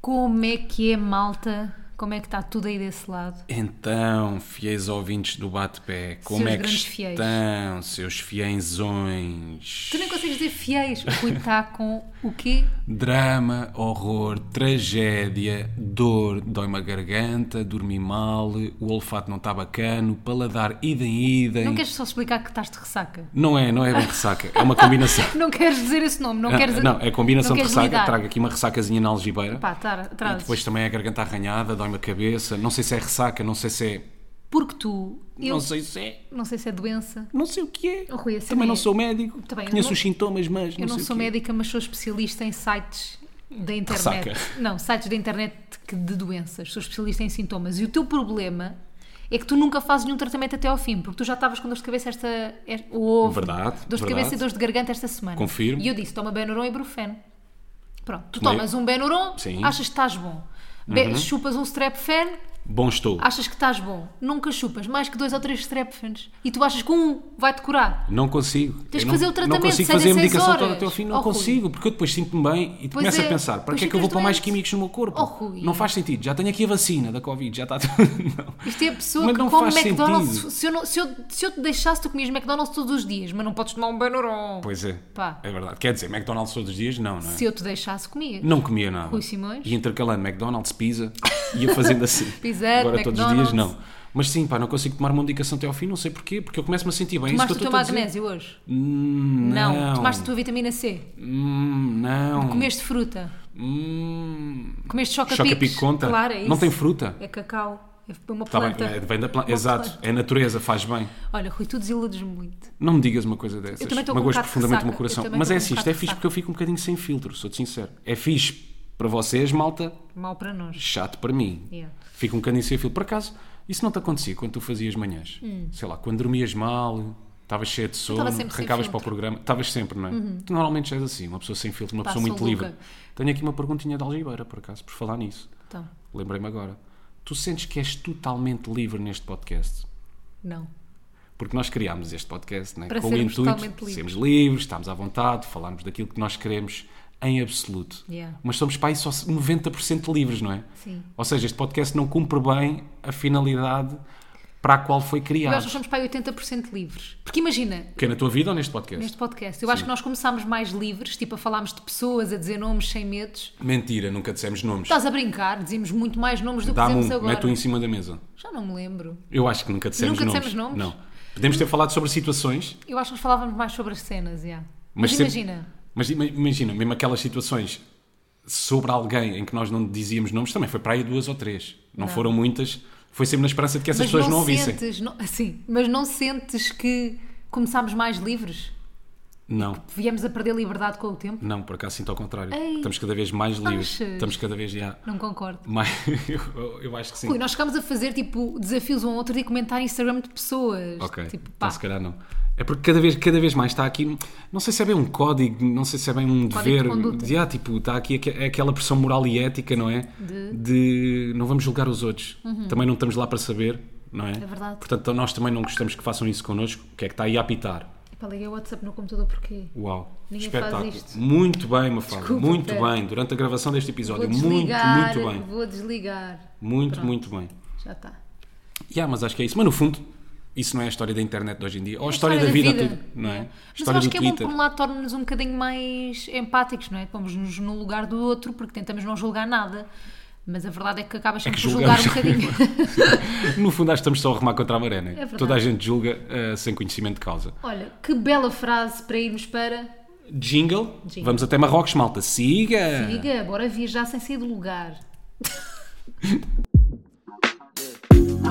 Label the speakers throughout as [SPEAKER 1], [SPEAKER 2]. [SPEAKER 1] Como é que é, malta? Como é que está tudo aí desse lado?
[SPEAKER 2] Então, fiéis ouvintes do Bate-Pé, como
[SPEAKER 1] Seus
[SPEAKER 2] é que
[SPEAKER 1] grandes fiéis.
[SPEAKER 2] estão, seus fienzões?
[SPEAKER 1] Tu nem consegues dizer fiéis. O Rui está com o quê?
[SPEAKER 2] Drama, horror, tragédia, dor, dói-me a garganta, dormi mal, o olfato não está bacano, paladar idem idem.
[SPEAKER 1] Não queres só explicar que estás de ressaca?
[SPEAKER 2] Não é, não é bem ressaca, é uma combinação.
[SPEAKER 1] Não queres dizer esse nome, não queres...
[SPEAKER 2] não, é a combinação
[SPEAKER 1] não
[SPEAKER 2] de
[SPEAKER 1] queres
[SPEAKER 2] ressaca,
[SPEAKER 1] lidar.
[SPEAKER 2] trago aqui uma ressacazinha na algibeira.
[SPEAKER 1] Pá, tá,
[SPEAKER 2] E
[SPEAKER 1] traz.
[SPEAKER 2] depois também é a garganta arranhada, dói-me a cabeça, não sei se é ressaca, não sei se é...
[SPEAKER 1] Porque tu, eu
[SPEAKER 2] Não
[SPEAKER 1] não
[SPEAKER 2] sei se é...
[SPEAKER 1] sei, se é doença,
[SPEAKER 2] Não sei o que é.
[SPEAKER 1] Oh, Rui, essa
[SPEAKER 2] Também
[SPEAKER 1] é-
[SPEAKER 2] não sou médico.
[SPEAKER 1] Também eu
[SPEAKER 2] Conheço
[SPEAKER 1] não-
[SPEAKER 2] os sintomas, mas não
[SPEAKER 1] eu não
[SPEAKER 2] sei
[SPEAKER 1] sou
[SPEAKER 2] o que é.
[SPEAKER 1] médica, mas sou especialista em sites da internet.
[SPEAKER 2] Ressaca.
[SPEAKER 1] Não, sites da internet que- de doenças. Sou especialista em sintomas. E o teu problema é que tu nunca fazes nenhum tratamento até ao fim, porque tu já estavas com dores de cabeça esta. é- esta houve
[SPEAKER 2] Verdade,
[SPEAKER 1] Dores de
[SPEAKER 2] verdade.
[SPEAKER 1] cabeça e dores de garganta esta semana.
[SPEAKER 2] Confirmo.
[SPEAKER 1] E eu disse: toma Benuron e Ibuprofeno. Pronto, tu
[SPEAKER 2] Tomei.
[SPEAKER 1] tomas um Benuron,
[SPEAKER 2] Sim. Uhum.
[SPEAKER 1] achas que estás bom. Be- Chupas um Strepfen,
[SPEAKER 2] Bom estou.
[SPEAKER 1] achas que estás bom. Nunca chupas mais que dois ou três Strepfens. E tu achas que um vai-te curar.
[SPEAKER 2] Não consigo.
[SPEAKER 1] Tens
[SPEAKER 2] Eu
[SPEAKER 1] que
[SPEAKER 2] não,
[SPEAKER 1] fazer o
[SPEAKER 2] Não
[SPEAKER 1] tratamento,
[SPEAKER 2] consigo
[SPEAKER 1] seis em
[SPEAKER 2] fazer a
[SPEAKER 1] seis
[SPEAKER 2] medicação
[SPEAKER 1] horas.
[SPEAKER 2] toda até ao fim. Não
[SPEAKER 1] Oh, Rui.
[SPEAKER 2] consigo, porque eu depois sinto-me bem e
[SPEAKER 1] Pois
[SPEAKER 2] começo
[SPEAKER 1] é,
[SPEAKER 2] a pensar: para
[SPEAKER 1] depois
[SPEAKER 2] que é que eu vou
[SPEAKER 1] ficas
[SPEAKER 2] pôr mais
[SPEAKER 1] doente.
[SPEAKER 2] químicos no meu corpo?
[SPEAKER 1] Oh, Rui.
[SPEAKER 2] não faz sentido. Já tenho aqui a vacina da Covid, já está tudo. Não.
[SPEAKER 1] Isto é a pessoa
[SPEAKER 2] Mas
[SPEAKER 1] que
[SPEAKER 2] não
[SPEAKER 1] come
[SPEAKER 2] faz
[SPEAKER 1] McDonald's.
[SPEAKER 2] sentido.
[SPEAKER 1] Se eu, não- se, eu, se eu te deixasse, tu comias McDonald's todos os dias, mas não podes tomar um Benuron.
[SPEAKER 2] Pois é.
[SPEAKER 1] Pá.
[SPEAKER 2] É verdade. Quer dizer, McDonald's todos os dias? Não, não é?
[SPEAKER 1] Se eu te deixasse, comias.
[SPEAKER 2] Não é comia nada.
[SPEAKER 1] Rui Simões?
[SPEAKER 2] E intercalando McDonald's, pizza, ia fazendo assim.
[SPEAKER 1] Pizzette,
[SPEAKER 2] Agora todos os
[SPEAKER 1] McDonald's.
[SPEAKER 2] dias não. Mas sim, pá, não consigo tomar uma medicação até ao fim, não sei porquê, porque eu começo-me a sentir bem. é
[SPEAKER 1] Tomaste
[SPEAKER 2] isso
[SPEAKER 1] o
[SPEAKER 2] que eu
[SPEAKER 1] teu
[SPEAKER 2] estou a dizer.
[SPEAKER 1] magnésio hoje?
[SPEAKER 2] Hum, não.
[SPEAKER 1] Tomaste a tua vitamina C?
[SPEAKER 2] Hum, não.
[SPEAKER 1] Comeste fruta?
[SPEAKER 2] Hum,
[SPEAKER 1] Comeste choca-pico?
[SPEAKER 2] Choca-pico conta?
[SPEAKER 1] Claro, é isso.
[SPEAKER 2] Não tem fruta?
[SPEAKER 1] É cacau. É uma
[SPEAKER 2] Tá bem,
[SPEAKER 1] planta.
[SPEAKER 2] é, vem da planta.
[SPEAKER 1] Uma
[SPEAKER 2] Exato,
[SPEAKER 1] planta.
[SPEAKER 2] é a natureza, faz bem.
[SPEAKER 1] Olha, Rui, tu desiludes-me muito.
[SPEAKER 2] Não me digas uma coisa dessas.
[SPEAKER 1] Eu também estou com um
[SPEAKER 2] Magoas
[SPEAKER 1] bocado de
[SPEAKER 2] profundamente o
[SPEAKER 1] ressaca.
[SPEAKER 2] meu
[SPEAKER 1] Eu
[SPEAKER 2] coração.
[SPEAKER 1] também
[SPEAKER 2] Mas
[SPEAKER 1] estou
[SPEAKER 2] é
[SPEAKER 1] com um
[SPEAKER 2] assim, isto é
[SPEAKER 1] bocado de
[SPEAKER 2] fixe
[SPEAKER 1] ressaca.
[SPEAKER 2] porque eu fico um bocadinho sem filtro, sou-te sincero. É fixe para vocês, malta,
[SPEAKER 1] Mal para nós.
[SPEAKER 2] chato para mim.
[SPEAKER 1] Yeah.
[SPEAKER 2] Fico um bocadinho sem filtro. Por acaso, isso não te acontecia quando tu fazias manhãs? Sei lá, quando dormias mal, estavas cheio de sono,
[SPEAKER 1] estava Hum. Então sempre sem
[SPEAKER 2] arrancavas para o
[SPEAKER 1] filtro. Uhum.
[SPEAKER 2] programa. Estavas sempre, não é? Tu normalmente és assim, uma pessoa sem filtro, uma
[SPEAKER 1] Pá,
[SPEAKER 2] pessoa
[SPEAKER 1] sou
[SPEAKER 2] muito
[SPEAKER 1] louca.
[SPEAKER 2] livre. Tenho aqui uma perguntinha de Algibeira, por acaso, por falar nisso.
[SPEAKER 1] Então,
[SPEAKER 2] Lembrei-me agora. Tu sentes que és totalmente livre neste podcast?
[SPEAKER 1] não.
[SPEAKER 2] Porque nós criámos este podcast né?
[SPEAKER 1] Para
[SPEAKER 2] com o
[SPEAKER 1] sermos
[SPEAKER 2] intuito
[SPEAKER 1] totalmente livres.
[SPEAKER 2] de sermos livres, estamos à vontade, falarmos daquilo que nós queremos em absoluto.
[SPEAKER 1] Yeah.
[SPEAKER 2] Mas somos para aí só 90% livres, não é?
[SPEAKER 1] Sim.
[SPEAKER 2] Ou seja, este podcast não cumpre bem a finalidade para a qual foi
[SPEAKER 1] Eu acho que
[SPEAKER 2] criado.
[SPEAKER 1] somos para aí 80% livres. Porque imagina,
[SPEAKER 2] Que é na tua vida ou neste podcast?
[SPEAKER 1] neste podcast. Eu acho que nós começámos mais livres, tipo a falarmos de pessoas, a dizer nomes sem medos.
[SPEAKER 2] Mentira, nunca dissemos nomes.
[SPEAKER 1] Estás a brincar, dizíamos muito mais nomes do que
[SPEAKER 2] Dá-me
[SPEAKER 1] dizemos
[SPEAKER 2] um,
[SPEAKER 1] Tá, agora.
[SPEAKER 2] mete-o em cima da mesa.
[SPEAKER 1] Já não me lembro.
[SPEAKER 2] Eu acho que nunca dissemos
[SPEAKER 1] Nunca
[SPEAKER 2] nomes.
[SPEAKER 1] dissemos nomes?
[SPEAKER 2] Não. Podemos ter falado sobre situações,
[SPEAKER 1] Eu acho que nós falávamos mais sobre as cenas, já. Mas,
[SPEAKER 2] Mas sempre-
[SPEAKER 1] imagina,
[SPEAKER 2] Mas ima- imagina, mesmo aquelas situações sobre alguém em que nós não dizíamos nomes, também foi para aí duas ou três. Não, foram muitas. Foi sempre na esperança de que essas
[SPEAKER 1] mas
[SPEAKER 2] pessoas
[SPEAKER 1] não,
[SPEAKER 2] não, ouvissem.
[SPEAKER 1] sentes, não, assim, mas não sentes que começámos mais livres?
[SPEAKER 2] Não,
[SPEAKER 1] Viemos a perder liberdade com o tempo?
[SPEAKER 2] não, por acaso sinto ao contrário.
[SPEAKER 1] Ei,
[SPEAKER 2] Estamos cada vez mais livres.
[SPEAKER 1] achas?
[SPEAKER 2] Estamos cada vez já
[SPEAKER 1] Não concordo.
[SPEAKER 2] mais. Eu, eu acho que sim.
[SPEAKER 1] Ui, nós chegámos a fazer tipo desafios um ao outro de comentar Instagram de pessoas.
[SPEAKER 2] Ok,
[SPEAKER 1] Tipo, pá,
[SPEAKER 2] então, se calhar não. É porque cada vez, cada vez mais está aqui, não sei se é bem um código, não sei se é bem um
[SPEAKER 1] Código de
[SPEAKER 2] dever.
[SPEAKER 1] conduta.
[SPEAKER 2] de, ah, tipo, está aqui aque- aquela pressão moral e ética, não é?
[SPEAKER 1] De- Uhum.
[SPEAKER 2] De não vamos julgar os outros. Também não estamos lá para saber, não é? É
[SPEAKER 1] verdade.
[SPEAKER 2] Portanto, nós também não gostamos que façam isso connosco. O que é que está aí a apitar?
[SPEAKER 1] pá, liguei o WhatsApp no computador porquê?
[SPEAKER 2] Uau,
[SPEAKER 1] Ninguém
[SPEAKER 2] espetáculo.
[SPEAKER 1] faz isto.
[SPEAKER 2] Muito bem, Mafalda.
[SPEAKER 1] Desculpa,
[SPEAKER 2] muito
[SPEAKER 1] Pedro.
[SPEAKER 2] bem. Durante a gravação deste
[SPEAKER 1] Vou
[SPEAKER 2] episódio, muito,
[SPEAKER 1] desligar,
[SPEAKER 2] muito bem.
[SPEAKER 1] vou desligar.
[SPEAKER 2] Muito,
[SPEAKER 1] Pronto.
[SPEAKER 2] muito bem.
[SPEAKER 1] Já tá. está.
[SPEAKER 2] Yeah, mas acho que é isso. Mas no fundo, isso não é a história da internet de hoje em dia.
[SPEAKER 1] É
[SPEAKER 2] Ou a história, da, vida, tudo, não é? A
[SPEAKER 1] Mas eu
[SPEAKER 2] história
[SPEAKER 1] acho
[SPEAKER 2] do
[SPEAKER 1] que é bom,
[SPEAKER 2] Twitter.
[SPEAKER 1] por um lado, torna-nos um bocadinho mais empáticos, não é? Pomos-nos no lugar do outro, porque tentamos não julgar nada. Mas a verdade é que acabas sempre
[SPEAKER 2] que
[SPEAKER 1] por julgar um
[SPEAKER 2] julgamos.
[SPEAKER 1] bocadinho.
[SPEAKER 2] No fundo, acho que estamos só a remar contra a maré, né?
[SPEAKER 1] É verdade.
[SPEAKER 2] Toda a gente julga eh, sem conhecimento de causa.
[SPEAKER 1] Olha, que bela frase para irmos para...
[SPEAKER 2] Jingle,
[SPEAKER 1] Jingle.
[SPEAKER 2] vamos até Marrocos, malta. Siga!
[SPEAKER 1] Diga, bora viajar sem sair do lugar.
[SPEAKER 3] Não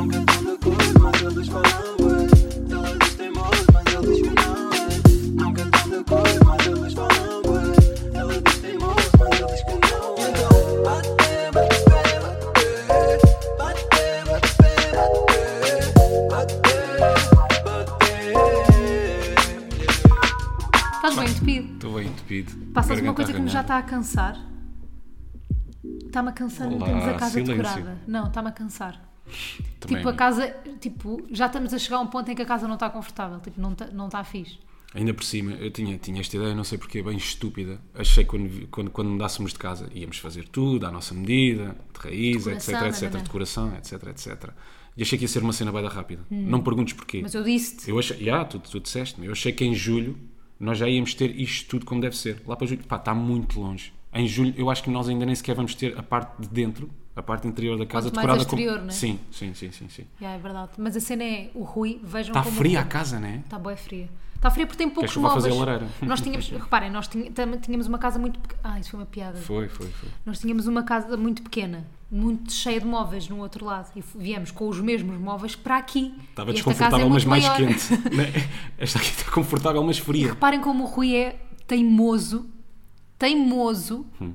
[SPEAKER 3] cantam da cor, mas eles falam bué. Elas vestem moles, mas eles cuidam bué. Não cantam da cor, mas eles falam bué. Elas vestem moles, mas eles cuidam bué. Então, bate, bate, bate. Bate, bate, bate. Bate, bate.
[SPEAKER 1] Estás bem entupido?
[SPEAKER 2] Estou bem entupido.
[SPEAKER 1] Pá, sabes uma
[SPEAKER 2] Garganta
[SPEAKER 1] coisa que me já
[SPEAKER 2] arranhada.
[SPEAKER 1] está a cansar? Está-me a cansar não
[SPEAKER 2] Olá,
[SPEAKER 1] termos a casa
[SPEAKER 2] silêncio.
[SPEAKER 1] decorada. Não, está-me a cansar.
[SPEAKER 2] Também
[SPEAKER 1] tipo,
[SPEAKER 2] é.
[SPEAKER 1] a casa, tipo, já estamos a chegar a um ponto em que a casa não está confortável, tipo, não está não tá fixe.
[SPEAKER 2] Ainda por cima, eu tinha, tinha esta ideia, não sei porquê, bem estúpida. Achei que quando, vi- quando, quando mudássemos de casa íamos fazer tudo à nossa medida, de raiz,
[SPEAKER 1] Decoração,
[SPEAKER 2] etc, etc,
[SPEAKER 1] nananã.
[SPEAKER 2] de decoração, etc, etc. E achei que ia ser uma cena bem rápida.
[SPEAKER 1] Hum.
[SPEAKER 2] Não me perguntes porquê.
[SPEAKER 1] Mas eu disse-te.
[SPEAKER 2] Eu achei, já, tu, tu disseste-me, eu achei que em julho nós já íamos ter isto tudo como deve ser. Lá para julho, pá, está muito longe. Em julho, eu acho que nós ainda nem sequer vamos ter a parte de dentro, a parte interior da casa
[SPEAKER 1] Quanto mais
[SPEAKER 2] decorada
[SPEAKER 1] exterior,
[SPEAKER 2] como.
[SPEAKER 1] né?
[SPEAKER 2] Sim, sim, sim, sim. sim.
[SPEAKER 1] Yeah, é verdade. Mas a cena é o Rui, vejam
[SPEAKER 2] Está
[SPEAKER 1] como
[SPEAKER 2] fria a casa, né?
[SPEAKER 1] Está boa fria. Está fria porque tem poucos
[SPEAKER 2] Tá que eu vá
[SPEAKER 1] móveis.
[SPEAKER 2] fazer a lareira?
[SPEAKER 1] Nós tínhamos, reparem, nós tinha- tam- tínhamos uma casa muito pequena. Ah, isso foi uma piada.
[SPEAKER 2] Foi, foi, foi.
[SPEAKER 1] Nós tínhamos uma casa muito pequena, muito cheia de móveis no outro lado. E f- viemos com os mesmos móveis para aqui.
[SPEAKER 2] Estava
[SPEAKER 1] E esta casa é
[SPEAKER 2] desconfortável, mas
[SPEAKER 1] muito
[SPEAKER 2] mais
[SPEAKER 1] maior.
[SPEAKER 2] quente. né? Esta aqui está confortável, mas fria.
[SPEAKER 1] Reparem como o Rui é teimoso, teimoso.
[SPEAKER 2] Hum.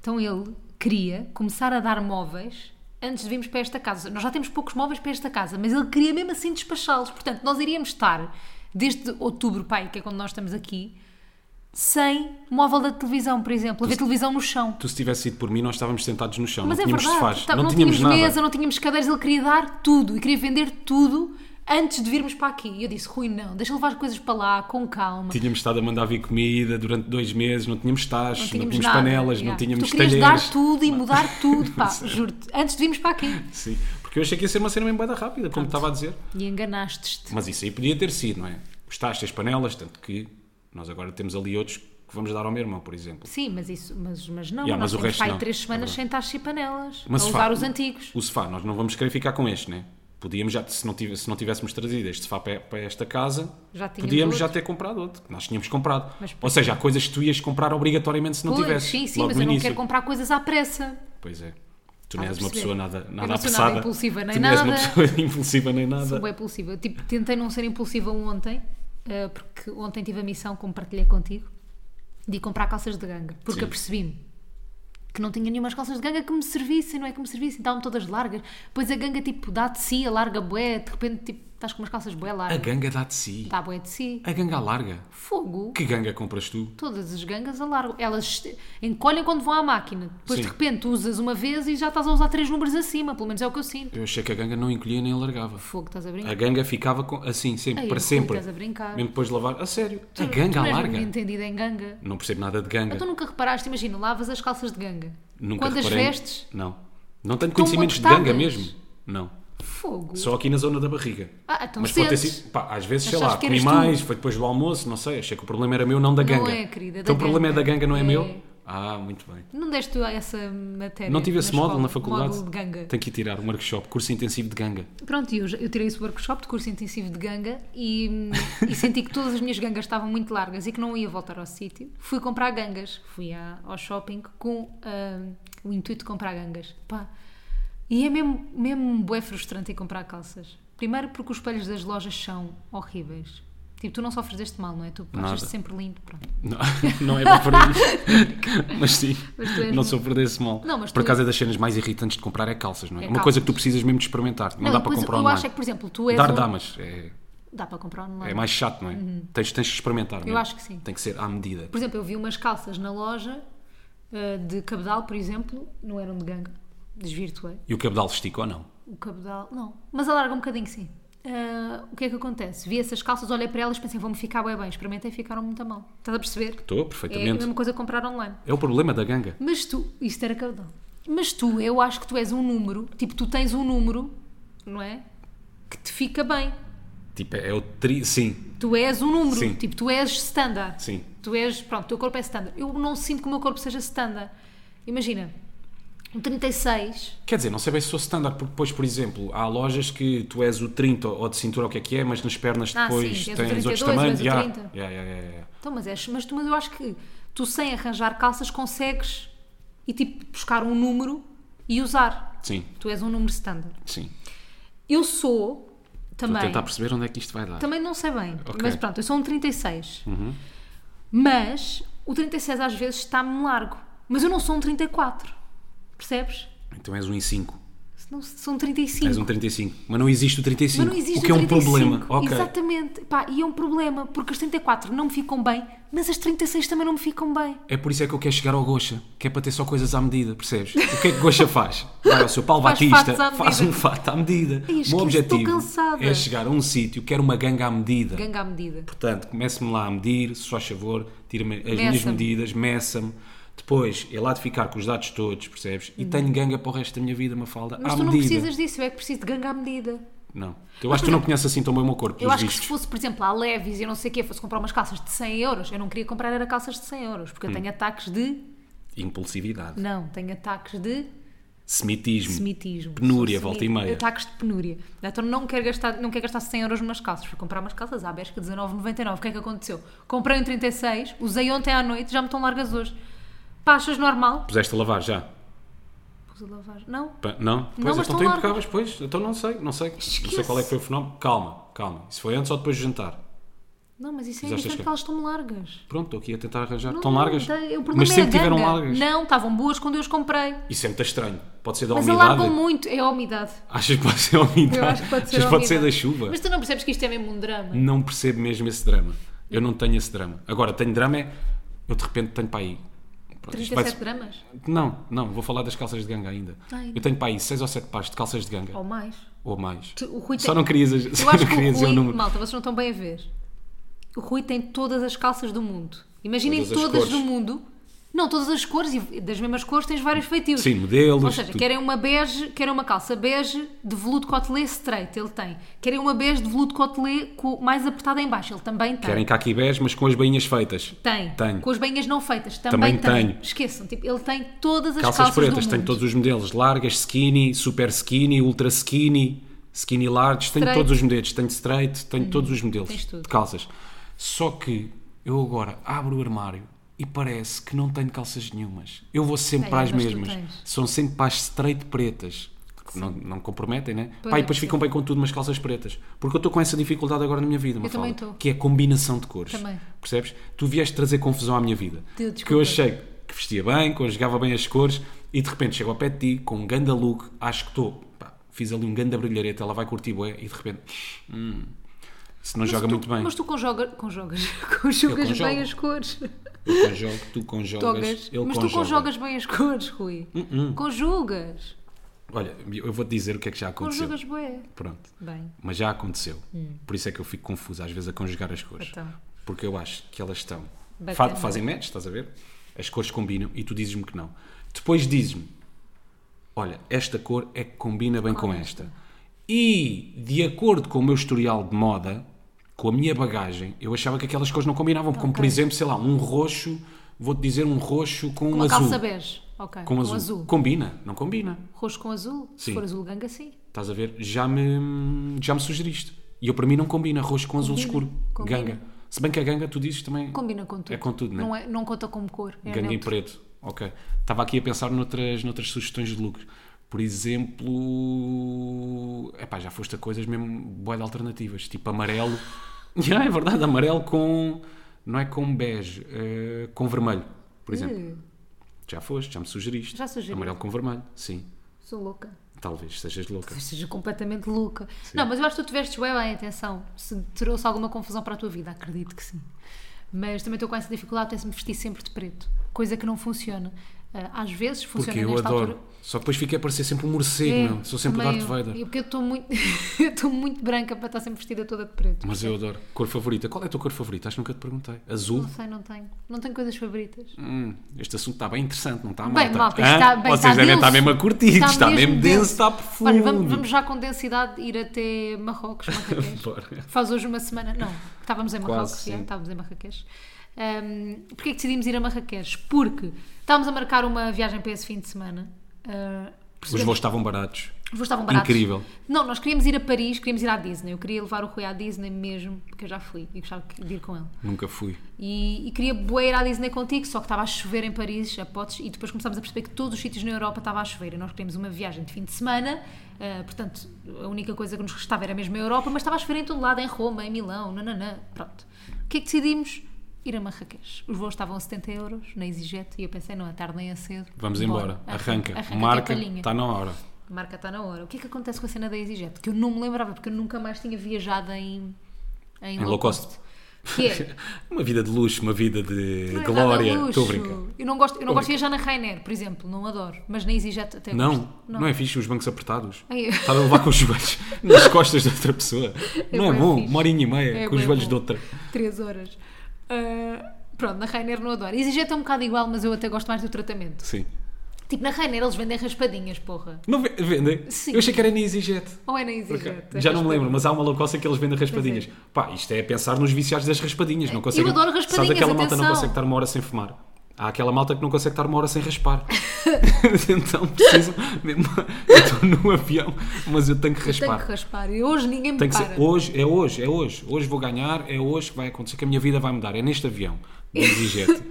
[SPEAKER 1] Então ele queria começar a dar móveis antes de virmos para esta casa. Nós já temos poucos móveis para esta casa, mas ele queria mesmo assim despachá-los. Portanto, nós iríamos estar desde outubro, pai, que é quando nós estamos aqui, sem móvel da televisão, por exemplo, a ver televisão no chão.
[SPEAKER 2] Tu, se tivesse ido por mim, nós estávamos sentados no chão,
[SPEAKER 1] Mas
[SPEAKER 2] não
[SPEAKER 1] é
[SPEAKER 2] tínhamos
[SPEAKER 1] verdade,
[SPEAKER 2] sofás,
[SPEAKER 1] tá-
[SPEAKER 2] não, tínhamos, nada.
[SPEAKER 1] mesa, não tínhamos cadeiras, ele queria dar tudo e queria vender tudo antes de virmos para aqui. E eu disse, Rui, não, deixa levar as coisas para lá, com calma.
[SPEAKER 2] Tínhamos estado a mandar vir comida durante dois meses, não tínhamos tachos, não tínhamos,
[SPEAKER 1] nada,
[SPEAKER 2] panelas, não
[SPEAKER 1] yeah.
[SPEAKER 2] tínhamos
[SPEAKER 1] Tu querias
[SPEAKER 2] talheres.
[SPEAKER 1] dar tudo e mudar tudo, pá, juro-te. Antes de virmos para aqui.
[SPEAKER 2] Sim, porque eu achei que ia ser uma cena bem bada rápida, como estava a dizer.
[SPEAKER 1] E enganaste-te.
[SPEAKER 2] Mas isso aí podia ter sido, não é? Os tachos, as panelas, tanto que nós agora temos ali outros que vamos dar ao meu irmão, por exemplo.
[SPEAKER 1] Sim, mas isso, mas, mas não.
[SPEAKER 2] Yeah,
[SPEAKER 1] nós
[SPEAKER 2] mas o
[SPEAKER 1] temos
[SPEAKER 2] resto
[SPEAKER 1] pá, aí
[SPEAKER 2] não.
[SPEAKER 1] três
[SPEAKER 2] É
[SPEAKER 1] semanas
[SPEAKER 2] verdade.
[SPEAKER 1] sem taxas e panelas.
[SPEAKER 2] Mas
[SPEAKER 1] a
[SPEAKER 2] sofá-
[SPEAKER 1] usar os antigos.
[SPEAKER 2] O sofá, nós não vamos querer ficar com este, né? Podíamos já, se não, tive, se não tivéssemos trazido este sofá para para esta casa,
[SPEAKER 1] Já tínhamos
[SPEAKER 2] podíamos já
[SPEAKER 1] outro.
[SPEAKER 2] ter comprado outro, que nós tínhamos comprado.
[SPEAKER 1] Mas-
[SPEAKER 2] Ou seja, há coisas que tu ias comprar obrigatoriamente se não
[SPEAKER 1] Pois,
[SPEAKER 2] tivesse.
[SPEAKER 1] sim, sim,
[SPEAKER 2] logo
[SPEAKER 1] mas
[SPEAKER 2] no
[SPEAKER 1] eu não
[SPEAKER 2] início.
[SPEAKER 1] quero comprar coisas à pressa.
[SPEAKER 2] Pois é.
[SPEAKER 1] Estás
[SPEAKER 2] Tu não
[SPEAKER 1] a
[SPEAKER 2] és uma
[SPEAKER 1] perceber?
[SPEAKER 2] pessoa nada,
[SPEAKER 1] Eu
[SPEAKER 2] nada
[SPEAKER 1] não sou nada
[SPEAKER 2] apressada.
[SPEAKER 1] impulsiva nem
[SPEAKER 2] tu não és uma
[SPEAKER 1] nada.
[SPEAKER 2] pessoa impulsiva nem nada.
[SPEAKER 1] Sou bem impulsiva. Eu, tipo, tentei não ser impulsiva ontem, eh, porque ontem tive a missão, como partilhei contigo, de ir comprar calças de ganga. Porque
[SPEAKER 2] Sim.
[SPEAKER 1] apercebi-me que não tinha nenhumas calças de ganga que me servissem, não é que me servissem, estavam todas largas. Pois a ganga, tipo, dá de si, alarga bué, de repente, tipo, estás com umas calças bué
[SPEAKER 2] A
[SPEAKER 1] largas.
[SPEAKER 2] ganga dá de si.
[SPEAKER 1] Dá bué de si.
[SPEAKER 2] A ganga larga.
[SPEAKER 1] Fogo.
[SPEAKER 2] Que ganga compras tu?
[SPEAKER 1] Todas as gangas alargam. Elas este- encolhem quando vão à máquina. Depois, de
[SPEAKER 2] Sim.
[SPEAKER 1] repente, usas uma vez e já estás a usar três números acima. Pelo menos é o que eu sinto.
[SPEAKER 2] Eu achei que a ganga não encolhia nem largava.
[SPEAKER 1] Fogo, estás a brincar?
[SPEAKER 2] A ganga ficava com- assim, sempre,
[SPEAKER 1] Ai,
[SPEAKER 2] É para
[SPEAKER 1] Rui,
[SPEAKER 2] sempre.
[SPEAKER 1] estás a brincar.
[SPEAKER 2] Mesmo depois de lavar. A sério, a
[SPEAKER 1] Tu- tu
[SPEAKER 2] ganga
[SPEAKER 1] não és
[SPEAKER 2] larga.
[SPEAKER 1] muito Então, entendida em ganga.
[SPEAKER 2] Não percebo nada de ganga.
[SPEAKER 1] Mas tu nunca reparaste, imagina, lavas as calças de ganga.
[SPEAKER 2] Nunca
[SPEAKER 1] Quando as
[SPEAKER 2] reparei.
[SPEAKER 1] vestes,
[SPEAKER 2] Não. Não tenho
[SPEAKER 1] Estão
[SPEAKER 2] conhecimentos de
[SPEAKER 1] apertadas.
[SPEAKER 2] ganga mesmo. Não.
[SPEAKER 1] fogo.
[SPEAKER 2] Só aqui na zona da barriga.
[SPEAKER 1] Ah, então
[SPEAKER 2] Mas pode ter
[SPEAKER 1] sentes.
[SPEAKER 2] sido. Pá, às vezes,
[SPEAKER 1] Mas
[SPEAKER 2] sei
[SPEAKER 1] sabes
[SPEAKER 2] lá,
[SPEAKER 1] que
[SPEAKER 2] comi
[SPEAKER 1] eras tu.
[SPEAKER 2] mais, foi depois do almoço, não sei. Achei que o problema era meu, não da
[SPEAKER 1] Não
[SPEAKER 2] ganga.
[SPEAKER 1] é, querida, da
[SPEAKER 2] Então o problema é
[SPEAKER 1] ganga.
[SPEAKER 2] da ganga, não é,
[SPEAKER 1] É.
[SPEAKER 2] meu? Ah, muito bem.
[SPEAKER 1] Não deste essa matéria.
[SPEAKER 2] Não tive
[SPEAKER 1] É na
[SPEAKER 2] esse módulo
[SPEAKER 1] escola,
[SPEAKER 2] na faculdade.
[SPEAKER 1] Módulo de ganga.
[SPEAKER 2] Tenho que ir tirar um workshop, curso intensivo de ganga.
[SPEAKER 1] Pronto, e eu, já- eu tirei esse workshop de curso intensivo de ganga e, e senti que todas as minhas gangas estavam muito largas e que não ia voltar ao sítio. Fui comprar gangas. Fui à- ao shopping com ah, o intuito de comprar gangas. Pá. E é mesmo, mesmo bué frustrante ir comprar calças. Primeiro porque os espelhos das lojas são horríveis. Tipo, tu não sofres deste mal, não é? Tu
[SPEAKER 2] Nada.
[SPEAKER 1] achas sempre lindo, pronto.
[SPEAKER 2] Não, não é bom para mim. Mas sim,
[SPEAKER 1] Mas tu és
[SPEAKER 2] não
[SPEAKER 1] muito-
[SPEAKER 2] sou por desse mal.
[SPEAKER 1] Não, mas
[SPEAKER 2] por
[SPEAKER 1] tu-
[SPEAKER 2] acaso é das cenas mais irritantes de comprar é calças, não é?
[SPEAKER 1] É
[SPEAKER 2] Uma coisa que tu
[SPEAKER 1] calças.
[SPEAKER 2] precisas mesmo de experimentar. Não, dá
[SPEAKER 1] e
[SPEAKER 2] para
[SPEAKER 1] depois
[SPEAKER 2] comprar
[SPEAKER 1] eu
[SPEAKER 2] online.
[SPEAKER 1] acho é que, por exemplo, tu és
[SPEAKER 2] Dar
[SPEAKER 1] um-
[SPEAKER 2] dá, mas é,
[SPEAKER 1] Dá para comprar online.
[SPEAKER 2] é mais chato, não é? Tens, tens de experimentar. mesmo.
[SPEAKER 1] acho que sim.
[SPEAKER 2] Tem que ser à medida.
[SPEAKER 1] Por exemplo, eu vi umas calças na loja ah, de cabedal, por exemplo, não eram de ganga, desvirtuei
[SPEAKER 2] E o cabedal estica ou não?
[SPEAKER 1] o cabedal, não, mas alarga um bocadinho sim. Ah, o que é que acontece? Vi essas calças, olhei para elas, pensei, vão-me ficar bem bem, experimentei e ficaram muito a mal. Estás a perceber?
[SPEAKER 2] Estou,
[SPEAKER 1] É a
[SPEAKER 2] perfeitamente.
[SPEAKER 1] mesma coisa que comprar online.
[SPEAKER 2] É o problema da ganga.
[SPEAKER 1] Mas tu, isto era cabedal, mas tu, eu acho que tu és um número, tipo, tu tens um número, não é? Que te fica bem.
[SPEAKER 2] Tipo, é o tri... Sim,
[SPEAKER 1] Tu és um número,
[SPEAKER 2] Sim.
[SPEAKER 1] tipo, tu és standard.
[SPEAKER 2] sim.
[SPEAKER 1] Tu és, pronto, o teu corpo é standard. Eu não sinto que o meu corpo seja standard. Imagina, um 36,
[SPEAKER 2] Quer dizer, não sei bem se sou standard, porque depois, por exemplo, há lojas que tu és o 30 ou de cintura, ou o que é que é, mas nas pernas
[SPEAKER 1] Ah,
[SPEAKER 2] depois
[SPEAKER 1] sim, és o
[SPEAKER 2] tens
[SPEAKER 1] 32
[SPEAKER 2] outros
[SPEAKER 1] ou és
[SPEAKER 2] tamanhos.
[SPEAKER 1] o
[SPEAKER 2] Ya,
[SPEAKER 1] 30.
[SPEAKER 2] ya, ya, ya, ya.
[SPEAKER 1] então, mas, és, mas, tu, mas eu acho que tu sem arranjar calças consegues e tipo buscar um número e usar.
[SPEAKER 2] Sim,
[SPEAKER 1] Tu és um número standard.
[SPEAKER 2] sim.
[SPEAKER 1] Eu sou
[SPEAKER 2] Estou a
[SPEAKER 1] também.
[SPEAKER 2] tentar perceber onde é que isto vai dar.
[SPEAKER 1] Também não sei bem,
[SPEAKER 2] Ok. Uhum.
[SPEAKER 1] mas pronto, eu sou um 36. Mas o 36 às vezes está-me largo. Mas eu não sou um 34. Percebes?
[SPEAKER 2] Então és um em 5.
[SPEAKER 1] Senão são 35.
[SPEAKER 2] És um 35. Mas não existe o 35.
[SPEAKER 1] Mas não existe
[SPEAKER 2] o que é um
[SPEAKER 1] 35.
[SPEAKER 2] problema. Ok.
[SPEAKER 1] Exatamente. Pá, e é um problema, porque as 34 não me ficam bem, mas as 36 também não me ficam bem.
[SPEAKER 2] É por isso é que eu quero chegar ao Gocha, que é para ter só coisas à medida, percebes? O que é que Gocha faz? Vai ao seu Paulo
[SPEAKER 1] Faz fatos à
[SPEAKER 2] Batista,
[SPEAKER 1] medida.
[SPEAKER 2] faz um fato à medida.
[SPEAKER 1] Ai,
[SPEAKER 2] o
[SPEAKER 1] esquece,
[SPEAKER 2] meu objetivo
[SPEAKER 1] estou cansada.
[SPEAKER 2] é chegar a um sítio, quero uma ganga à medida.
[SPEAKER 1] Ganga à medida.
[SPEAKER 2] Portanto, comece-me lá a medir, se faz favor, tira-me as minhas
[SPEAKER 1] Meça-me.
[SPEAKER 2] medidas, meça-me. Depois, é lá de ficar com os dados todos, percebes? E tenho ganga para o resto da minha vida, uma falda
[SPEAKER 1] Hum. Mas
[SPEAKER 2] à
[SPEAKER 1] tu não
[SPEAKER 2] medida.
[SPEAKER 1] precisas disso, eu é que preciso de ganga à medida.
[SPEAKER 2] Não. Eu acho que tu não conheces assim tão bem o meu corpo,
[SPEAKER 1] Eu
[SPEAKER 2] pelos
[SPEAKER 1] acho que se
[SPEAKER 2] vistos.
[SPEAKER 1] fosse, por exemplo, a Levis e eu não sei o quê, fosse comprar umas calças de 100 euros, eu não queria comprar era calças de 100 euros,
[SPEAKER 2] Hum.
[SPEAKER 1] porque eu tenho ataques de...
[SPEAKER 2] Impulsividade,
[SPEAKER 1] Não, tenho ataques de
[SPEAKER 2] semitismo,
[SPEAKER 1] semitismo.
[SPEAKER 2] Penúria,
[SPEAKER 1] Sou
[SPEAKER 2] volta e
[SPEAKER 1] semi-
[SPEAKER 2] meia.
[SPEAKER 1] Ataques de penúria. Então não quero gastar, não quero gastar 100 euros numas calças. Fui comprar umas calças à Bershka 19,99. O que é que aconteceu? Comprei um 36, usei ontem à noite, já me estão largas hoje. Pá, achas normal?
[SPEAKER 2] Puseste a lavar já?
[SPEAKER 1] Pus a lavar. Não.
[SPEAKER 2] Pa- Não? Pois,
[SPEAKER 1] mas
[SPEAKER 2] então
[SPEAKER 1] estão
[SPEAKER 2] tu
[SPEAKER 1] largas.
[SPEAKER 2] impecáveis, pois. Então não sei, não sei. Não sei
[SPEAKER 1] Esquece.
[SPEAKER 2] qual é que foi o fenómeno. Calma, calma. Isso foi antes ou depois do jantar?
[SPEAKER 1] Não, mas isso é
[SPEAKER 2] Fizeste
[SPEAKER 1] indiferente
[SPEAKER 2] as
[SPEAKER 1] que elas estão largas.
[SPEAKER 2] Pronto, estou aqui a tentar arranjar.
[SPEAKER 1] Não,
[SPEAKER 2] Estão largas?
[SPEAKER 1] não, tem- o problema
[SPEAKER 2] Mas
[SPEAKER 1] é
[SPEAKER 2] sempre
[SPEAKER 1] a
[SPEAKER 2] tiveram
[SPEAKER 1] ganga.
[SPEAKER 2] largas.
[SPEAKER 1] Não, estavam boas quando eu as comprei.
[SPEAKER 2] Isso é muito estranho. Pode ser da
[SPEAKER 1] Mas
[SPEAKER 2] umidade.
[SPEAKER 1] alargam muito. É a umidade.
[SPEAKER 2] Achas que pode ser a umidade?
[SPEAKER 1] Eu acho que pode ser
[SPEAKER 2] Achas
[SPEAKER 1] a
[SPEAKER 2] que pode ser da
[SPEAKER 1] umidade.
[SPEAKER 2] chuva?
[SPEAKER 1] Mas tu não percebes que isto é mesmo um drama?
[SPEAKER 2] Não percebo mesmo esse drama. Eu não tenho esse drama. Agora, tenho drama é. Eu de repente tenho para aí. Pronto, isto vai-
[SPEAKER 1] 37 gramas?
[SPEAKER 2] Não, não, vou falar das calças de ganga ainda.
[SPEAKER 1] Ai,
[SPEAKER 2] eu tenho para aí 6 ou 7 pares de calças de ganga.
[SPEAKER 1] Ou mais?
[SPEAKER 2] Ou mais.
[SPEAKER 1] Tu- o Rui
[SPEAKER 2] Só
[SPEAKER 1] tem-
[SPEAKER 2] não querias, só
[SPEAKER 1] Eu acho
[SPEAKER 2] não
[SPEAKER 1] que o
[SPEAKER 2] queria dizer o
[SPEAKER 1] Rui,
[SPEAKER 2] número.
[SPEAKER 1] malta, vocês não estão bem a ver. O Rui tem todas as calças do mundo. Imaginem
[SPEAKER 2] Todas as
[SPEAKER 1] todas,
[SPEAKER 2] cores.
[SPEAKER 1] do mundo. Não, todas as cores e das mesmas cores tens vários feitios.
[SPEAKER 2] Sim, modelos,
[SPEAKER 1] Ou seja,
[SPEAKER 2] tudo.
[SPEAKER 1] querem uma bege, querem uma calça bege de veludo cotelê straight, ele tem. Querem uma bege de veludo cotelê co- mais apertada em baixo, ele também tem.
[SPEAKER 2] Querem caquibés, mas com as bainhas feitas.
[SPEAKER 1] Tem.
[SPEAKER 2] Tenho.
[SPEAKER 1] Com as bainhas não feitas, também,
[SPEAKER 2] Também
[SPEAKER 1] tem.
[SPEAKER 2] tenho.
[SPEAKER 1] Esqueçam, tipo, ele tem todas as
[SPEAKER 2] calças,
[SPEAKER 1] calças, do
[SPEAKER 2] pretas,
[SPEAKER 1] mundo.
[SPEAKER 2] tenho todos os modelos, largas, skinny, super skinny, ultra skinny, skinny large, tenho
[SPEAKER 1] Straight. Hum,
[SPEAKER 2] todos os modelos, tenho straight, tenho todos os modelos
[SPEAKER 1] Tens tudo.
[SPEAKER 2] de calças. Só que eu agora abro o armário e parece que não tenho calças nenhumas. Eu vou sempre
[SPEAKER 1] Tens,
[SPEAKER 2] para as
[SPEAKER 1] mas tu
[SPEAKER 2] mesmas.
[SPEAKER 1] tens.
[SPEAKER 2] São sempre para as straight pretas. que Não, não comprometem, né?
[SPEAKER 1] Pois
[SPEAKER 2] Pá,
[SPEAKER 1] é,
[SPEAKER 2] e depois ficam bem com tudo umas calças pretas. Porque eu estou com essa dificuldade agora na minha vida, Mafalda,
[SPEAKER 1] também estou.
[SPEAKER 2] que é a combinação de cores.
[SPEAKER 1] Também.
[SPEAKER 2] Percebes? Tu vieste trazer confusão à minha vida.
[SPEAKER 1] Te-
[SPEAKER 2] que eu
[SPEAKER 1] desculpa.
[SPEAKER 2] achei achei que vestia bem, conjugava bem as cores e de repente chego ao pé de ti com um ganda look, acho que estou, pá, fiz ali um ganda brilhareta, ela vai curtir bué e de repente, hum, se não joga
[SPEAKER 1] tu,
[SPEAKER 2] muito bem,
[SPEAKER 1] Mas tu conjoga, conjogas, conjugas
[SPEAKER 2] conjogo.
[SPEAKER 1] bem as cores.
[SPEAKER 2] eu conjogo, tu conjogas,
[SPEAKER 1] Togas.
[SPEAKER 2] ele Uh-uh.
[SPEAKER 1] Mas
[SPEAKER 2] conjoga.
[SPEAKER 1] tu conjugas bem as cores, Rui. Conjugas.
[SPEAKER 2] Olha, eu vou-te dizer o que é que já aconteceu.
[SPEAKER 1] Conjugas bem.
[SPEAKER 2] Pronto.
[SPEAKER 1] Bem.
[SPEAKER 2] Mas já aconteceu. Por isso é que eu fico confuso às vezes a conjugar as cores.
[SPEAKER 1] Hum. Então.
[SPEAKER 2] Porque eu acho que elas estão.
[SPEAKER 1] Bacana.
[SPEAKER 2] fa- fazem match, estás a ver? As cores combinam e tu dizes-me que não. Depois dizes-me: Olha, esta cor é que combina bem com esta. E de acordo com o meu historial de moda, com a minha bagagem, eu achava que aquelas cores não combinavam. Como por
[SPEAKER 1] Ok.
[SPEAKER 2] exemplo, sei lá, um roxo, vou-te dizer um roxo com um
[SPEAKER 1] Uma
[SPEAKER 2] azul.
[SPEAKER 1] calça bege. Ok.
[SPEAKER 2] Com, azul. Combina, não combina.
[SPEAKER 1] Roxo com azul. Se
[SPEAKER 2] Sim.
[SPEAKER 1] for azul ganga, sim.
[SPEAKER 2] Estás a ver? Já me, já me sugeriste. E eu para mim não combina roxo com azul
[SPEAKER 1] Combina,
[SPEAKER 2] escuro.
[SPEAKER 1] combina.
[SPEAKER 2] Ganga. Se bem que a ganga tu dizes também.
[SPEAKER 1] Combina com tudo.
[SPEAKER 2] É com tudo, né?
[SPEAKER 1] não é? Não conta como cor. É
[SPEAKER 2] ganga em
[SPEAKER 1] neutro.
[SPEAKER 2] preto. Ok. Estava aqui a pensar noutras, noutras sugestões de looks. Por exemplo. Epá, já foste a coisas mesmo boé de alternativas. Tipo amarelo. Já é verdade, amarelo com. Não é com bege, eh, com vermelho, por exemplo.
[SPEAKER 1] Eh,
[SPEAKER 2] Já foste, já me sugeriste.
[SPEAKER 1] Já sugeri.
[SPEAKER 2] Amarelo com vermelho, sim.
[SPEAKER 1] sou louca.
[SPEAKER 2] Talvez sejas louca.
[SPEAKER 1] Ou seja, completamente louca. Não, mas eu acho que tu tiveste bem bem, atenção. Se trouxe alguma confusão para a tua vida, acredito que sim. Mas também estou com essa dificuldade, tem-se-me vestir sempre de preto. Coisa que não funciona. Ah, Às vezes funciona
[SPEAKER 2] Porque eu
[SPEAKER 1] nesta
[SPEAKER 2] adoro.
[SPEAKER 1] altura.
[SPEAKER 2] Só que depois fiquei a parecer sempre um morcego,
[SPEAKER 1] É,
[SPEAKER 2] meu. Sou sempre o
[SPEAKER 1] também
[SPEAKER 2] Darth
[SPEAKER 1] eu.
[SPEAKER 2] Vader.
[SPEAKER 1] Eu, porque eu estou muito, eu estou muito branca para estar sempre vestida toda de preto.
[SPEAKER 2] Mas eu adoro. Cor favorita. Qual é a tua cor favorita? Acho que nunca te perguntei. Azul?
[SPEAKER 1] Não sei, não tenho. Não tenho coisas favoritas.
[SPEAKER 2] Hum, este assunto está bem interessante, não está,
[SPEAKER 1] Bem, malta, isto
[SPEAKER 2] Hã?
[SPEAKER 1] está- bem,
[SPEAKER 2] Vocês
[SPEAKER 1] está
[SPEAKER 2] devem estar
[SPEAKER 1] denso.
[SPEAKER 2] mesmo a curtir. Está, mesmo denso, está profundo.
[SPEAKER 1] Olha, vamos, vamos já com densidade ir até Marrocos, Marrakech.
[SPEAKER 2] Bora.
[SPEAKER 1] Faz hoje uma semana, não, estávamos em Marrocos,
[SPEAKER 2] Quase, sim.
[SPEAKER 1] já, estávamos em Marrakech. Ahm, Porquê é que decidimos ir a Marrakech? Porque estávamos a marcar uma viagem para esse fim de semana. Ah,
[SPEAKER 2] Os
[SPEAKER 1] percebemos-
[SPEAKER 2] voos estavam baratos.
[SPEAKER 1] Os voos estavam baratos.
[SPEAKER 2] Incrível.
[SPEAKER 1] Não, nós queríamos ir a Paris, queríamos ir à Disney. Eu queria levar o Rui à Disney mesmo, porque eu já fui e gostava de ir com ele.
[SPEAKER 2] Nunca fui.
[SPEAKER 1] E, e queria bué ir à Disney contigo, só que estava a chover em Paris, a potes, e depois começámos a perceber que todos os sítios na Europa estava a chover. E nós queríamos uma viagem de fim de semana, ah, portanto, a única coisa que nos restava era mesmo a Europa, mas estava a chover em todo lado, em Roma, em Milão, nananã, pronto. O que é que decidimos? Ir a Marrakech. Os voos estavam a 70 euros na EasyJet e eu pensei, não, a tarde nem é cedo.
[SPEAKER 2] Vamos embora.
[SPEAKER 1] Bora.
[SPEAKER 2] Arranca.
[SPEAKER 1] Arranca,
[SPEAKER 2] Marca. tá-
[SPEAKER 1] que é palhinha.
[SPEAKER 2] Está na hora.
[SPEAKER 1] A marca está na hora. O que é que acontece com a cena da EasyJet? Que eu não me lembrava, porque eu nunca mais tinha viajado em, em,
[SPEAKER 2] low cost.
[SPEAKER 1] Que é,
[SPEAKER 2] Uma vida de luxo, uma vida de
[SPEAKER 1] não é
[SPEAKER 2] glória.
[SPEAKER 1] nada luxo.
[SPEAKER 2] Estou a brincar.
[SPEAKER 1] Eu não gosto, eu não gosto de viajar na Ryanair, por exemplo, não adoro, mas na EasyJet até gosto.
[SPEAKER 2] Não, não, é fixe os bancos apertados.
[SPEAKER 1] Ai, eu-
[SPEAKER 2] Estava a levar com os joelhos nas costas de outra pessoa. não é
[SPEAKER 1] bué
[SPEAKER 2] bom,
[SPEAKER 1] fixe.
[SPEAKER 2] uma horinha e meia
[SPEAKER 1] É
[SPEAKER 2] com os
[SPEAKER 1] bué
[SPEAKER 2] joelhos
[SPEAKER 1] bom.
[SPEAKER 2] de outra.
[SPEAKER 1] Três horas. Ah, pronto, na Rainer não adoro. EasyJet é um bocado igual, mas eu até gosto mais do tratamento.
[SPEAKER 2] Sim.
[SPEAKER 1] Tipo, na Rainer eles vendem raspadinhas, porra.
[SPEAKER 2] Não ve- vendem?
[SPEAKER 1] Sim.
[SPEAKER 2] Eu achei que era na EasyJet.
[SPEAKER 1] Ou é na
[SPEAKER 2] Porque-
[SPEAKER 1] EasyJet?
[SPEAKER 2] Já não me lembro, mas há uma loucoça que eles vendem raspadinhas. Pá, isto é pensar nos viciados das raspadinhas. Não consegue,
[SPEAKER 1] adoro raspadinhas,
[SPEAKER 2] Sabes aquela malta não
[SPEAKER 1] atenção.
[SPEAKER 2] consegue estar uma hora sem fumar? Há aquela malta que não consegue estar uma hora sem raspar. então preciso. mesmo- Eu estou no avião, mas eu tenho que
[SPEAKER 1] Eu Tenho
[SPEAKER 2] raspar.
[SPEAKER 1] que raspar. E hoje ninguém me
[SPEAKER 2] Tem que
[SPEAKER 1] para.
[SPEAKER 2] ser hoje, é hoje, é hoje. Hoje vou ganhar, é hoje que vai acontecer, que a minha vida vai mudar. É neste avião. um da EasyJet.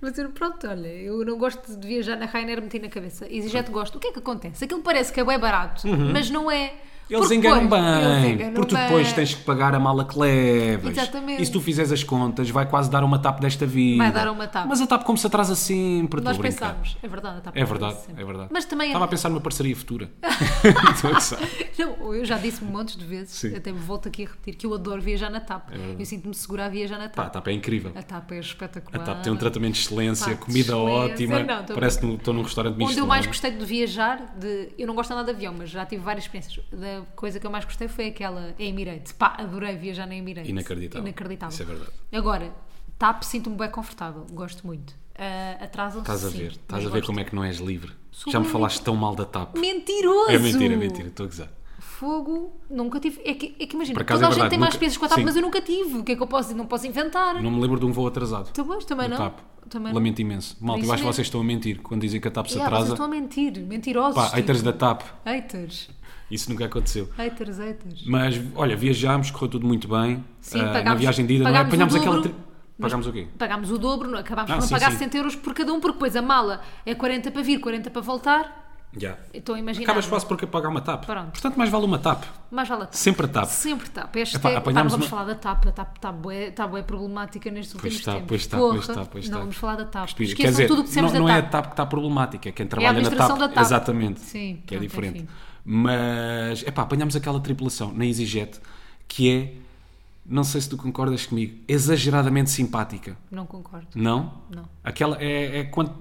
[SPEAKER 1] Mas eu, pronto, olha, eu não gosto de viajar na Rainer, meti na cabeça. EasyJet gosto. O que é que acontece? Aquilo parece que é bem barato, mas não é.
[SPEAKER 2] Uhum. Eles
[SPEAKER 1] Porque
[SPEAKER 2] enganam
[SPEAKER 1] depois- eles
[SPEAKER 2] bem,
[SPEAKER 1] enganam
[SPEAKER 2] porque tu
[SPEAKER 1] bem.
[SPEAKER 2] depois tens que pagar a mala que levas.
[SPEAKER 1] Exatamente.
[SPEAKER 2] E se tu fizeres as contas, vai quase dar uma TAP desta vida.
[SPEAKER 1] Vai dar uma TAP.
[SPEAKER 2] Mas a TAP como se atrasa sempre,
[SPEAKER 1] Nós
[SPEAKER 2] estou a brincar.
[SPEAKER 1] pensámos. É verdade, está
[SPEAKER 2] É verdade,
[SPEAKER 1] sempre.
[SPEAKER 2] é verdade.
[SPEAKER 1] Mas também
[SPEAKER 2] Estava a pensar numa parceria futura. Estou a gozar.
[SPEAKER 1] Não, eu já disse montes de vezes,
[SPEAKER 2] Sim. É
[SPEAKER 1] até me volto aqui a repetir, que eu adoro viajar na TAP. eu sinto-me segura a viajar na
[SPEAKER 2] Pá, a
[SPEAKER 1] TAP.
[SPEAKER 2] TAP é incrível.
[SPEAKER 1] A TAP é
[SPEAKER 2] A
[SPEAKER 1] espetacular.
[SPEAKER 2] TAP tem um tratamento de excelência,
[SPEAKER 1] Pá,
[SPEAKER 2] comida
[SPEAKER 1] excelência.
[SPEAKER 2] ótima.
[SPEAKER 1] Não, estou a
[SPEAKER 2] Parece que estou num restaurante
[SPEAKER 1] Onde
[SPEAKER 2] misto. é?
[SPEAKER 1] eu mais gostei de viajar, de... eu não gosto nada de avião, mas já tive várias experiências. Da coisa que eu mais gostei foi aquela Emirates. Pá, adorei viajar na Emirates.
[SPEAKER 2] Inacreditável.
[SPEAKER 1] Inacreditável.
[SPEAKER 2] Isso é verdade.
[SPEAKER 1] Agora, TAP sinto-me bem confortável, gosto muito. Ah, Atrasam-se.
[SPEAKER 2] Estás a
[SPEAKER 1] sim,
[SPEAKER 2] ver,
[SPEAKER 1] mas
[SPEAKER 2] estás a ver
[SPEAKER 1] gosto.
[SPEAKER 2] como é que não és livre.
[SPEAKER 1] Sou
[SPEAKER 2] Já me
[SPEAKER 1] livre.
[SPEAKER 2] falaste tão mal da TAP.
[SPEAKER 1] Mentiroso!
[SPEAKER 2] É mentira, é mentira, estou a gozar.
[SPEAKER 1] Fogo, nunca tive. É que, é que imagina,
[SPEAKER 2] Por acaso
[SPEAKER 1] toda
[SPEAKER 2] é
[SPEAKER 1] a gente
[SPEAKER 2] verdade,
[SPEAKER 1] tem mais
[SPEAKER 2] nunca-
[SPEAKER 1] experiências com a TAP,
[SPEAKER 2] sim.
[SPEAKER 1] mas eu nunca tive. O que é que eu posso Não posso inventar.
[SPEAKER 2] Não me lembro de um voo atrasado.
[SPEAKER 1] Tu bons também
[SPEAKER 2] da
[SPEAKER 1] não?
[SPEAKER 2] TAP.
[SPEAKER 1] Também não.
[SPEAKER 2] Lamento imenso.
[SPEAKER 1] Por
[SPEAKER 2] Malta, eu
[SPEAKER 1] isso
[SPEAKER 2] acho que
[SPEAKER 1] mesmo.
[SPEAKER 2] vocês estão a mentir quando dizem que a TAP se
[SPEAKER 1] Yeah, vocês
[SPEAKER 2] atrasa.
[SPEAKER 1] estão a mentir, mentirosos.
[SPEAKER 2] Pá, haters
[SPEAKER 1] tipo.
[SPEAKER 2] da TAP.
[SPEAKER 1] Haters,
[SPEAKER 2] Isso nunca aconteceu.
[SPEAKER 1] haters, haters.
[SPEAKER 2] Mas, olha, viajámos, correu tudo muito bem.
[SPEAKER 1] Sim,
[SPEAKER 2] Ah, na
[SPEAKER 1] pagámos-
[SPEAKER 2] viagem de ida, não é?
[SPEAKER 1] pagámos
[SPEAKER 2] Apanhámos
[SPEAKER 1] o
[SPEAKER 2] aquela.
[SPEAKER 1] dobro,
[SPEAKER 2] tri-
[SPEAKER 1] mas-
[SPEAKER 2] Pagámos o quê?
[SPEAKER 1] Pagámos o dobro, acabámos
[SPEAKER 2] Hum. Ah,
[SPEAKER 1] por não
[SPEAKER 2] sim,
[SPEAKER 1] pagar
[SPEAKER 2] sim.
[SPEAKER 1] 60 euros por cada um, porque depois a mala é 40 para vir, 40 para voltar. Então,
[SPEAKER 2] Já.
[SPEAKER 1] Estou a imaginar.
[SPEAKER 2] Acabas fácil porque é pagar uma TAP.
[SPEAKER 1] Pronto.
[SPEAKER 2] Portanto, mais vale uma TAP.
[SPEAKER 1] Mas vale a TAP.
[SPEAKER 2] Sempre TAP.
[SPEAKER 1] Sempre TAP. Hashtag,
[SPEAKER 2] Epá,
[SPEAKER 1] pá,
[SPEAKER 2] apanhámos
[SPEAKER 1] não vamos
[SPEAKER 2] uma-
[SPEAKER 1] falar da TAP. A TAP está bué, tá bué problemática nestes
[SPEAKER 2] Pois
[SPEAKER 1] últimos
[SPEAKER 2] está,
[SPEAKER 1] tempos.
[SPEAKER 2] pois está,
[SPEAKER 1] Porra,
[SPEAKER 2] pois está, pois está.
[SPEAKER 1] Não vamos falar da TAP.
[SPEAKER 2] Respira.
[SPEAKER 1] Esqueçam tudo o que
[SPEAKER 2] não,
[SPEAKER 1] dissemos
[SPEAKER 2] não
[SPEAKER 1] da
[SPEAKER 2] é a
[SPEAKER 1] TAP.
[SPEAKER 2] TAP que está problemática, é quem trabalha na
[SPEAKER 1] administração
[SPEAKER 2] TAP.
[SPEAKER 1] da TAP.
[SPEAKER 2] Exatamente.
[SPEAKER 1] Sim,
[SPEAKER 2] que é
[SPEAKER 1] pronto,
[SPEAKER 2] diferente.
[SPEAKER 1] enfim.
[SPEAKER 2] Mas, epá, apanhámos aquela tripulação na EasyJet que é, não sei se tu concordas comigo, exageradamente simpática.
[SPEAKER 1] Não concordo.
[SPEAKER 2] Não?
[SPEAKER 1] Não.
[SPEAKER 2] Aquela é, é quan-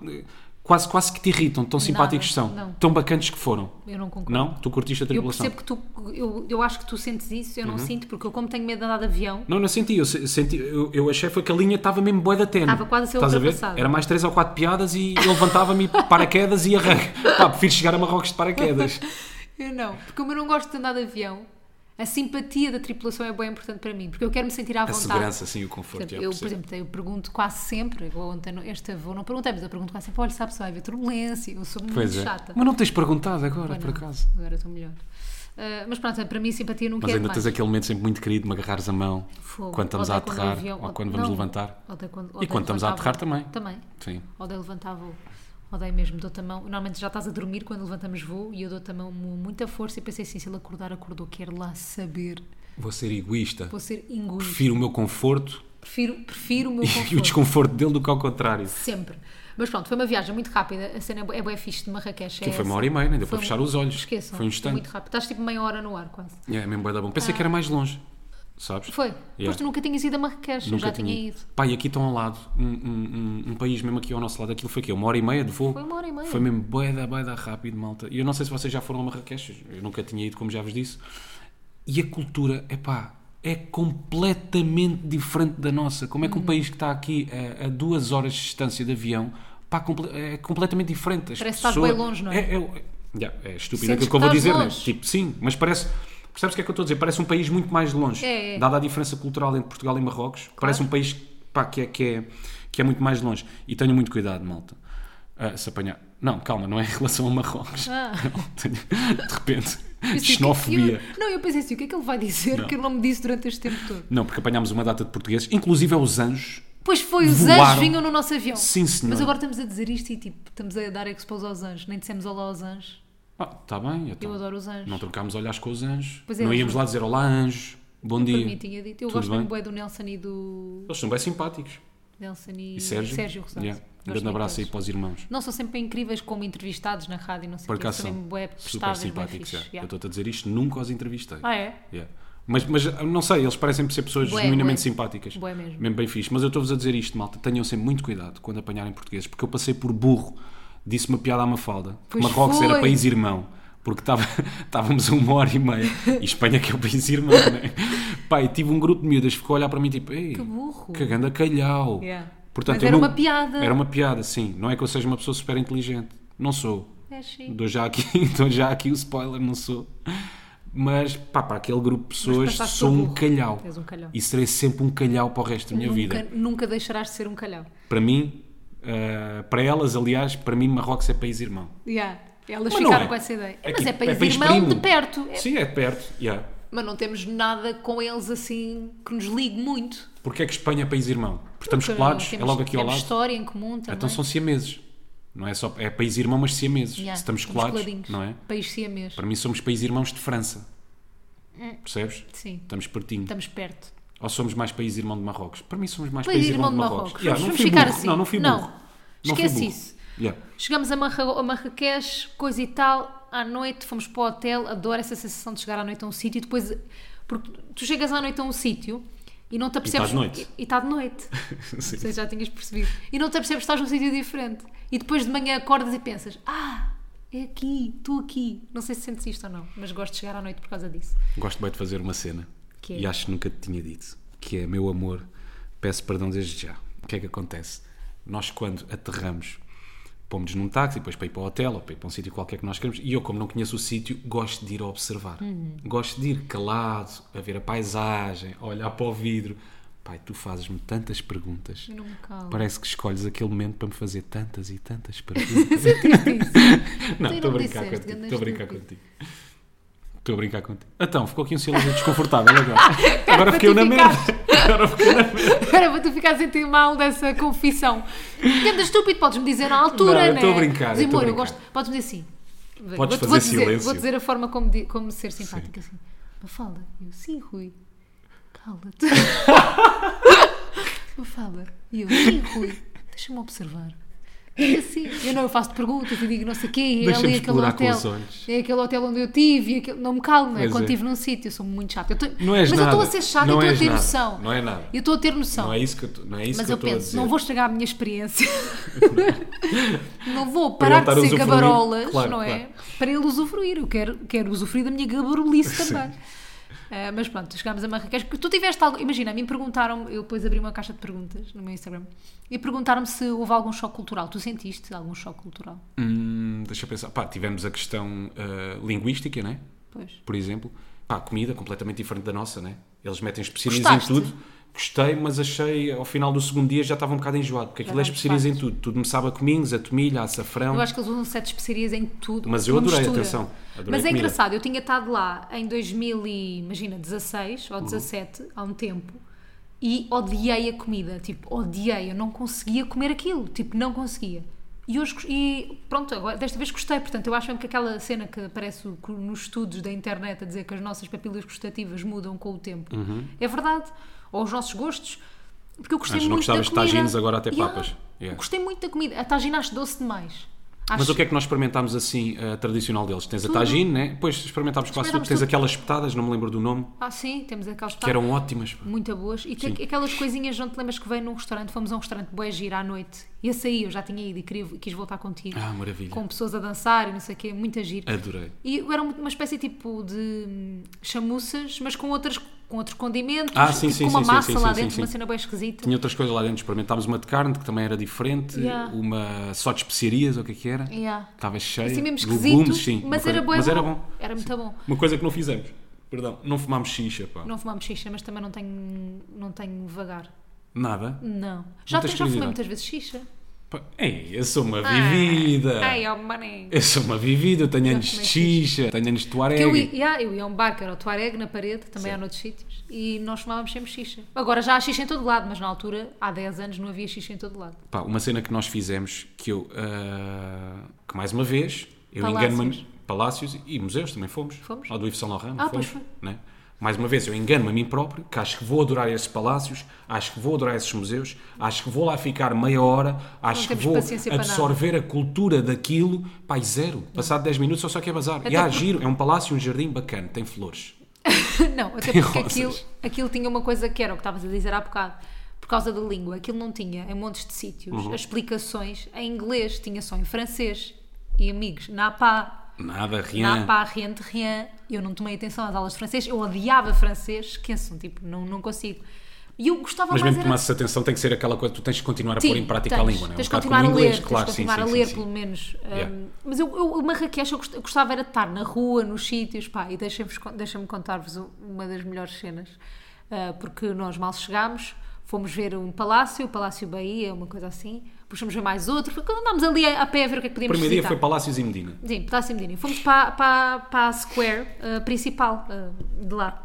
[SPEAKER 2] quase, quase que te irritam, tão simpáticos que são,
[SPEAKER 1] não.
[SPEAKER 2] tão bacantes que foram.
[SPEAKER 1] Eu não concordo.
[SPEAKER 2] Não? Tu curtiste a
[SPEAKER 1] Eu
[SPEAKER 2] tripulação?
[SPEAKER 1] percebo que tu. Eu, eu acho que tu sentes isso,
[SPEAKER 2] Uhum.
[SPEAKER 1] eu não sinto, porque eu, como tenho medo de andar de avião,
[SPEAKER 2] Não, não senti. Eu, se- senti, eu, eu achei foi que a linha estava mesmo boa da tena.
[SPEAKER 1] Estava quase a ser
[SPEAKER 2] Estás a ver?
[SPEAKER 1] ultrapassada.
[SPEAKER 2] Era mais três ou quatro piadas e eu levantava-me e paraquedas e arranco. Pá, prefiro chegar a Marrocos de paraquedas.
[SPEAKER 1] Eu não, porque como eu não gosto de andar de avião, a simpatia da tripulação é bem importante para mim, porque eu quero me sentir à
[SPEAKER 2] A
[SPEAKER 1] vontade.
[SPEAKER 2] segurança, sim, o
[SPEAKER 1] Por
[SPEAKER 2] conforto.
[SPEAKER 1] exemplo,
[SPEAKER 2] já
[SPEAKER 1] eu, por
[SPEAKER 2] percebo.
[SPEAKER 1] exemplo, eu pergunto quase sempre, eu ontem, no- este avô não perguntei, mas eu pergunto quase sempre: olha, sabe se vai haver turbulência, eu sou muito
[SPEAKER 2] Pois é.
[SPEAKER 1] chata.
[SPEAKER 2] Mas não me tens perguntado agora,
[SPEAKER 1] Olha,
[SPEAKER 2] por acaso.
[SPEAKER 1] Agora estou melhor. Ah, mas pronto, para mim simpatia nunca
[SPEAKER 2] Mas
[SPEAKER 1] é
[SPEAKER 2] ainda
[SPEAKER 1] demais.
[SPEAKER 2] tens aquele momento sempre muito querido de me agarrares a mão
[SPEAKER 1] Fogo.
[SPEAKER 2] quando estamos a
[SPEAKER 1] Odeio o
[SPEAKER 2] aterrar
[SPEAKER 1] avião-
[SPEAKER 2] ou quando vamos
[SPEAKER 1] não,
[SPEAKER 2] levantar.
[SPEAKER 1] odeio quando-
[SPEAKER 2] E
[SPEAKER 1] odeio
[SPEAKER 2] quando estamos a
[SPEAKER 1] levantar
[SPEAKER 2] aterrar
[SPEAKER 1] voo.
[SPEAKER 2] também.
[SPEAKER 1] Também.
[SPEAKER 2] Sim.
[SPEAKER 1] Odeio levantar voo. Odeio mesmo, dou-te a mão. Normalmente já estás a dormir quando levantamos voo e eu dou-te a mão com muita força e pensei assim: se ele acordar, acordou, quero lá saber.
[SPEAKER 2] Vou ser egoísta.
[SPEAKER 1] Vou ser engolido.
[SPEAKER 2] Prefiro o meu conforto
[SPEAKER 1] Prefiro, prefiro o meu
[SPEAKER 2] e o
[SPEAKER 1] conforto.
[SPEAKER 2] desconforto dele do que ao contrário.
[SPEAKER 1] Sempre. Mas pronto, foi uma viagem muito rápida. A cena é bué- é bem fixe de Marrakech.
[SPEAKER 2] Aquilo
[SPEAKER 1] é
[SPEAKER 2] foi uma
[SPEAKER 1] essa.
[SPEAKER 2] hora e meia, né?
[SPEAKER 1] Foi
[SPEAKER 2] deu para
[SPEAKER 1] um-
[SPEAKER 2] fechar os olhos.
[SPEAKER 1] Esqueçam.
[SPEAKER 2] foi um instante.
[SPEAKER 1] Muito rápido. Estás tipo meia hora no ar quase.
[SPEAKER 2] É, mesmo bué da bom. Pensei que era mais longe, sabes?
[SPEAKER 1] Ah. Foi. Pois tu
[SPEAKER 2] Yeah.
[SPEAKER 1] nunca tinhas ido a Marrakech. eu já tinha ido.
[SPEAKER 2] Pá, e aqui estão ao lado, um, um- um- um país mesmo aqui ao nosso lado, aquilo foi aqui, uma hora e meia de voo.
[SPEAKER 1] Foi uma hora e meia.
[SPEAKER 2] Foi mesmo boeda, boeda rápido, malta. E eu não sei se vocês já foram a Marrakech, eu nunca tinha ido, como já vos disse. E a cultura, é pá, é completamente diferente da nossa. Como é
[SPEAKER 1] Uhum.
[SPEAKER 2] que um país que está aqui a, a duas horas de distância de avião, pá, comple- é completamente diferente. As
[SPEAKER 1] Parece que estás
[SPEAKER 2] pessoas-
[SPEAKER 1] bem longe, não é?
[SPEAKER 2] É, é- yeah, é estúpido
[SPEAKER 1] Sentes
[SPEAKER 2] aquilo que eu vou
[SPEAKER 1] que estás
[SPEAKER 2] dizer, né?
[SPEAKER 1] longe.
[SPEAKER 2] Tipo, sim, mas parece. Percebes o que é que eu estou a dizer? Parece um país muito mais longe.
[SPEAKER 1] É, é.
[SPEAKER 2] Dada a diferença cultural entre Portugal e Marrocos, parece um país pá, que, é, que, é, que é muito mais longe. E tenho muito cuidado, malta. Ah, se apanhar. Não, calma, não é em relação a Marrocos.
[SPEAKER 1] Ah.
[SPEAKER 2] Não, tenho- De
[SPEAKER 1] Eu
[SPEAKER 2] repente,
[SPEAKER 1] sei, o que é que-
[SPEAKER 2] xenofobia.
[SPEAKER 1] eu- não, eu pensei assim: o que é que ele vai dizer que ele não me disse durante este tempo todo?
[SPEAKER 2] Não, porque apanhámos uma data de portugueses, inclusive é os anjos.
[SPEAKER 1] Pois foi, os
[SPEAKER 2] Voaram.
[SPEAKER 1] anjos vinham no nosso avião.
[SPEAKER 2] Sim, senhor.
[SPEAKER 1] Mas agora estamos a dizer isto e tipo, estamos a dar expose aos anjos. Nem dissemos olá aos anjos.
[SPEAKER 2] Ah, está bem, então.
[SPEAKER 1] Eu adoro os anjos.
[SPEAKER 2] Não trocámos olhares com os anjos.
[SPEAKER 1] Pois é,
[SPEAKER 2] não
[SPEAKER 1] eles
[SPEAKER 2] íamos
[SPEAKER 1] não-
[SPEAKER 2] lá dizer olá, anjo, bom
[SPEAKER 1] Por
[SPEAKER 2] dia.
[SPEAKER 1] mim tinha dito. Eu
[SPEAKER 2] Tudo
[SPEAKER 1] gosto
[SPEAKER 2] bem.
[SPEAKER 1] muito do Nelson e do.
[SPEAKER 2] Eles são bem simpáticos.
[SPEAKER 1] Nelson e,
[SPEAKER 2] E Sérgio?
[SPEAKER 1] Rosado.
[SPEAKER 2] Yeah. Um
[SPEAKER 1] Gosto
[SPEAKER 2] grande
[SPEAKER 1] muito
[SPEAKER 2] abraço aí
[SPEAKER 1] deles.
[SPEAKER 2] para os irmãos.
[SPEAKER 1] Não são sempre incríveis como entrevistados na rádio, não sei
[SPEAKER 2] Por
[SPEAKER 1] o quê.
[SPEAKER 2] acaso
[SPEAKER 1] São
[SPEAKER 2] são
[SPEAKER 1] mesmo bué
[SPEAKER 2] super
[SPEAKER 1] prestáveis, bué
[SPEAKER 2] simpáticos.
[SPEAKER 1] fixe.
[SPEAKER 2] já. Eu
[SPEAKER 1] Yeah.
[SPEAKER 2] estou-te a dizer isto, nunca os entrevistei.
[SPEAKER 1] Ah, é?
[SPEAKER 2] Yeah. Mas, mas ah, não sei, eles parecem ser pessoas
[SPEAKER 1] Bué,
[SPEAKER 2] genuinamente
[SPEAKER 1] bué.
[SPEAKER 2] simpáticas.
[SPEAKER 1] Bué mesmo.
[SPEAKER 2] bem fixe. Mas eu estou-vos a dizer isto, malta. Tenham sempre muito cuidado quando apanharem portugueses, porque eu passei por burro. Disse uma piada à Mafalda. que
[SPEAKER 1] Pois
[SPEAKER 2] Marrocos era
[SPEAKER 1] foi.
[SPEAKER 2] país irmão. Porque estava- estávamos a uma hora e meia. E Espanha que é o país irmão, não é? Pai, tive um grupo de miúdas que ficou a olhar para mim tipo: Ei,
[SPEAKER 1] Que burro.
[SPEAKER 2] Que ganda calhau.
[SPEAKER 1] Yeah.
[SPEAKER 2] Portanto,
[SPEAKER 1] Mas
[SPEAKER 2] eu
[SPEAKER 1] era
[SPEAKER 2] não-
[SPEAKER 1] uma piada.
[SPEAKER 2] Era uma piada, sim. Não é que eu seja uma pessoa super inteligente. Não sou.
[SPEAKER 1] É chique.
[SPEAKER 2] Dou já aqui, dou já aqui o spoiler, não sou. Mas, pá, para aquele grupo de pessoas,
[SPEAKER 1] passaste
[SPEAKER 2] sou
[SPEAKER 1] por
[SPEAKER 2] um
[SPEAKER 1] burro.
[SPEAKER 2] calhau.
[SPEAKER 1] És um calhau.
[SPEAKER 2] E serei sempre um calhau para o resto da minha
[SPEAKER 1] Nunca,
[SPEAKER 2] vida.
[SPEAKER 1] nunca deixarás de ser um calhau.
[SPEAKER 2] Para mim, ah, para elas, aliás, para mim, Marrocos é país irmão.
[SPEAKER 1] Yeah. Elas
[SPEAKER 2] Mas não
[SPEAKER 1] ficaram
[SPEAKER 2] é.
[SPEAKER 1] com essa ideia.
[SPEAKER 2] É
[SPEAKER 1] Mas
[SPEAKER 2] que-
[SPEAKER 1] é país,
[SPEAKER 2] é país
[SPEAKER 1] irmão
[SPEAKER 2] primo.
[SPEAKER 1] de perto. É-
[SPEAKER 2] Sim, é perto. Yeah.
[SPEAKER 1] Mas não temos nada com eles assim que nos ligue muito.
[SPEAKER 2] Porque é que Espanha é país irmão? Porque estamos
[SPEAKER 1] Porque
[SPEAKER 2] colados, é
[SPEAKER 1] temos-
[SPEAKER 2] logo aqui ao
[SPEAKER 1] temos
[SPEAKER 2] lado.
[SPEAKER 1] história em comum também.
[SPEAKER 2] Então são siameses. Não é só é país irmão, mas siameses.
[SPEAKER 1] Yeah,
[SPEAKER 2] Se estamos
[SPEAKER 1] somos
[SPEAKER 2] colados,
[SPEAKER 1] coladinhos.
[SPEAKER 2] não é?
[SPEAKER 1] País siamês.
[SPEAKER 2] Para mim somos país irmãos de França. Percebes?
[SPEAKER 1] Hum. Sim.
[SPEAKER 2] Estamos pertinho.
[SPEAKER 1] Estamos perto.
[SPEAKER 2] Ou somos mais país irmão de Marrocos? Para mim somos mais
[SPEAKER 1] País
[SPEAKER 2] país,
[SPEAKER 1] irmão
[SPEAKER 2] irmão,
[SPEAKER 1] de
[SPEAKER 2] de Marrocos.
[SPEAKER 1] Marrocos.
[SPEAKER 2] Yeah,
[SPEAKER 1] Vamos-
[SPEAKER 2] não
[SPEAKER 1] vamos
[SPEAKER 2] fui
[SPEAKER 1] ficar
[SPEAKER 2] burro.
[SPEAKER 1] assim.
[SPEAKER 2] Não, não fui
[SPEAKER 1] Não.
[SPEAKER 2] burro. Não fui
[SPEAKER 1] Esquece
[SPEAKER 2] burro.
[SPEAKER 1] isso.
[SPEAKER 2] Yeah.
[SPEAKER 1] Chegamos a, Marra a Marrakech, coisa e tal, à noite fomos para o hotel, adoro essa sensação de chegar à noite a um sítio e depois. Porque tu chegas à noite a um sítio e não te apercebes.
[SPEAKER 2] está tá de noite.
[SPEAKER 1] E e está de noite.
[SPEAKER 2] Sim.
[SPEAKER 1] Vocês já tinhas percebido. E não te apercebes que estás num sítio diferente. E depois de manhã acordas e pensas: Ah, é aqui, estou aqui. Não sei se sentes isto ou não, mas gosto de chegar à noite por causa disso.
[SPEAKER 2] Gosto bem de fazer uma cena.
[SPEAKER 1] Que é?
[SPEAKER 2] E acho que nunca te tinha dito. Que é, meu amor, peço perdão desde já. O que é que acontece? Nós, quando aterramos, pomos num táxi, depois para ir para o hotel ou para ir para um sítio qualquer que nós queremos. E eu, como não conheço o sítio, gosto de ir observar.
[SPEAKER 1] Uhum.
[SPEAKER 2] Gosto de ir calado, a ver a paisagem, a olhar para o vidro. Pai, tu fazes-me tantas perguntas.
[SPEAKER 1] Eu não me calo.
[SPEAKER 2] Parece que escolhes aquele momento para me fazer tantas e tantas perguntas. não,
[SPEAKER 1] Tu
[SPEAKER 2] estou a
[SPEAKER 1] não
[SPEAKER 2] brincar
[SPEAKER 1] disseste,
[SPEAKER 2] contigo.
[SPEAKER 1] ganda
[SPEAKER 2] Estou a brincar
[SPEAKER 1] estúpido.
[SPEAKER 2] contigo. Estou a brincar contigo. Então, ficou aqui um silêncio desconfortável agora. Agora fiquei eu na merda.
[SPEAKER 1] Para
[SPEAKER 2] Agora fiquei eu na merda.
[SPEAKER 1] Era para tu ficares a sentir mal dessa confissão. Anda estúpido, podes-me dizer na
[SPEAKER 2] Não,
[SPEAKER 1] altura,
[SPEAKER 2] eu
[SPEAKER 1] né?
[SPEAKER 2] estou a brincar,
[SPEAKER 1] Diz,
[SPEAKER 2] eu estou a
[SPEAKER 1] amor, eu
[SPEAKER 2] brincar.
[SPEAKER 1] gosto. Podes-me dizer assim. Bem,
[SPEAKER 2] Podes
[SPEAKER 1] vou-te-
[SPEAKER 2] fazer
[SPEAKER 1] vou dizer-
[SPEAKER 2] silêncio.
[SPEAKER 1] Vou dizer a forma como, di- como ser simpática. Assim. Mafalda. E eu, sim, Rui. Cala-te. Mafalda. E eu, sim, Rui. Deixa-me observar. E assim, eu não eu faço perguntas e digo não sei o quê, e
[SPEAKER 2] Deixa-me
[SPEAKER 1] ali é aquele
[SPEAKER 2] explorar com
[SPEAKER 1] hotel,
[SPEAKER 2] os olhos.
[SPEAKER 1] é aquele hotel onde eu tive, e aquele, não me calmo, não é?
[SPEAKER 2] Pois
[SPEAKER 1] quando
[SPEAKER 2] é.
[SPEAKER 1] estive num sítio, eu sou muito chata. Eu tô-
[SPEAKER 2] Não és
[SPEAKER 1] mas
[SPEAKER 2] nada.
[SPEAKER 1] eu estou a ser chata,
[SPEAKER 2] Não
[SPEAKER 1] eu estou a
[SPEAKER 2] és
[SPEAKER 1] ter
[SPEAKER 2] nada.
[SPEAKER 1] noção.
[SPEAKER 2] Não é nada.
[SPEAKER 1] Eu estou a ter noção.
[SPEAKER 2] Não é isso que eu estou não é isso
[SPEAKER 1] Mas
[SPEAKER 2] que eu
[SPEAKER 1] eu
[SPEAKER 2] estou a
[SPEAKER 1] penso,
[SPEAKER 2] dizer.
[SPEAKER 1] não vou estragar a minha experiência. não vou parar
[SPEAKER 2] estar a
[SPEAKER 1] de ser
[SPEAKER 2] usufruir,
[SPEAKER 1] gabarolas,
[SPEAKER 2] claro,
[SPEAKER 1] não é?
[SPEAKER 2] claro.
[SPEAKER 1] Para ele usufruir. Eu quero, quero usufruir da minha gabarolice também. Ah, mas pronto, chegámos a Marrakech. Porque tu tiveste algo. Imagina, a mim perguntaram Eu depois abri uma caixa de perguntas no meu Instagram e perguntaram-me se houve algum choque cultural. Tu sentiste algum choque cultural?
[SPEAKER 2] Hum, deixa eu pensar. Pá, tivemos a questão ah, linguística, né?
[SPEAKER 1] Pois.
[SPEAKER 2] Por exemplo. Pá, comida completamente diferente da nossa, né? Eles metem especiarias em
[SPEAKER 1] Gostaste?
[SPEAKER 2] tudo. Gostei, mas achei ao final do segundo dia já estava um bocado enjoado, porque aquilo é
[SPEAKER 1] dá-me
[SPEAKER 2] especiarias em
[SPEAKER 1] fartos.
[SPEAKER 2] tudo. Tudo me sabe a cominhos, a tomilha, a açafrão.
[SPEAKER 1] Eu acho que eles usam sete especiarias em tudo.
[SPEAKER 2] É um Mas eu
[SPEAKER 1] uma
[SPEAKER 2] adorei,
[SPEAKER 1] mistura.
[SPEAKER 2] atenção, adorei
[SPEAKER 1] Mas é
[SPEAKER 2] a comida.
[SPEAKER 1] engraçado, eu tinha estado lá em 2016
[SPEAKER 2] Uhum.
[SPEAKER 1] ou 17, há um tempo, e odiei a comida. Tipo, odiei, eu não conseguia comer aquilo. Tipo, não conseguia. E hoje, gos- e pronto, agora, desta vez gostei. Portanto, eu acho mesmo que aquela cena que aparece o- nos estudos da internet a dizer que as nossas papilas gustativas mudam com o tempo,
[SPEAKER 2] Uhum.
[SPEAKER 1] é verdade. Ou os nossos gostos. Porque eu gostei
[SPEAKER 2] Antes não
[SPEAKER 1] muito da
[SPEAKER 2] gostavas de
[SPEAKER 1] comida.
[SPEAKER 2] tagines, agora até papas.
[SPEAKER 1] Eu
[SPEAKER 2] Yeah.
[SPEAKER 1] Gostei muito da comida. A tagina acho doce demais. Acho Hum.
[SPEAKER 2] Mas o que é que nós experimentámos assim, a tradicional deles? Tens a tagine, né? Depois experimentámos quase tudo.
[SPEAKER 1] Experimentámos
[SPEAKER 2] Tens
[SPEAKER 1] tudo.
[SPEAKER 2] aquelas espetadas, não me lembro do nome,
[SPEAKER 1] Ah, sim, temos aquelas
[SPEAKER 2] que eram ótimas. pá.
[SPEAKER 1] muito boas. E tem
[SPEAKER 2] Sim.
[SPEAKER 1] aquelas coisinhas, não te lembras que veio num restaurante, fomos a um restaurante boé gira à noite. Esse aí eu já tinha ido e queria, quis voltar contigo.
[SPEAKER 2] Ah, É. maravilha.
[SPEAKER 1] Com pessoas a dançar e não sei o quê, muita gira.
[SPEAKER 2] Adorei.
[SPEAKER 1] E era uma espécie tipo de hum, chamuças, mas com outras com outros condimentos,
[SPEAKER 2] Ah, sim,
[SPEAKER 1] tipo
[SPEAKER 2] sim,
[SPEAKER 1] com uma
[SPEAKER 2] sim, sim,
[SPEAKER 1] massa
[SPEAKER 2] sim,
[SPEAKER 1] lá
[SPEAKER 2] sim,
[SPEAKER 1] dentro,
[SPEAKER 2] sim.
[SPEAKER 1] uma cena bem esquisita.
[SPEAKER 2] Tinha outras coisas lá dentro. Experimentámos uma de carne, que também era diferente.
[SPEAKER 1] Yeah.
[SPEAKER 2] Uma só de especiarias, ou o que é que era.
[SPEAKER 1] Yeah.
[SPEAKER 2] Estava cheia.
[SPEAKER 1] Assim mesmo
[SPEAKER 2] de
[SPEAKER 1] esquisito,
[SPEAKER 2] É, legumes, sim. Uma
[SPEAKER 1] mas,
[SPEAKER 2] coisa-
[SPEAKER 1] era bué
[SPEAKER 2] mas
[SPEAKER 1] bom.
[SPEAKER 2] era bom.
[SPEAKER 1] Era muito bom.
[SPEAKER 2] Uma coisa que não fizemos. Perdão. Não fumámos xixa, pá.
[SPEAKER 1] Não fumámos xixa, mas também não tenho, não tenho vagar.
[SPEAKER 2] Nada.
[SPEAKER 1] Não. Já,
[SPEAKER 2] tens
[SPEAKER 1] te- já fumei
[SPEAKER 2] curiosidade?
[SPEAKER 1] muitas vezes xixa.
[SPEAKER 2] Pá, Ei, eu sou uma vivida.
[SPEAKER 1] Ah. Ai, oh, mané.
[SPEAKER 2] Eu sou uma vivida. Eu tenho anos de
[SPEAKER 1] fumei
[SPEAKER 2] xixa. Tenho anos de
[SPEAKER 1] Que
[SPEAKER 2] tuareg.
[SPEAKER 1] eu, ia, yeah, eu ia a um bar que era o Tuareg na parede, também há noutros sítios, e nós fumávamos sempre xixa. Agora já há xixa em todo lado, mas na altura, há 10 anos, não havia xixa em todo lado.
[SPEAKER 2] Pá, uma cena que nós fizemos que eu. ah, que mais uma vez. Eu
[SPEAKER 1] Palácios.
[SPEAKER 2] engano-me. Palácios e museus também fomos.
[SPEAKER 1] Fomos?
[SPEAKER 2] Ao do Yves Saint Laurent.
[SPEAKER 1] Ah,
[SPEAKER 2] fomos,
[SPEAKER 1] pois foi.
[SPEAKER 2] né? Mais uma vez, eu engano-me a mim próprio, que acho que vou adorar esses palácios, acho que vou adorar esses museus, acho que vou lá ficar meia hora, acho que
[SPEAKER 1] temos
[SPEAKER 2] vou
[SPEAKER 1] paciência para nada.
[SPEAKER 2] absorver a cultura daquilo. Pai, zero. Passado 10 minutos, só só quer bazar. e há
[SPEAKER 1] porque-
[SPEAKER 2] giro, é um palácio, um jardim bacana, tem flores.
[SPEAKER 1] não, até porque
[SPEAKER 2] Rosas.
[SPEAKER 1] aquilo, aquilo tinha uma coisa que era o que estavas a dizer há bocado. Por causa da língua, aquilo não tinha em montes de sítios. As explicações em inglês, tinha só em francês. E amigos, na pá,
[SPEAKER 2] Nada, rien.
[SPEAKER 1] na pá, rien de rien. Eu não tomei atenção às aulas de francês, eu odiava francês, esqueçam, tipo, não, não consigo. E eu gostava
[SPEAKER 2] Mas
[SPEAKER 1] mais
[SPEAKER 2] mesmo que
[SPEAKER 1] era
[SPEAKER 2] tomasses atenção, tem que ser aquela coisa que tu tens de continuar a
[SPEAKER 1] Sim,
[SPEAKER 2] pôr em prática a
[SPEAKER 1] tens,
[SPEAKER 2] língua, não é?
[SPEAKER 1] Tens de
[SPEAKER 2] bocado
[SPEAKER 1] continuar a
[SPEAKER 2] como
[SPEAKER 1] ler,
[SPEAKER 2] o inglês,
[SPEAKER 1] tens
[SPEAKER 2] claro,
[SPEAKER 1] de
[SPEAKER 2] sim,
[SPEAKER 1] continuar
[SPEAKER 2] sim,
[SPEAKER 1] a ler,
[SPEAKER 2] sim,
[SPEAKER 1] pelo menos. hum,
[SPEAKER 2] Yeah.
[SPEAKER 1] Mas eu, eu, o Marrakech, eu gost- eu gostava era de estar na rua, nos sítios, pá, e deixem-vos con- deixem-me contar-vos u- uma das melhores cenas, ah, porque nós mal chegámos, fomos ver um palácio, o Palácio Bahia, uma coisa assim, depois fomos ver mais outro, porque andámos ali a, a pé a ver o que é que
[SPEAKER 2] O
[SPEAKER 1] podíamos
[SPEAKER 2] primeiro dia
[SPEAKER 1] visitar.
[SPEAKER 2] foi Palácios e Medina.
[SPEAKER 1] Sim, Palácio de Medina. E Fomos para, para, para a Square ah, principal ah, de lá.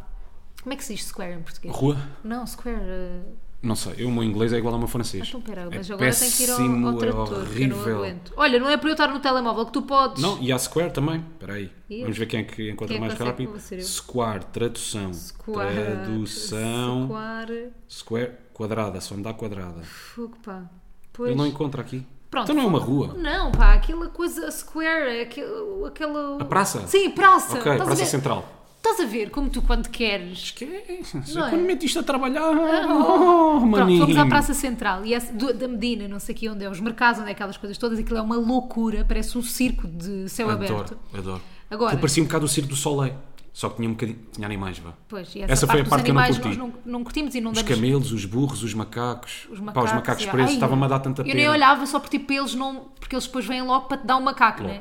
[SPEAKER 1] Como é que se diz Square em português?
[SPEAKER 2] Rua?
[SPEAKER 1] Não, Square... ah,
[SPEAKER 2] Não sei, eu, o meu inglês é igual ao meu francês.
[SPEAKER 1] então, pera,
[SPEAKER 2] É
[SPEAKER 1] mas agora tenho que ir ao,
[SPEAKER 2] péssimo,
[SPEAKER 1] ao
[SPEAKER 2] é
[SPEAKER 1] tradutor, que eu não
[SPEAKER 2] horrível.
[SPEAKER 1] aguento. Olha, não é para eu estar no telemóvel que tu podes.
[SPEAKER 2] Não, e há Square também. Espera aí.
[SPEAKER 1] E?
[SPEAKER 2] Vamos ver quem é que encontra
[SPEAKER 1] Quem é que
[SPEAKER 2] mais
[SPEAKER 1] consegue
[SPEAKER 2] rápido.
[SPEAKER 1] convencer eu?
[SPEAKER 2] Square, tradução.
[SPEAKER 1] Square,
[SPEAKER 2] Tradução. Square.
[SPEAKER 1] Square,
[SPEAKER 2] quadrada, só me dá quadrada.
[SPEAKER 1] fogo, pá.
[SPEAKER 2] Ele
[SPEAKER 1] Pois.
[SPEAKER 2] não encontra aqui.
[SPEAKER 1] Pronto.
[SPEAKER 2] Então não é uma rua.
[SPEAKER 1] Não, pá, aquela coisa, a Square, é aquele- aquela...
[SPEAKER 2] A praça?
[SPEAKER 1] Sim, praça.
[SPEAKER 2] Ok,
[SPEAKER 1] estás,
[SPEAKER 2] Praça
[SPEAKER 1] a ver,
[SPEAKER 2] Central.
[SPEAKER 1] estás a ver como tu quando queres.
[SPEAKER 2] Esquece.
[SPEAKER 1] Não é?
[SPEAKER 2] Quando meto isto a trabalhar. Oh,
[SPEAKER 1] Pronto,
[SPEAKER 2] maninho.
[SPEAKER 1] fomos à Praça Central e essa- do- da Medina, não sei aqui onde é, os mercados, onde é aquelas coisas todas, aquilo é uma loucura, parece um circo de céu aberto.
[SPEAKER 2] Adoro, adoro.
[SPEAKER 1] Agora-
[SPEAKER 2] Aquilo parecia um bocado o Circo do Soleil. Só que tinha um bocadinho. Tinha animais, vá.
[SPEAKER 1] Pois, e
[SPEAKER 2] Essa foi a
[SPEAKER 1] dos
[SPEAKER 2] parte que eu não
[SPEAKER 1] animais
[SPEAKER 2] curti.
[SPEAKER 1] Nós não, não curtimos e não
[SPEAKER 2] Os
[SPEAKER 1] damos
[SPEAKER 2] camelos, os burros, os macacos.
[SPEAKER 1] os
[SPEAKER 2] Pá,
[SPEAKER 1] macacos,
[SPEAKER 2] os macacos
[SPEAKER 1] e-
[SPEAKER 2] presos.
[SPEAKER 1] Ai,
[SPEAKER 2] Estava-me a dar tanta pena.
[SPEAKER 1] Eu nem olhava só porque tipo, eles não. Porque eles depois vêm logo para te dar um macaco,
[SPEAKER 2] Logo.
[SPEAKER 1] né?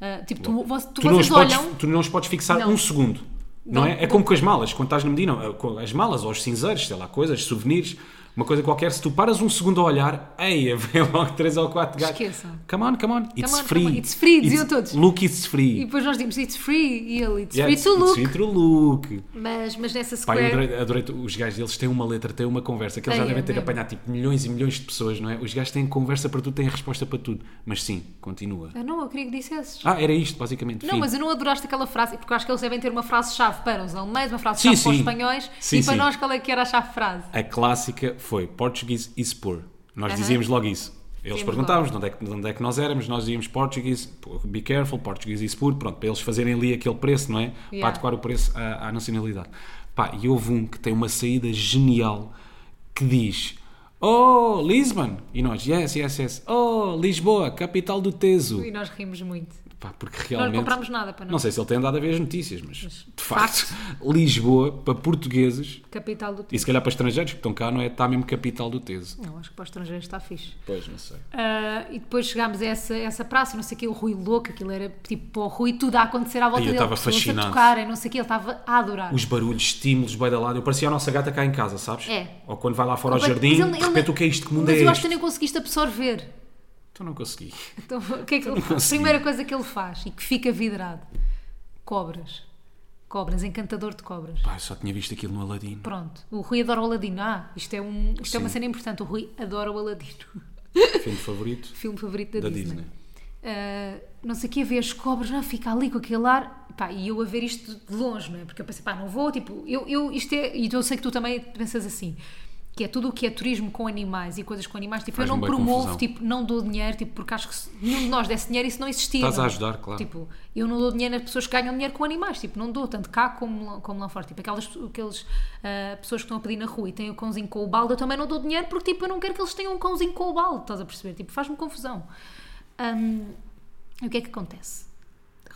[SPEAKER 1] Ah, tipo, tu, vo- tu,
[SPEAKER 2] Tu não, os
[SPEAKER 1] vocês
[SPEAKER 2] podes,
[SPEAKER 1] olham.
[SPEAKER 2] tu não os podes fixar
[SPEAKER 1] Não.
[SPEAKER 2] um segundo. Não,
[SPEAKER 1] Não,
[SPEAKER 2] é? É
[SPEAKER 1] não.
[SPEAKER 2] como com as malas, quando estás na Medina, com as malas ou os cinzeiros, sei lá, coisas, souvenirs, uma coisa qualquer, se tu paras um segundo a olhar, eia, vem logo três ou quatro gajos.
[SPEAKER 1] Esqueçam.
[SPEAKER 2] Come on, come on, it's
[SPEAKER 1] on, come
[SPEAKER 2] free.
[SPEAKER 1] on, it's free, diziam todos.
[SPEAKER 2] Look, it's
[SPEAKER 1] E
[SPEAKER 2] free.
[SPEAKER 1] depois nós dizemos it's free e ele it's
[SPEAKER 2] Yeah,
[SPEAKER 1] free to look.
[SPEAKER 2] It's free to look.
[SPEAKER 1] Mas, mas nessa
[SPEAKER 2] Pá,
[SPEAKER 1] square.
[SPEAKER 2] eu adorei, adorei tu- os gajos deles têm uma letra, têm uma conversa, que eles já
[SPEAKER 1] Têm,
[SPEAKER 2] devem ter
[SPEAKER 1] mesmo.
[SPEAKER 2] apanhado tipo milhões e milhões de pessoas, não é? Os gajos têm conversa para tudo, têm resposta para tudo. Mas sim, continua.
[SPEAKER 1] Ah, não, eu queria que dissesses.
[SPEAKER 2] Ah, era isto, basicamente.
[SPEAKER 1] Não,
[SPEAKER 2] Fim.
[SPEAKER 1] mas eu não adoraste aquela frase, porque eu acho que eles devem ter uma frase-chave para os alemães, uma frase-chave
[SPEAKER 2] Sim,
[SPEAKER 1] para os
[SPEAKER 2] sim.
[SPEAKER 1] espanhóis
[SPEAKER 2] Sim,
[SPEAKER 1] e para
[SPEAKER 2] sim.
[SPEAKER 1] nós qual é que era a chave-frase.
[SPEAKER 2] A clássica foi Portuguese is poor. Nós
[SPEAKER 1] Aham.
[SPEAKER 2] dizíamos logo isso. Eles
[SPEAKER 1] Dizíamos
[SPEAKER 2] perguntavam-nos de onde, é que, de onde é que nós éramos, nós dizíamos Portuguese, pô, be careful, Portuguese is poor, pronto, para eles fazerem ali aquele preço, não é? Para
[SPEAKER 1] Yeah.
[SPEAKER 2] adequar o preço à, à nacionalidade. Pá, e houve um que tem uma saída genial que diz Oh, Lisbon! E nós, yes, yes, yes. Oh, Lisboa, capital do Teso.
[SPEAKER 1] E nós rimos muito.
[SPEAKER 2] Pá, porque realmente.
[SPEAKER 1] comprámos nada, para não.
[SPEAKER 2] Não sei se ele tem andado a ver as notícias, mas, de facto, Lisboa, para portugueses,
[SPEAKER 1] Capital do
[SPEAKER 2] e se
[SPEAKER 1] Teso.
[SPEAKER 2] calhar para estrangeiros que estão cá, não é? Está mesmo capital do Teso.
[SPEAKER 1] Não, acho que para os estrangeiros está fixe.
[SPEAKER 2] Pois, não sei.
[SPEAKER 1] Ah, e depois chegámos a essa, essa praça, não sei o que, o Rui louco, aquilo era tipo para o Rui, tudo a acontecer à volta
[SPEAKER 2] Ai, eu
[SPEAKER 1] dele,
[SPEAKER 2] estava
[SPEAKER 1] pessoas
[SPEAKER 2] fascinado.
[SPEAKER 1] a tocarem, não sei o que, ele estava a adorar.
[SPEAKER 2] Os barulhos, estímulos, bem da lado. Eu parecia a nossa gata cá em casa, sabes?
[SPEAKER 1] É.
[SPEAKER 2] Ou quando vai lá fora ao
[SPEAKER 1] Mas
[SPEAKER 2] jardim,
[SPEAKER 1] ele-
[SPEAKER 2] de
[SPEAKER 1] ele-
[SPEAKER 2] repente o que é isto? Que mundo
[SPEAKER 1] Mas
[SPEAKER 2] é
[SPEAKER 1] eu acho que
[SPEAKER 2] este?
[SPEAKER 1] nem conseguiste absorver.
[SPEAKER 2] Então não consegui.
[SPEAKER 1] Então, o que é que ele faz?
[SPEAKER 2] consegui.
[SPEAKER 1] Primeira coisa que ele faz e que fica vidrado: cobras. Cobras, encantador de cobras.
[SPEAKER 2] Pá, eu só tinha visto aquilo no Aladino.
[SPEAKER 1] Pronto, o Rui adora o Aladino. Ah, isto é, um, isto é uma
[SPEAKER 2] Sim.
[SPEAKER 1] cena importante. O Rui adora o Aladino.
[SPEAKER 2] Filme favorito
[SPEAKER 1] Filme favorito da,
[SPEAKER 2] da
[SPEAKER 1] Disney.
[SPEAKER 2] Disney.
[SPEAKER 1] Ah, não sei o que, a ver as cobras, não, fica ali com aquele ar. Pá, e eu a ver isto de longe, não é? Porque eu pensei, pá, não vou, tipo, eu, eu isto é, e eu sei que tu também pensas assim, que é tudo o que é turismo com animais e coisas com animais, tipo, eu
[SPEAKER 2] Faz-me
[SPEAKER 1] não
[SPEAKER 2] bem
[SPEAKER 1] promovo,
[SPEAKER 2] confusão.
[SPEAKER 1] tipo, não dou dinheiro, tipo, porque acho que se nenhum de nós desse dinheiro isso não existia.
[SPEAKER 2] Estás
[SPEAKER 1] não
[SPEAKER 2] a
[SPEAKER 1] é?
[SPEAKER 2] ajudar, claro.
[SPEAKER 1] Tipo, eu não dou dinheiro às pessoas que ganham dinheiro com animais, tipo, não dou, tanto cá como, lá- como lá fora. Tipo, aquelas aqueles, ah, pessoas que estão a pedir na rua e têm o cãozinho com o balde, eu também não dou dinheiro porque, tipo, eu não quero que eles tenham um cãozinho com o balde, estás a perceber? Tipo, faz-me confusão. Ahm, e o que é que acontece?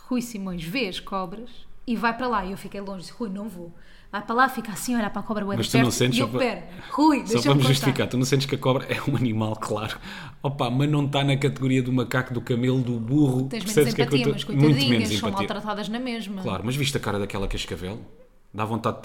[SPEAKER 1] Rui Simões vê as cobras e vai para lá. E eu fiquei longe, disse, Rui, não vou. Vai para lá, fica assim, olha para a cobra, bué de
[SPEAKER 2] Mas tu não
[SPEAKER 1] perto,
[SPEAKER 2] sentes
[SPEAKER 1] e eu,
[SPEAKER 2] só para-
[SPEAKER 1] pera, Rui,
[SPEAKER 2] Só
[SPEAKER 1] deixa-me
[SPEAKER 2] para me
[SPEAKER 1] contar."
[SPEAKER 2] justificar, tu não sentes que a cobra é um animal, claro. Opa, mas não está na categoria do macaco, do camelo, do burro.
[SPEAKER 1] Tens menos
[SPEAKER 2] Percebes que é que eu
[SPEAKER 1] empatia,
[SPEAKER 2] tô-
[SPEAKER 1] mas
[SPEAKER 2] Muito
[SPEAKER 1] coitadinhas,
[SPEAKER 2] menos
[SPEAKER 1] são
[SPEAKER 2] empatia.
[SPEAKER 1] maltratadas na mesma.
[SPEAKER 2] Claro, mas viste a cara daquela cascavel? Dá vontade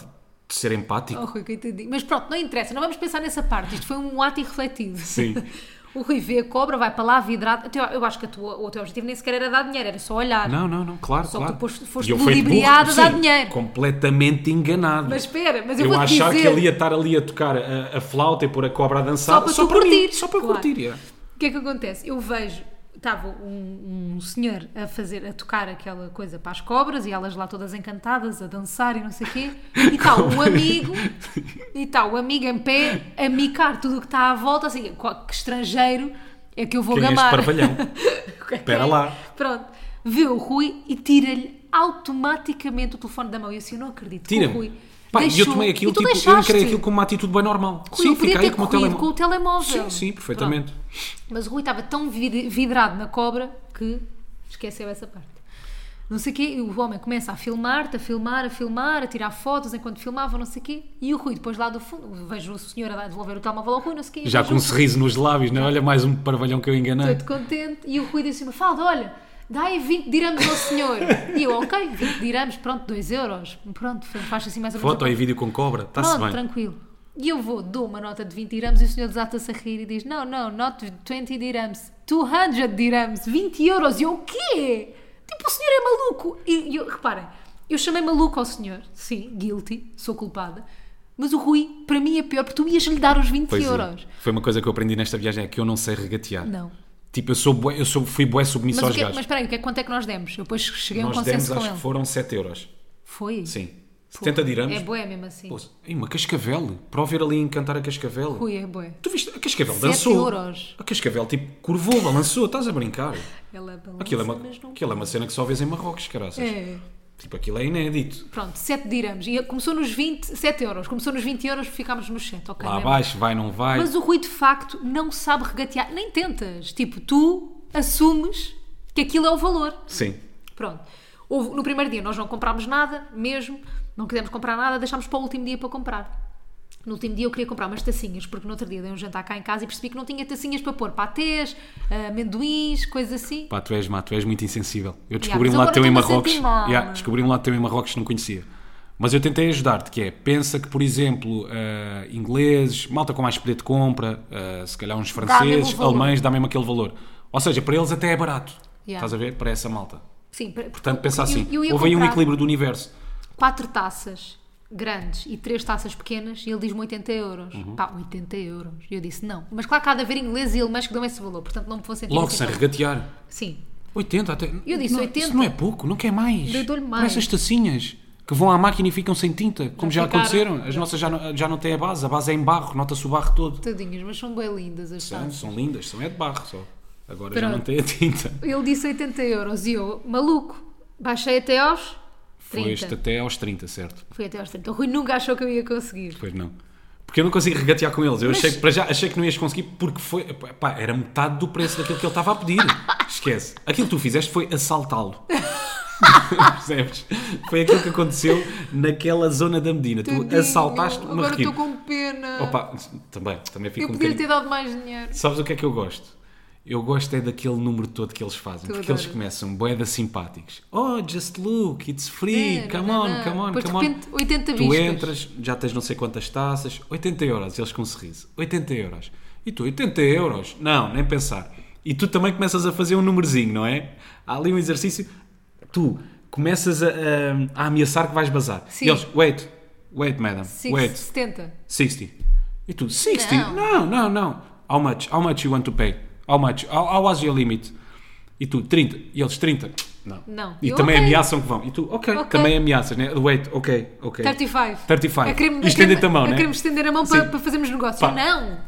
[SPEAKER 2] de ser empático?
[SPEAKER 1] Oh, Rui, coitadinho. Mas pronto, não interessa, não vamos pensar nessa parte. Isto foi um ato irrefletivo.
[SPEAKER 2] Sim.
[SPEAKER 1] o Rui vê a cobra, vai para lá vidrado. Até Eu acho que a tua- o teu objetivo nem sequer era dar dinheiro, era só olhar.
[SPEAKER 2] Não, não, não, claro,
[SPEAKER 1] Ah, Só que
[SPEAKER 2] claro.
[SPEAKER 1] tu foste- foste
[SPEAKER 2] E eu fui de burro,
[SPEAKER 1] ludibriado a dar
[SPEAKER 2] sim,
[SPEAKER 1] dinheiro.
[SPEAKER 2] Completamente enganado.
[SPEAKER 1] Mas espera, mas eu,
[SPEAKER 2] eu
[SPEAKER 1] vou-te
[SPEAKER 2] achar
[SPEAKER 1] dizer.
[SPEAKER 2] que ele ia estar ali a tocar a, a flauta e pôr a cobra a dançar
[SPEAKER 1] Só para tu
[SPEAKER 2] mim,
[SPEAKER 1] curtir.
[SPEAKER 2] só para eu
[SPEAKER 1] Claro.
[SPEAKER 2] curtir. é.
[SPEAKER 1] O que é que acontece? Eu vejo estava um, um senhor a fazer, a tocar aquela coisa para as cobras e elas lá todas encantadas a dançar e não sei o quê e está um amigo e está o amigo em pé a micar tudo o que está à volta assim, "Qual- que estrangeiro é que eu vou
[SPEAKER 2] Quem é este
[SPEAKER 1] gamar
[SPEAKER 2] parvalhão?
[SPEAKER 1] Quem é?
[SPEAKER 2] Pera lá.
[SPEAKER 1] pronto, vê o Rui e tira-lhe automaticamente o telefone da mão e eu assim, eu não acredito que o Rui
[SPEAKER 2] Tira-me. Pá, e eu
[SPEAKER 1] deixou-
[SPEAKER 2] tomei aquilo,
[SPEAKER 1] e tu
[SPEAKER 2] tipo, eu
[SPEAKER 1] deixaste.
[SPEAKER 2] encarei aquilo como uma atitude bem normal.
[SPEAKER 1] Rui, eu podia ter corrido com o
[SPEAKER 2] telemóvel.
[SPEAKER 1] telemóvel.
[SPEAKER 2] Sim, sim, perfeitamente.
[SPEAKER 1] Mas o Rui estava tão vid- vidrado na cobra que esqueceu essa parte. Não sei o quê, e o homem começa a filmar-te, a filmar, a filmar, a tirar fotos enquanto filmava, não sei o quê. E o Rui, depois lá do fundo, vejo o senhor a dar- devolver o telemóvel ao Rui, não sei o quê. e Tá.
[SPEAKER 2] Já
[SPEAKER 1] vejo
[SPEAKER 2] com um
[SPEAKER 1] o
[SPEAKER 2] sorriso nos lábios, não é? Olha mais um parvalhão que eu enganei.
[SPEAKER 1] todo contente. E o Rui disse-me, Faldo, olha, dá aí 20 dirhams ao senhor. E eu, ok, 20 dirhams, pronto, 2 euros. Pronto, faz assim mais ou menos. a
[SPEAKER 2] Foto e vídeo com cobra, está-se
[SPEAKER 1] Pronto,
[SPEAKER 2] bem.
[SPEAKER 1] tranquilo. E eu vou, dou uma nota de 20 dirhams e o senhor desata-se a rir e diz: Não, não, not 20 dirhams, 200 dirhams, 20 euros. E eu, o quê? Tipo, o senhor é maluco. E eu, reparem, eu chamei maluco ao senhor, sim, guilty, sou culpada. Mas o Rui, para mim, é pior porque tu ias-lhe dar os 20
[SPEAKER 2] Pois é.
[SPEAKER 1] euros.
[SPEAKER 2] Foi uma coisa que eu aprendi nesta viagem, é que eu não sei regatear.
[SPEAKER 1] Não.
[SPEAKER 2] Tipo, eu, sou bué- eu sou, fui bué submisso
[SPEAKER 1] Mas, o
[SPEAKER 2] aos
[SPEAKER 1] que, mas
[SPEAKER 2] gajos.
[SPEAKER 1] espera aí, o que é, quanto é que nós demos? Eu depois cheguei a um
[SPEAKER 2] Nós demos,
[SPEAKER 1] consenso com
[SPEAKER 2] acho
[SPEAKER 1] ele.
[SPEAKER 2] que foram 7 euros.
[SPEAKER 1] Foi?
[SPEAKER 2] Sim.
[SPEAKER 1] Pô,
[SPEAKER 2] 70 dirhams.
[SPEAKER 1] É boé mesmo assim.
[SPEAKER 2] Pô, e uma cascavel. Para ouvir ali encantar a cascavel.
[SPEAKER 1] Rui, é boé.
[SPEAKER 2] Tu viste? A cascavel
[SPEAKER 1] Sete
[SPEAKER 2] dançou.
[SPEAKER 1] euros.
[SPEAKER 2] A cascavel, tipo, curvou, balançou. Estás a brincar.
[SPEAKER 1] Ela balança,
[SPEAKER 2] Aquilo é, uma,
[SPEAKER 1] mas não
[SPEAKER 2] aquilo é uma cena que só vês em Marrocos, caraças.
[SPEAKER 1] É.
[SPEAKER 2] Tipo, aquilo é inédito.
[SPEAKER 1] Pronto, 7 dirhams. E começou nos 20, 7 euros. Começou nos 20 euros, ficámos nos 7, ok?
[SPEAKER 2] Lá
[SPEAKER 1] né?
[SPEAKER 2] abaixo, vai, não vai.
[SPEAKER 1] Mas o Rui, de facto, não sabe regatear. Nem tentas. Tipo, tu assumes que aquilo é o valor.
[SPEAKER 2] Sim.
[SPEAKER 1] Pronto. Houve- no primeiro dia nós não comprámos nada, mesmo. Não quisemos comprar nada, deixámos para o último dia para comprar. No último dia eu queria comprar umas tacinhas, porque no outro dia dei um jantar cá em casa e percebi que não tinha tacinhas para pôr patês, ah, amendoins, coisas assim.
[SPEAKER 2] Pá, tu és má, tu és muito insensível. Eu descobri
[SPEAKER 1] mas
[SPEAKER 2] um lado
[SPEAKER 1] agora
[SPEAKER 2] teu em
[SPEAKER 1] estou-me a
[SPEAKER 2] Marrocos.
[SPEAKER 1] sentir mal.
[SPEAKER 2] Yeah, descobri um lado teu em Marrocos que não conhecia. Mas eu tentei ajudar-te, que é, pensa que, por exemplo, ah, ingleses, malta com mais poder de compra, ah, se calhar uns franceses,
[SPEAKER 1] mesmo valor.
[SPEAKER 2] alemães, dá mesmo aquele valor. Ou seja, para eles até é barato.
[SPEAKER 1] Yeah.
[SPEAKER 2] Estás a ver? Para essa malta.
[SPEAKER 1] Sim, para-
[SPEAKER 2] Portanto, pensa
[SPEAKER 1] eu-
[SPEAKER 2] assim,
[SPEAKER 1] eu ia
[SPEAKER 2] houve aí um
[SPEAKER 1] comprar-
[SPEAKER 2] equilíbrio do universo.
[SPEAKER 1] quatro taças grandes e três taças pequenas e ele diz-me 80 euros.
[SPEAKER 2] Uhum.
[SPEAKER 1] Pá, 80 euros. E eu disse não. Mas claro que há de haver ingleses e alemães que dão esse valor, portanto não me vou sentir
[SPEAKER 2] Logo,
[SPEAKER 1] assim
[SPEAKER 2] sem
[SPEAKER 1] tão-
[SPEAKER 2] regatear.
[SPEAKER 1] Sim.
[SPEAKER 2] 80 até.
[SPEAKER 1] Eu disse
[SPEAKER 2] não,
[SPEAKER 1] 80.
[SPEAKER 2] Isso não é pouco, não quer mais.
[SPEAKER 1] Eu dou-lhe
[SPEAKER 2] Com
[SPEAKER 1] mais.
[SPEAKER 2] essas tacinhas que vão à máquina e ficam sem tinta, como já,
[SPEAKER 1] Já ficaram.
[SPEAKER 2] aconteceram. As nossas já não, já não têm a base, a base é em barro, nota-se o barro todo.
[SPEAKER 1] Tadinhas, mas são bem lindas as
[SPEAKER 2] São,
[SPEAKER 1] taças.
[SPEAKER 2] são lindas, são é de barro só. Agora já
[SPEAKER 1] Pronto.
[SPEAKER 2] não tem a tinta.
[SPEAKER 1] Ele disse 80 euros e eu, maluco, baixei até aos 30.
[SPEAKER 2] Foi este até aos 30, certo?
[SPEAKER 1] Fui até aos 30. O Rui nunca achou que eu ia conseguir.
[SPEAKER 2] Pois não. Porque eu não consigo regatear com eles. Eu
[SPEAKER 1] Mas-
[SPEAKER 2] achei, que, para já, achei que não ias conseguir porque foi. Pá, era metade do preço daquilo que ele estava a pedir. Esquece. Aquilo que tu fizeste foi assaltá-lo. Percebes? Foi aquilo que aconteceu naquela zona da Medina. Tu
[SPEAKER 1] Tadinho,
[SPEAKER 2] assaltaste uma
[SPEAKER 1] Agora estou
[SPEAKER 2] requinte.
[SPEAKER 1] com pena.
[SPEAKER 2] Opa, também, também fico
[SPEAKER 1] eu
[SPEAKER 2] um
[SPEAKER 1] podia lhe
[SPEAKER 2] bocadinho.
[SPEAKER 1] ter dado mais dinheiro.
[SPEAKER 2] Sabes o que é que eu gosto? Eu gosto é daquele número todo que eles fazem,
[SPEAKER 1] Tu
[SPEAKER 2] porque eles
[SPEAKER 1] adoras.
[SPEAKER 2] começam boeda simpáticos. Oh, just look, it's free,
[SPEAKER 1] É,
[SPEAKER 2] come
[SPEAKER 1] não,
[SPEAKER 2] on,
[SPEAKER 1] não, não.
[SPEAKER 2] come on,
[SPEAKER 1] Depois, de
[SPEAKER 2] come on.
[SPEAKER 1] repente, 80
[SPEAKER 2] tu
[SPEAKER 1] biscas.
[SPEAKER 2] entras, já tens não sei quantas taças, 80 euros, eles com um sorriso, 80 euros. E tu, 80 euros? Não, nem pensar. E tu também começas a fazer um numerozinho, não é? Há ali um exercício, tu começas a, a- a ameaçar que vais bazar.
[SPEAKER 1] Sim.
[SPEAKER 2] E eles, wait, wait, madam,
[SPEAKER 1] Sim,
[SPEAKER 2] wait.
[SPEAKER 1] 70.
[SPEAKER 2] 60. E tu, 60?
[SPEAKER 1] Não.
[SPEAKER 2] Não, não, não. How much? How much you want to pay? How much? How, how was your limit? E tu, 30. E eles, 30. Não.
[SPEAKER 1] Não.
[SPEAKER 2] E
[SPEAKER 1] Eu,
[SPEAKER 2] também
[SPEAKER 1] ok.
[SPEAKER 2] ameaçam que vão. E tu, ok,
[SPEAKER 1] Ok.
[SPEAKER 2] também ameaças, né? Wait, ok, ok.
[SPEAKER 1] 35.
[SPEAKER 2] 35.
[SPEAKER 1] Eu queria- eu
[SPEAKER 2] e estender-te a
[SPEAKER 1] queria-
[SPEAKER 2] mão,
[SPEAKER 1] eu
[SPEAKER 2] né?
[SPEAKER 1] queria-me estender a mão para,
[SPEAKER 2] Sim.
[SPEAKER 1] para fazermos negócio.
[SPEAKER 2] Pá.
[SPEAKER 1] Não!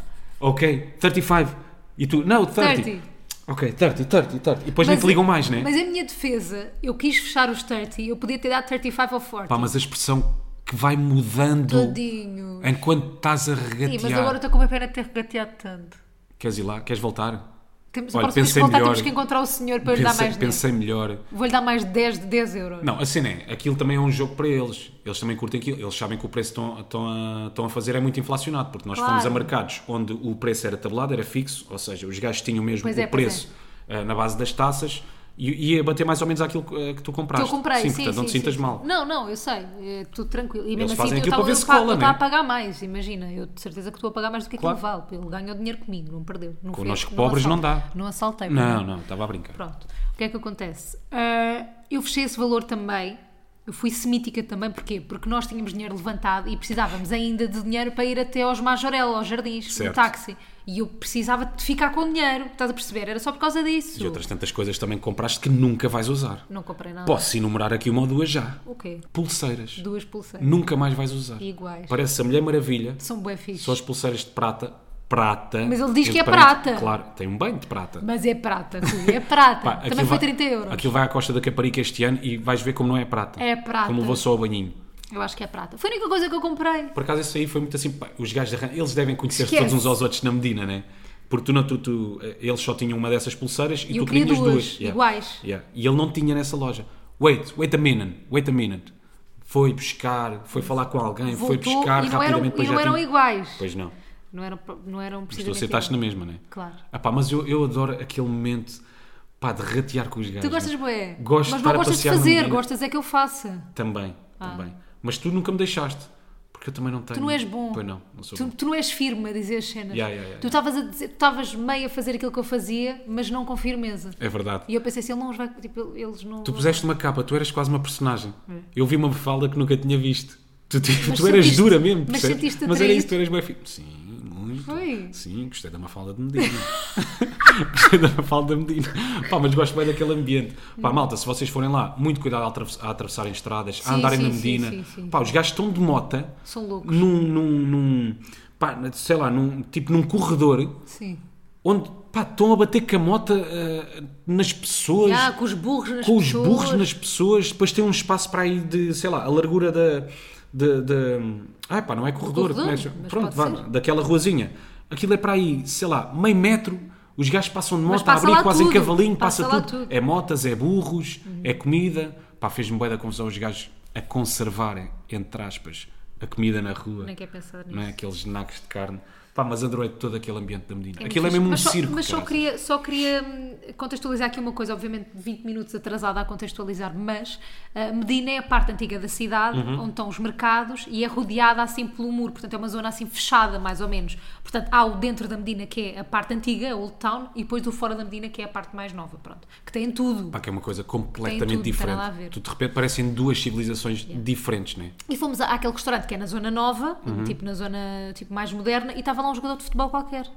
[SPEAKER 2] Ok, 35. E tu, não, 30.
[SPEAKER 1] 30.
[SPEAKER 2] Ok, 30, 30, 30. E depois nem te ligam mais, né?
[SPEAKER 1] Mas em minha defesa, eu quis fechar os 30, eu podia ter dado 35 ou 40.
[SPEAKER 2] Pá, mas a expressão que vai mudando
[SPEAKER 1] Tadinho.
[SPEAKER 2] enquanto estás a
[SPEAKER 1] Sim,
[SPEAKER 2] regatear.
[SPEAKER 1] mas agora estou com uma pena de ter regateado tanto.
[SPEAKER 2] Queres ir lá? Queres voltar?
[SPEAKER 1] Temos,
[SPEAKER 2] Olha,
[SPEAKER 1] agora temos que
[SPEAKER 2] pensei
[SPEAKER 1] voltar,
[SPEAKER 2] melhor.
[SPEAKER 1] temos que encontrar o senhor para lhe dar
[SPEAKER 2] Pensei-
[SPEAKER 1] mais dinheiro.
[SPEAKER 2] pensei melhor.
[SPEAKER 1] Vou-lhe dar mais 10 de 10 euros.
[SPEAKER 2] Não, a cena é, aquilo também é um jogo para eles. Eles também curtem aquilo. Eles sabem que o preço que estão, estão a, estão a fazer é muito inflacionado, porque nós
[SPEAKER 1] Claro.
[SPEAKER 2] fomos a mercados onde o preço era tabelado, era fixo, ou seja, os gajos tinham mesmo
[SPEAKER 1] Pois
[SPEAKER 2] o
[SPEAKER 1] é, pois
[SPEAKER 2] preço eh, na base das taças e e ia bater mais ou menos àquilo que, eh, que tu
[SPEAKER 1] Que
[SPEAKER 2] compraste.
[SPEAKER 1] eu comprei, sim,
[SPEAKER 2] sim. portanto, não te
[SPEAKER 1] sim,
[SPEAKER 2] sintas
[SPEAKER 1] sim.
[SPEAKER 2] mal.
[SPEAKER 1] Não, não, eu sei, é tudo tranquilo. E mesmo assim,
[SPEAKER 2] fazem
[SPEAKER 1] eu
[SPEAKER 2] aquilo
[SPEAKER 1] estava
[SPEAKER 2] para ver
[SPEAKER 1] eu
[SPEAKER 2] se
[SPEAKER 1] pago-
[SPEAKER 2] cola,
[SPEAKER 1] eu estava
[SPEAKER 2] né?
[SPEAKER 1] a pagar mais, imagina. Eu de certeza que estou a pagar mais do que
[SPEAKER 2] Claro.
[SPEAKER 1] aquilo vale. Ele ganhou dinheiro comigo, não perdeu. Não fui-
[SPEAKER 2] Connosco pobres não
[SPEAKER 1] assaltei.
[SPEAKER 2] dá.
[SPEAKER 1] Não assaltei.
[SPEAKER 2] Não, não, estava a brincar.
[SPEAKER 1] Pronto. O que é que acontece? Ah, eu fechei esse valor também Eu fui semítica também, porquê? Porque nós tínhamos dinheiro levantado e precisávamos ainda de dinheiro para ir até aos Majorel, aos Jardins, no
[SPEAKER 2] Certo.
[SPEAKER 1] táxi. E eu precisava de ficar com dinheiro, estás a perceber? Era só por causa disso.
[SPEAKER 2] E outras tantas coisas também que compraste que nunca vais usar.
[SPEAKER 1] Não comprei nada.
[SPEAKER 2] Posso enumerar aqui uma ou duas já.
[SPEAKER 1] O quê?
[SPEAKER 2] Pulseiras.
[SPEAKER 1] Duas pulseiras.
[SPEAKER 2] Nunca mais vais usar.
[SPEAKER 1] Iguais.
[SPEAKER 2] Parece a Mulher Maravilha.
[SPEAKER 1] São bué fixe.
[SPEAKER 2] São as pulseiras de prata. Prata.
[SPEAKER 1] Mas ele diz que é
[SPEAKER 2] parente-
[SPEAKER 1] prata.
[SPEAKER 2] Claro, tem um banho de prata.
[SPEAKER 1] Mas é prata, Rui, é prata.
[SPEAKER 2] Pá,
[SPEAKER 1] também
[SPEAKER 2] aquilo
[SPEAKER 1] foi
[SPEAKER 2] vai-
[SPEAKER 1] 30 euros.
[SPEAKER 2] Aquilo vai à Costa da Caparica este ano e vais ver como não é prata.
[SPEAKER 1] É prata.
[SPEAKER 2] Como levou só ao banhinho.
[SPEAKER 1] Eu acho que é prata. Foi a única coisa que eu comprei.
[SPEAKER 2] Por acaso isso aí foi muito assim. pá, os gajos da Ran- eles devem conhecer
[SPEAKER 1] Esquece.
[SPEAKER 2] todos uns aos outros na Medina, né? Porque tu, não, tu, tu- eh, eles só tinham uma dessas pulseiras e
[SPEAKER 1] Eu
[SPEAKER 2] tu
[SPEAKER 1] queria
[SPEAKER 2] tinhas
[SPEAKER 1] duas,
[SPEAKER 2] duas.
[SPEAKER 1] iguais.
[SPEAKER 2] yeah. E ele não tinha nessa loja. Wait, wait a minute, wait a minute. Foi buscar, foi falar com alguém, foi
[SPEAKER 1] Voltou
[SPEAKER 2] buscar
[SPEAKER 1] e não eram,
[SPEAKER 2] rapidamente.
[SPEAKER 1] e
[SPEAKER 2] depois
[SPEAKER 1] não
[SPEAKER 2] já
[SPEAKER 1] eram
[SPEAKER 2] tinha-
[SPEAKER 1] iguais.
[SPEAKER 2] Pois não.
[SPEAKER 1] Não eram, não eram
[SPEAKER 2] Mas tu
[SPEAKER 1] precisamente
[SPEAKER 2] aceitaste na
[SPEAKER 1] iguais.
[SPEAKER 2] mesma, né?
[SPEAKER 1] Claro.
[SPEAKER 2] Ah, pá, mas eu, eu adoro aquele momento pá, de ratear com os gajos.
[SPEAKER 1] Tu gostas
[SPEAKER 2] né?
[SPEAKER 1] bué.
[SPEAKER 2] Gosto de
[SPEAKER 1] mas
[SPEAKER 2] estar
[SPEAKER 1] não
[SPEAKER 2] a
[SPEAKER 1] gostas de
[SPEAKER 2] passear na
[SPEAKER 1] fazer,
[SPEAKER 2] Medina.
[SPEAKER 1] gostas é que eu faça.
[SPEAKER 2] Também, também. Mas tu nunca me deixaste. Porque eu também não tenho.
[SPEAKER 1] Ah. Tu não és bom.
[SPEAKER 2] Pois não, não sou
[SPEAKER 1] tu,
[SPEAKER 2] bom.
[SPEAKER 1] tu não és firme a dizer as cenas.
[SPEAKER 2] Yeah, yeah, yeah,
[SPEAKER 1] tu estavas a dizer, tu estavas meio a fazer aquilo que eu fazia, mas não com firmeza.
[SPEAKER 2] É verdade.
[SPEAKER 1] E eu pensei assim, ele não os vai, tipo, eles não.
[SPEAKER 2] Tu puseste uma capa, tu eras quase uma personagem.
[SPEAKER 1] É.
[SPEAKER 2] Eu vi uma bufalda que nunca tinha visto. Tu, tu, tu eras
[SPEAKER 1] sentiste-
[SPEAKER 2] dura mesmo,
[SPEAKER 1] mas
[SPEAKER 2] percebes?
[SPEAKER 1] sentiste
[SPEAKER 2] Mas era
[SPEAKER 1] atraído?
[SPEAKER 2] isso, tu eras bem fi- Sim, muito.
[SPEAKER 1] Foi?
[SPEAKER 2] Sim, gostei da Mafalda de Medina. gostei da Mafalda de Medina. Pá, mas gosto bem daquele ambiente.
[SPEAKER 1] Hum.
[SPEAKER 2] Pá, malta, se vocês forem lá, muito cuidado a, atraves- a atravessarem estradas,
[SPEAKER 1] Sim,
[SPEAKER 2] a andarem
[SPEAKER 1] sim,
[SPEAKER 2] na
[SPEAKER 1] sim,
[SPEAKER 2] Medina.
[SPEAKER 1] sim, sim.
[SPEAKER 2] Pá, os gajos estão de mota.
[SPEAKER 1] São loucos.
[SPEAKER 2] Num, num, num pá, sei lá, num, tipo num corredor
[SPEAKER 1] Sim.
[SPEAKER 2] onde pá, estão a bater com a mota ah, nas pessoas,
[SPEAKER 1] Ah, com os burros nas
[SPEAKER 2] com os
[SPEAKER 1] pessoas.
[SPEAKER 2] burros nas pessoas, depois tem um espaço para aí de, sei lá, a largura da. De, de- Ai pá, não é corredor,
[SPEAKER 1] Corredor,
[SPEAKER 2] como é que se-
[SPEAKER 1] mas
[SPEAKER 2] pronto,
[SPEAKER 1] pode
[SPEAKER 2] vá,
[SPEAKER 1] ser.
[SPEAKER 2] daquela ruazinha. Aquilo é para aí, sei lá, meio metro. Os gajos passam de moto a
[SPEAKER 1] passa
[SPEAKER 2] abrir
[SPEAKER 1] lá
[SPEAKER 2] quase em
[SPEAKER 1] tudo,
[SPEAKER 2] cavalinho, passa,
[SPEAKER 1] passa lá
[SPEAKER 2] tudo.
[SPEAKER 1] tudo. Uhum.
[SPEAKER 2] É motas, é burros, é comida. Pá, fez-me bem da confusão os gajos a conservarem, entre aspas, a comida na rua.
[SPEAKER 1] Não é que é pensar nisso.
[SPEAKER 2] Não é? Aqueles nacos de carne. Pá, mas adorei todo aquele ambiente da Medina. Aquilo é
[SPEAKER 1] muito
[SPEAKER 2] mesmo um
[SPEAKER 1] fixe. mas só,
[SPEAKER 2] circo.
[SPEAKER 1] Mas só
[SPEAKER 2] caralho.
[SPEAKER 1] queria, só queria hum, contextualizar aqui uma coisa, obviamente 20 minutos atrasada a contextualizar, mas ah, Medina é a parte antiga da cidade,
[SPEAKER 2] Uhum.
[SPEAKER 1] onde estão os mercados, e é rodeada assim pelo muro, portanto é uma zona assim fechada, mais ou menos. Portanto, há o dentro da Medina que é a parte antiga, a Old Town, e depois o fora da Medina que é a parte mais nova, pronto. Que tem tudo.
[SPEAKER 2] Pá, que é uma coisa completamente
[SPEAKER 1] Tem tudo, tem nada a ver.
[SPEAKER 2] diferente. Tu de repente parecem duas civilizações diferentes, não é?
[SPEAKER 1] E fomos à- àquele restaurante que é na zona nova,
[SPEAKER 2] Uhum.
[SPEAKER 1] tipo na zona tipo, mais moderna, e estava lá um jogador de futebol qualquer.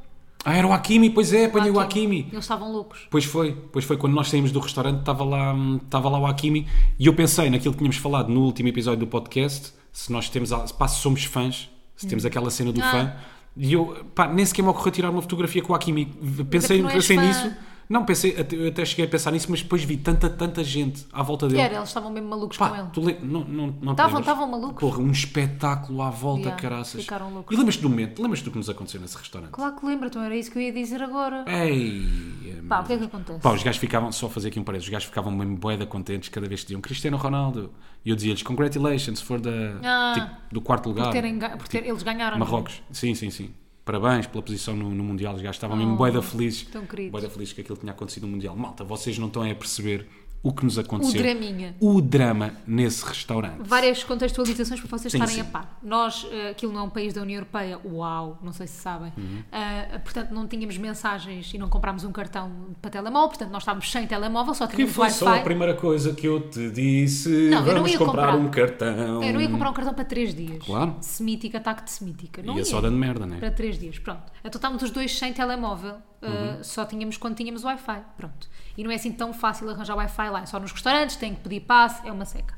[SPEAKER 2] Ah, era o Hakimi, pois é, apanhei o
[SPEAKER 1] Hakimi.
[SPEAKER 2] Hakimi.
[SPEAKER 1] Eles estavam loucos.
[SPEAKER 2] Pois foi, pois foi quando nós saímos do restaurante, estava lá, hum, estava lá o Hakimi e eu pensei naquilo que tínhamos falado no último episódio do podcast, se nós temos, a- pá, se somos fãs, se temos aquela cena do
[SPEAKER 1] Ah.
[SPEAKER 2] fã, e eu, pá, nem sequer me ocorreu tirar uma fotografia com o Hakimi. Pensei,
[SPEAKER 1] é não és
[SPEAKER 2] pensei
[SPEAKER 1] fã.
[SPEAKER 2] nisso, não, pensei, até- eu até cheguei a pensar nisso, mas depois vi tanta, tanta gente à volta dele.
[SPEAKER 1] Era, eles estavam mesmo malucos com
[SPEAKER 2] Pá,
[SPEAKER 1] ele.
[SPEAKER 2] tu le... não, não, não te
[SPEAKER 1] Tavam-
[SPEAKER 2] lembras?
[SPEAKER 1] tavam malucos.
[SPEAKER 2] Porra, um espetáculo à volta,
[SPEAKER 1] Yeah,
[SPEAKER 2] caraças.
[SPEAKER 1] ficaram loucos.
[SPEAKER 2] E lembras-te do momento? Lembras-te do que nos aconteceu nesse restaurante?
[SPEAKER 1] Claro que lembro, então era isso que eu ia dizer agora.
[SPEAKER 2] Ei,
[SPEAKER 1] Pá, o que é que acontece?
[SPEAKER 2] É. Pá, os gajos ficavam, só a fazer aqui um parênteses, os gajos ficavam mesmo boeda contentes cada vez que diziam Cristiano Ronaldo. E eu dizia-lhes, congratulations, for da,
[SPEAKER 1] Ah,
[SPEAKER 2] tipo, do quarto lugar.
[SPEAKER 1] Por terem ga- por ter- eles ganharam.
[SPEAKER 2] tipo, Marrocos, sim, sim, sim. Parabéns pela posição no, no Mundial, os gajos estavam mesmo boeda felizes.
[SPEAKER 1] Oh, tão queridos.
[SPEAKER 2] Boeda felizes que aquilo tinha acontecido no Mundial. Malta, vocês não estão a perceber o que nos aconteceu.
[SPEAKER 1] draminha.
[SPEAKER 2] O drama nesse restaurante.
[SPEAKER 1] Várias contextualizações para vocês
[SPEAKER 2] Sim,
[SPEAKER 1] estarem
[SPEAKER 2] sim.
[SPEAKER 1] a par. Nós, eh, aquilo não é um país da União Europeia, uau, não sei se sabem.
[SPEAKER 2] Uhum.
[SPEAKER 1] Ah, portanto, não tínhamos mensagens e não comprámos um cartão para telemóvel, portanto, nós estávamos sem telemóvel, só
[SPEAKER 2] Que
[SPEAKER 1] tínhamos
[SPEAKER 2] foi só a
[SPEAKER 1] Wi-Fi.
[SPEAKER 2] primeira coisa que eu te disse.
[SPEAKER 1] Não, eu não
[SPEAKER 2] Vamos
[SPEAKER 1] ia
[SPEAKER 2] comprar,
[SPEAKER 1] comprar.
[SPEAKER 2] um cartão.
[SPEAKER 1] Eu não ia comprar um cartão para 3 dias.
[SPEAKER 2] Claro.
[SPEAKER 1] Semítica, ataque de semítica. Não
[SPEAKER 2] Ia só dando merda, né?
[SPEAKER 1] Para 3 dias, pronto. Então estávamos os dois sem telemóvel, uh, só tínhamos quando tínhamos Wi-Fi, pronto. E não é assim tão fácil arranjar Wi-Fi lá, é só nos restaurantes, tem que pedir passe, é uma seca.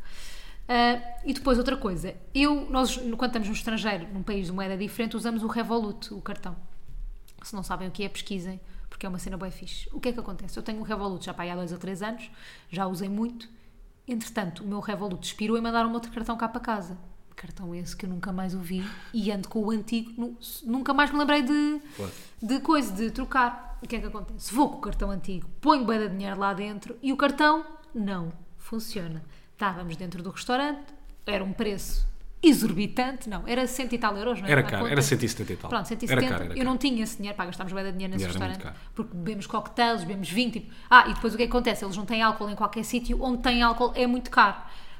[SPEAKER 1] Uh, e depois outra coisa, eu, nós quando estamos no estrangeiro, num país de moeda diferente, usamos o Revolut, o cartão. Se não sabem o que é, pesquisem, porque é uma cena bem fixe. O que é que acontece? Eu tenho um Revolut já para aí há dois ou três anos, já usei muito. Entretanto, o meu Revolut expirou e mandaram-me outro cartão cá para casa. Cartão esse que eu nunca mais ouvi e ando com o antigo, nu- nunca mais me lembrei de,
[SPEAKER 2] Claro.
[SPEAKER 1] de coisa, de trocar. O que é que acontece? Vou com o cartão antigo, ponho bué de dinheiro lá dentro e o cartão não funciona. Estávamos dentro do restaurante, era um preço exorbitante, não, era cento e tal euros, não é?
[SPEAKER 2] Era
[SPEAKER 1] Na
[SPEAKER 2] caro,
[SPEAKER 1] conta.
[SPEAKER 2] era 170 e tal.
[SPEAKER 1] Pronto, 170.
[SPEAKER 2] Era caro, era
[SPEAKER 1] Eu
[SPEAKER 2] caro.
[SPEAKER 1] não tinha esse dinheiro, pá, gastámos bem de dinheiro nesse
[SPEAKER 2] Yeah, era
[SPEAKER 1] restaurante.
[SPEAKER 2] muito
[SPEAKER 1] Porque bebemos cocktails, bebemos vinho. Tipo... Ah, e depois o que é que acontece? Eles não têm álcool em qualquer sítio. Onde tem álcool é muito caro.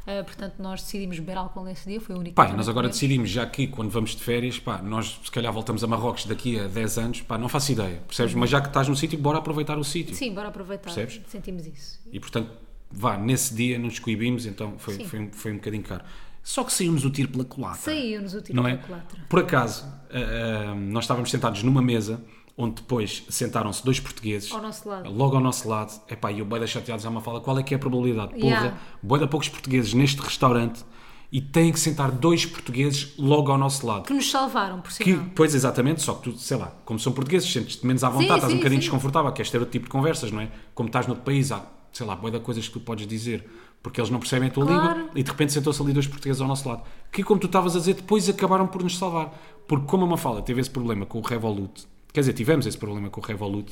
[SPEAKER 1] Ah, portanto, nós decidimos beber álcool nesse dia. Foi o único
[SPEAKER 2] Pá, e
[SPEAKER 1] que
[SPEAKER 2] nós agora
[SPEAKER 1] bebemos.
[SPEAKER 2] decidimos, já aqui, quando vamos de férias, pá, nós se calhar voltamos a Marrocos daqui a 10 anos, pá, não
[SPEAKER 1] Uhum.
[SPEAKER 2] faço ideia, percebes? Mas já que estás no sítio, bora aproveitar o sítio.
[SPEAKER 1] Sim, bora aproveitar.
[SPEAKER 2] Percebes?
[SPEAKER 1] Sentimos isso.
[SPEAKER 2] E portanto, vá, nesse dia não nos coibimos, então foi,
[SPEAKER 1] Sim.
[SPEAKER 2] foi, um- foi um bocadinho caro. Só que saímos o tiro pela culatra.
[SPEAKER 1] Saiu-nos o tiro
[SPEAKER 2] Não é?
[SPEAKER 1] da culatra.
[SPEAKER 2] Por acaso, ah, ah, nós estávamos sentados numa mesa onde depois sentaram-se dois portugueses
[SPEAKER 1] Ao nosso lado.
[SPEAKER 2] logo ao nosso lado. Epá, e o Boida chateado já me fala qual é que é a probabilidade. Porra,
[SPEAKER 1] Yeah.
[SPEAKER 2] bué da poucos portugueses neste restaurante e têm que sentar dois portugueses logo ao nosso lado.
[SPEAKER 1] Que nos salvaram, por
[SPEAKER 2] Que,
[SPEAKER 1] sinal.
[SPEAKER 2] pois, exatamente, só que tu, sei lá, como são portugueses, sentes-te menos à vontade, estás
[SPEAKER 1] sim,
[SPEAKER 2] um bocadinho
[SPEAKER 1] sim.
[SPEAKER 2] desconfortável, queres ter outro tipo de conversas, não é? Como estás noutro país, há, sei lá, boia de coisas que tu podes dizer, porque eles não percebem a tua
[SPEAKER 1] Claro.
[SPEAKER 2] língua e de repente sentou-se ali dois portugueses ao nosso lado. Que, como tu estavas a dizer, depois acabaram por nos salvar. Porque, como a Mafalda teve esse problema com o Revolut, quer dizer, tivemos esse problema com o Revolut,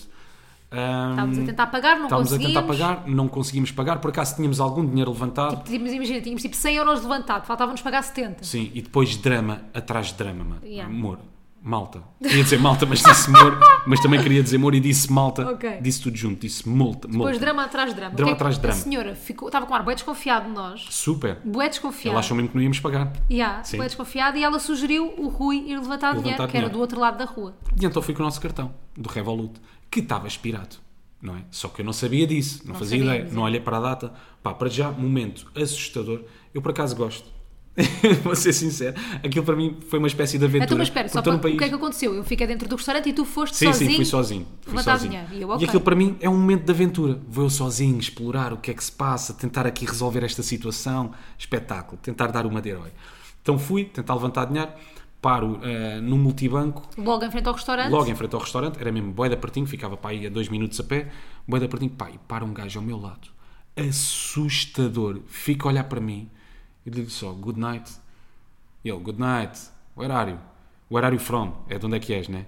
[SPEAKER 2] hum,
[SPEAKER 1] Estávamos a tentar pagar, não
[SPEAKER 2] estávamos a
[SPEAKER 1] conseguimos.
[SPEAKER 2] tentar pagar, não conseguimos pagar, por acaso tínhamos algum dinheiro levantado.
[SPEAKER 1] Tínhamos, imagina, tínhamos tipo 100 euros levantado, faltava-nos pagar 70.
[SPEAKER 2] Sim, e depois drama atrás de drama, mano.
[SPEAKER 1] Yeah.
[SPEAKER 2] Amor. Malta. Ia dizer malta, mas disse amor. mas também queria dizer amor e disse malta.
[SPEAKER 1] Ok.
[SPEAKER 2] Disse tudo junto. Disse molta.
[SPEAKER 1] Depois
[SPEAKER 2] molta.
[SPEAKER 1] drama atrás de drama.
[SPEAKER 2] Drama
[SPEAKER 1] O que é que
[SPEAKER 2] atrás de drama.
[SPEAKER 1] A senhora ficou, estava com um ar bué desconfiado de nós.
[SPEAKER 2] Super.
[SPEAKER 1] Bué
[SPEAKER 2] Ela
[SPEAKER 1] desconfiado.
[SPEAKER 2] achou mesmo que não íamos pagar.
[SPEAKER 1] Yeah,
[SPEAKER 2] Sim.
[SPEAKER 1] bué desconfiado e ela sugeriu o Rui ir levantar
[SPEAKER 2] Levantar
[SPEAKER 1] dinheiro, que era
[SPEAKER 2] dinheiro.
[SPEAKER 1] do outro lado da rua.
[SPEAKER 2] E então fui com o nosso cartão, do Revolut, que estava expirado. Não é? Só que eu não sabia disso, não,
[SPEAKER 1] Não
[SPEAKER 2] fazia
[SPEAKER 1] sabias,
[SPEAKER 2] ideia,
[SPEAKER 1] é.
[SPEAKER 2] não olhei para a data. Pá, para já, momento assustador. Eu por acaso gosto. Vou ser sincero. Aquilo para mim foi uma espécie de aventura.
[SPEAKER 1] Então, mas espera,
[SPEAKER 2] porque
[SPEAKER 1] só para,
[SPEAKER 2] estou num um país-
[SPEAKER 1] o que é que aconteceu? Eu fiquei dentro do restaurante e tu foste
[SPEAKER 2] Sim,
[SPEAKER 1] sozinho.
[SPEAKER 2] sim, fui sozinho. Fui
[SPEAKER 1] levantar
[SPEAKER 2] sozinho.
[SPEAKER 1] dinheiro. E eu,
[SPEAKER 2] E
[SPEAKER 1] ok.
[SPEAKER 2] aquilo para mim é um momento de aventura. Vou eu sozinho explorar o que é que se passa, tentar aqui resolver esta situação. Espetáculo, tentar dar uma de herói. Então fui tentar levantar dinheiro, paro eh, num multibanco,
[SPEAKER 1] Logo em frente ao restaurante.
[SPEAKER 2] logo em frente ao restaurante, era mesmo boeda pertinho, ficava para aí a dois minutos a pé, boeda pertinho, pá, e para um gajo ao meu lado, assustador, fica a olhar para mim, e digo só, good night, e ele, good night, where are you? Where are you from? É de onde é que és, né?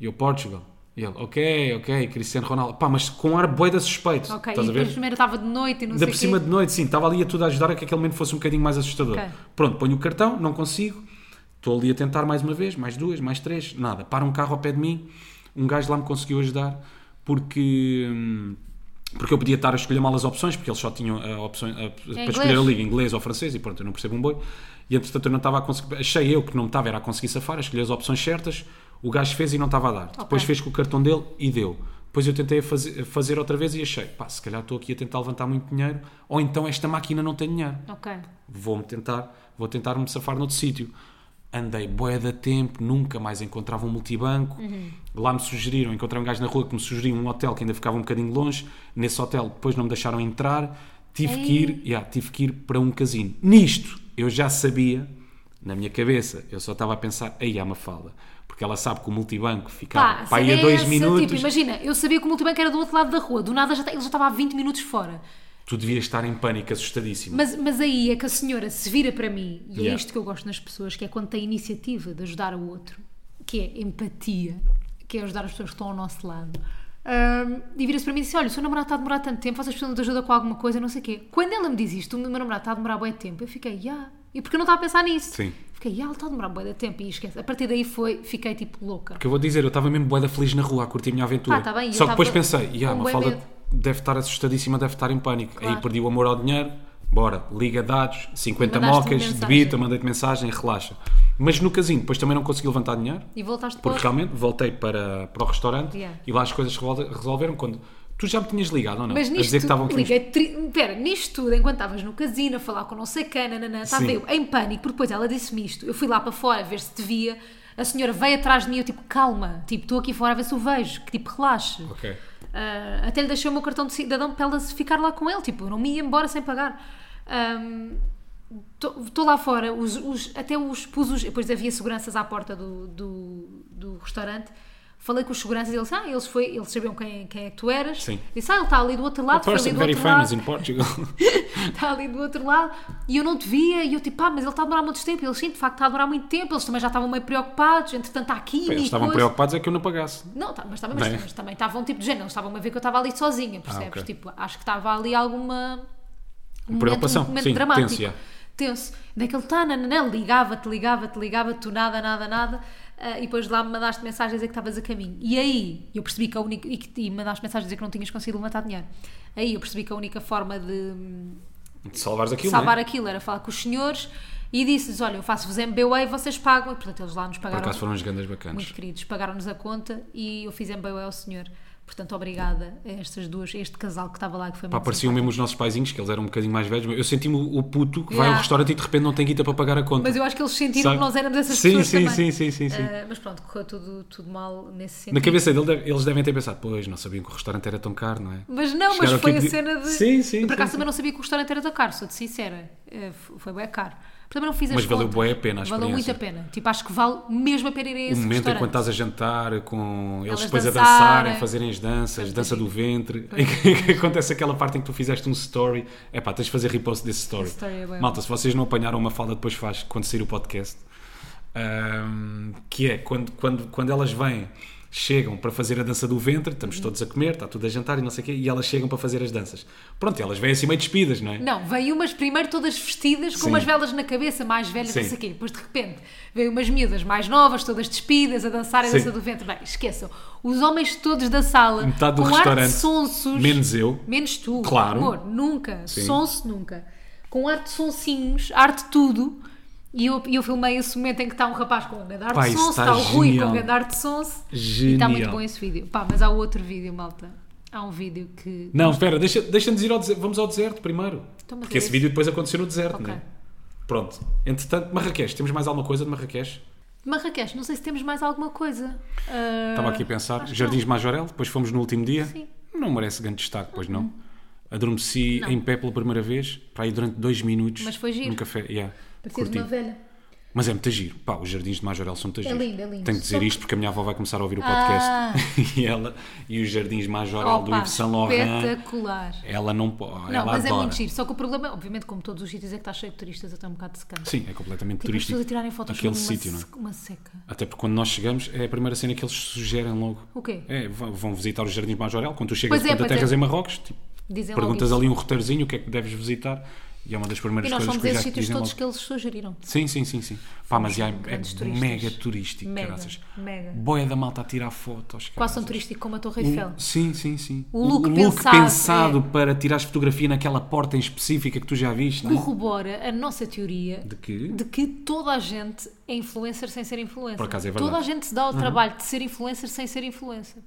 [SPEAKER 2] E eu, Portugal. E ele, ok, ok, Cristiano Ronaldo. Pá, mas com um ar boeda suspeito,
[SPEAKER 1] Ok,
[SPEAKER 2] estás
[SPEAKER 1] e
[SPEAKER 2] a ver?
[SPEAKER 1] depois primeiro estava de noite e não
[SPEAKER 2] Ainda
[SPEAKER 1] sei
[SPEAKER 2] por cima
[SPEAKER 1] quê.
[SPEAKER 2] de noite, sim, estava ali a tudo a ajudar a que aquele momento fosse um bocadinho mais assustador.
[SPEAKER 1] Ok.
[SPEAKER 2] Pronto, ponho o cartão, não consigo, estou ali a tentar mais uma vez, mais duas, mais três, nada. Para um carro ao pé de mim, um gajo lá me conseguiu ajudar porque. hum, Porque eu podia estar a escolher mal as opções, porque eles só tinham a opção, a- para escolher a
[SPEAKER 1] É inglês.
[SPEAKER 2] liga, inglês ou francês, e pronto, eu não percebo um boi. E entretanto eu não estava a conseguir. Achei eu que não estava, era a conseguir safar, a escolher as opções certas, o gajo fez e não estava a dar. Depois
[SPEAKER 1] Ok.
[SPEAKER 2] fez com o cartão dele e deu. Depois eu tentei a faze- a fazer outra vez e achei, pá, se calhar estou aqui a tentar levantar muito dinheiro, ou então esta máquina não tem dinheiro.
[SPEAKER 1] Ok.
[SPEAKER 2] Vou-me tentar, vou tentar me safar noutro sítio. Andei bué da tempo, nunca mais encontrava um multibanco.
[SPEAKER 1] Uhum.
[SPEAKER 2] Lá me sugeriram, encontrei um gajo na rua que me sugeriu um hotel que ainda ficava um bocadinho longe. Nesse hotel depois não me deixaram entrar. Tive que ir, yeah, tive que ir para um casino. Nisto, eu já sabia, na minha cabeça, eu só estava a pensar, aí há uma falda. Porque ela sabe que o multibanco ficava
[SPEAKER 1] Pá,
[SPEAKER 2] para aí a
[SPEAKER 1] cena é
[SPEAKER 2] dois
[SPEAKER 1] essa, Tipo,
[SPEAKER 2] minutos.
[SPEAKER 1] imagina, eu sabia que o multibanco era do outro lado da rua, do nada já, ta- ele já estava há 20 minutos fora.
[SPEAKER 2] Tu devias estar em pânico, assustadíssimo.
[SPEAKER 1] Mas, mas aí é que a senhora se vira para mim, e é
[SPEAKER 2] Yeah.
[SPEAKER 1] isto que eu gosto nas pessoas, que é quando tem iniciativa de ajudar o outro, que é empatia, que é ajudar as pessoas que estão ao nosso lado. Ahm, e vira-se para mim e disse: Olha, o seu namorado está a demorar tanto tempo, vocês precisam de ajuda com alguma coisa, não sei o quê. Quando ela me diz isto, o meu namorado está a demorar bem tempo, eu fiquei, ya. E porque eu não estava a pensar nisso.
[SPEAKER 2] Sim.
[SPEAKER 1] Fiquei, ya, ele está a demorar bem tempo, e esquece. A partir daí foi, fiquei tipo louca.
[SPEAKER 2] Porque eu vou dizer, eu estava mesmo boeda feliz na rua a curtir a minha aventura.
[SPEAKER 1] Pá, tá bem, eu
[SPEAKER 2] Só que depois
[SPEAKER 1] estava
[SPEAKER 2] pensei, yeah,
[SPEAKER 1] com
[SPEAKER 2] uma
[SPEAKER 1] bué
[SPEAKER 2] falda
[SPEAKER 1] medo."
[SPEAKER 2] deve estar assustadíssima, deve estar em pânico.
[SPEAKER 1] Claro.
[SPEAKER 2] Aí perdi o amor ao dinheiro, bora, liga dados, 50
[SPEAKER 1] Mandaste-me
[SPEAKER 2] mocas,
[SPEAKER 1] mensagem.
[SPEAKER 2] debita, mandei-te mensagem, relaxa. Mas no casino, depois também não consegui levantar dinheiro,
[SPEAKER 1] E voltaste para
[SPEAKER 2] porque
[SPEAKER 1] o-
[SPEAKER 2] realmente voltei para, para o restaurante
[SPEAKER 1] Yeah.
[SPEAKER 2] e lá as coisas revol- resolveram quando... Tu já me tinhas ligado ou não?
[SPEAKER 1] Mas
[SPEAKER 2] a dizer
[SPEAKER 1] nisto,
[SPEAKER 2] que estavam aqui uns
[SPEAKER 1] liguei, tri... pera, nisto tudo, enquanto estavas no casino a falar com não sei quem, nananã, estava
[SPEAKER 2] Sim.
[SPEAKER 1] eu em pânico, porque depois ela disse-me isto. Eu fui lá para fora ver se te via, a senhora veio atrás de mim, eu tipo, calma, tipo, estou aqui fora a ver se o vejo, que tipo, relaxe.
[SPEAKER 2] Ok.
[SPEAKER 1] Ah, até lhe deixei o meu cartão de cidadão para ela se ficar lá com ele, tipo, eu não me ia embora sem pagar. Estou lá fora, os- os- até os pus os. Depois havia seguranças à porta do, do, do restaurante. Falei com os seguranças e eles, ah, eles, foi, eles sabiam quem, quem é que tu eras.
[SPEAKER 2] Sim.
[SPEAKER 1] Disse, ah, ele está ali do outro lado, foi ali
[SPEAKER 2] person
[SPEAKER 1] do
[SPEAKER 2] very
[SPEAKER 1] outro
[SPEAKER 2] famous
[SPEAKER 1] lado.
[SPEAKER 2] in Portugal.
[SPEAKER 1] Está ali do outro lado. E eu não te via. E eu tipo, ah, mas ele está a demorar muito tempo. Eles, sim, de facto, está a demorar muito tempo. Eles também já estavam meio preocupados. Entretanto, está aqui.
[SPEAKER 2] Eles estavam preocupados é que eu não pagasse.
[SPEAKER 1] Não, tá, mas, também, mas,
[SPEAKER 2] Bem.
[SPEAKER 1] mas também estavam tipo de género, eles estavam a ver que eu estava ali sozinha, percebes?
[SPEAKER 2] é? Ah, ok.
[SPEAKER 1] Tipo, acho que estava ali alguma um
[SPEAKER 2] Preocupação,
[SPEAKER 1] momento, um momento
[SPEAKER 2] sim,
[SPEAKER 1] dramático.
[SPEAKER 2] tenso, yeah.
[SPEAKER 1] Tenso. Daquele tá, nananã, ligava-te, ligava-te, ligava-te, tu nada, nada, nada. ah, e depois lá me mandaste mensagem a dizer que estavas a caminho. E aí eu percebi que a única. E, que, e mandaste mensagem a dizer que não tinhas conseguido levantar dinheiro. Aí eu percebi que a única forma de hum,
[SPEAKER 2] De salvares aquilo,
[SPEAKER 1] salvar
[SPEAKER 2] né?
[SPEAKER 1] aquilo era falar com os senhores e disse-lhes: Olha, eu faço-vos MBA e vocês pagam. E portanto eles lá nos
[SPEAKER 2] Por
[SPEAKER 1] pagaram
[SPEAKER 2] acaso foram uns grandes bacanas.
[SPEAKER 1] muito queridos, pagaram-nos a conta e eu fiz MBA ao senhor. Portanto, obrigada a estas duas, a este casal que estava lá que foi
[SPEAKER 2] Pá,
[SPEAKER 1] muito
[SPEAKER 2] pareciam mesmo os nossos paizinhos, que eles eram um bocadinho mais velhos. mas Eu senti-me o puto que vai ao
[SPEAKER 1] Yeah.
[SPEAKER 2] restaurante e de repente não tem guita para pagar a conta.
[SPEAKER 1] Mas eu acho que eles sentiram
[SPEAKER 2] Sabe?
[SPEAKER 1] que nós éramos essas
[SPEAKER 2] Sim,
[SPEAKER 1] pessoas
[SPEAKER 2] sim,
[SPEAKER 1] também.
[SPEAKER 2] sim, sim, sim, sim.
[SPEAKER 1] Ah, mas pronto, correu tudo, tudo mal nesse sentido.
[SPEAKER 2] Na cabeça dele, deve- eles devem ter pensado, pois, não sabiam que o restaurante era tão caro, não é?
[SPEAKER 1] Mas não,
[SPEAKER 2] Chegaram
[SPEAKER 1] mas foi a
[SPEAKER 2] aqui a pedir-
[SPEAKER 1] cena de...
[SPEAKER 2] Sim, sim,
[SPEAKER 1] Eu por acaso
[SPEAKER 2] sim,
[SPEAKER 1] também não sabia que o restaurante era tão caro, sou-te sincera. Eh, f- Foi bem caro. Portanto, não fiz as
[SPEAKER 2] Mas valeu
[SPEAKER 1] contas.
[SPEAKER 2] bué a pena a
[SPEAKER 1] Valeu muito a
[SPEAKER 2] experiência.
[SPEAKER 1] pena. Tipo, acho que vale mesmo a pena ir a
[SPEAKER 2] O
[SPEAKER 1] esse
[SPEAKER 2] um momento
[SPEAKER 1] restaurante.
[SPEAKER 2] enquanto estás a jantar, com eles
[SPEAKER 1] Elas
[SPEAKER 2] depois a dançarem,
[SPEAKER 1] dançarem.
[SPEAKER 2] fazerem as danças,
[SPEAKER 1] Pois,
[SPEAKER 2] dança
[SPEAKER 1] sim.
[SPEAKER 2] do ventre, em que, que acontece aquela parte em que tu fizeste um story. É pá, tens de fazer repost desse story.
[SPEAKER 1] Esse story é bué
[SPEAKER 2] Malta, se vocês não apanharam uma falda, depois faz quando sair o podcast. Ahm, que é quando, quando, quando elas vêm, chegam para fazer a dança do ventre,
[SPEAKER 1] Uhum.
[SPEAKER 2] estamos todos a comer, está tudo a jantar e não sei o quê, e elas chegam para fazer as danças. Pronto, elas vêm assim meio despidas, não é?
[SPEAKER 1] Não, veio umas primeiro todas vestidas, com
[SPEAKER 2] Sim.
[SPEAKER 1] umas velas na cabeça, mais velhas,
[SPEAKER 2] Sim.
[SPEAKER 1] não sei o quê. Depois, de repente, veio umas miúdas mais novas, todas despidas, a dançar a
[SPEAKER 2] Sim.
[SPEAKER 1] dança do ventre. Bem, esqueçam. Os homens todos da sala,
[SPEAKER 2] Metade do
[SPEAKER 1] com ar
[SPEAKER 2] restaurante,
[SPEAKER 1] de sonsos.
[SPEAKER 2] Menos eu.
[SPEAKER 1] Menos tu.
[SPEAKER 2] Claro.
[SPEAKER 1] Amor, nunca.
[SPEAKER 2] Sim.
[SPEAKER 1] Sonso nunca. Com arte de sonsinhos, arte de tudo. E eu, e eu filmei esse momento em que está um rapaz com um grande arte
[SPEAKER 2] Pá,
[SPEAKER 1] de
[SPEAKER 2] isso
[SPEAKER 1] sonso,
[SPEAKER 2] está
[SPEAKER 1] está o Rui com
[SPEAKER 2] genial.
[SPEAKER 1] um grande arte de sonso. E está
[SPEAKER 2] Genial.
[SPEAKER 1] muito bom esse vídeo. Pá, mas há outro vídeo, malta. Há um vídeo que.
[SPEAKER 2] Não, espera, deixa- deixa-nos ir ao deserto. Vamos ao deserto primeiro.
[SPEAKER 1] Então, mas
[SPEAKER 2] Porque
[SPEAKER 1] é
[SPEAKER 2] esse
[SPEAKER 1] esse.
[SPEAKER 2] vídeo depois aconteceu no deserto,
[SPEAKER 1] Ok.
[SPEAKER 2] não é? Pronto. Entretanto, Marrakech. Temos mais alguma coisa de Marrakech?
[SPEAKER 1] Marrakech, não sei se temos mais alguma coisa. Ah,
[SPEAKER 2] Estava aqui a pensar.
[SPEAKER 1] acho que
[SPEAKER 2] Jardins Majorel. Depois fomos no último dia.
[SPEAKER 1] Sim. Uhum.
[SPEAKER 2] Não merece grande destaque, pois não. Adormeci
[SPEAKER 1] Não.
[SPEAKER 2] em pé pela primeira vez, para aí durante dois minutos.
[SPEAKER 1] Mas foi giro.
[SPEAKER 2] Num café, yeah.
[SPEAKER 1] Parecia de
[SPEAKER 2] Curti.
[SPEAKER 1] uma velha.
[SPEAKER 2] Mas é muito giro. Pá, os jardins de Majorel são muito giro.
[SPEAKER 1] lindo, é lindo.
[SPEAKER 2] Tenho que dizer
[SPEAKER 1] Só que-
[SPEAKER 2] isto porque a minha avó vai começar a ouvir o podcast.
[SPEAKER 1] Ah.
[SPEAKER 2] e ela e os jardins Majorel do
[SPEAKER 1] Opa,
[SPEAKER 2] Yves Saint Laurent.
[SPEAKER 1] espetacular.
[SPEAKER 2] Ela não pode.
[SPEAKER 1] Não,
[SPEAKER 2] Ela
[SPEAKER 1] mas é
[SPEAKER 2] adora.
[SPEAKER 1] muito giro. Só que o problema, obviamente, como todos os sítios, é que está cheio de turistas, até um bocado secante.
[SPEAKER 2] Sim, é completamente
[SPEAKER 1] Tipo, as
[SPEAKER 2] turístico.
[SPEAKER 1] pessoas a tirarem fotos
[SPEAKER 2] aquele
[SPEAKER 1] com uma,
[SPEAKER 2] sítio, não é?
[SPEAKER 1] se- uma seca.
[SPEAKER 2] Até porque quando nós chegamos, é a primeira cena que eles sugerem logo.
[SPEAKER 1] O quê?
[SPEAKER 2] É, vão vão visitar os Jardins Majorel. Quando tu chegas
[SPEAKER 1] Pois é,
[SPEAKER 2] quando a
[SPEAKER 1] pois é.
[SPEAKER 2] terras em Marrocos, tipo,
[SPEAKER 1] Dizem logo
[SPEAKER 2] perguntas
[SPEAKER 1] isso.
[SPEAKER 2] ali um roteirozinho, o que é que deves visitar. E é uma das primeiras
[SPEAKER 1] E nós
[SPEAKER 2] coisas
[SPEAKER 1] somos
[SPEAKER 2] que eu já é
[SPEAKER 1] esses
[SPEAKER 2] te
[SPEAKER 1] sítios
[SPEAKER 2] dizem
[SPEAKER 1] todos
[SPEAKER 2] logo.
[SPEAKER 1] que eles sugeriram.
[SPEAKER 2] Sim, sim, sim, sim. Pá, mas já é, é
[SPEAKER 1] grandes turistas.
[SPEAKER 2] mega turístico,
[SPEAKER 1] Mega,
[SPEAKER 2] caraças.
[SPEAKER 1] mega.
[SPEAKER 2] Boia da malta a tirar fotos,
[SPEAKER 1] Quase tão
[SPEAKER 2] caraças.
[SPEAKER 1] turístico como a Torre Eiffel.
[SPEAKER 2] O- Sim, sim, sim.
[SPEAKER 1] O look pensado,
[SPEAKER 2] pensado
[SPEAKER 1] é.
[SPEAKER 2] para tirar fotografia naquela porta em específica que tu já viste, não é?
[SPEAKER 1] Corrobora a nossa teoria
[SPEAKER 2] De que?
[SPEAKER 1] de que toda a gente é influencer sem ser influencer.
[SPEAKER 2] Por acaso é verdade.
[SPEAKER 1] toda a gente se dá ao trabalho de ser influencer sem ser influencer.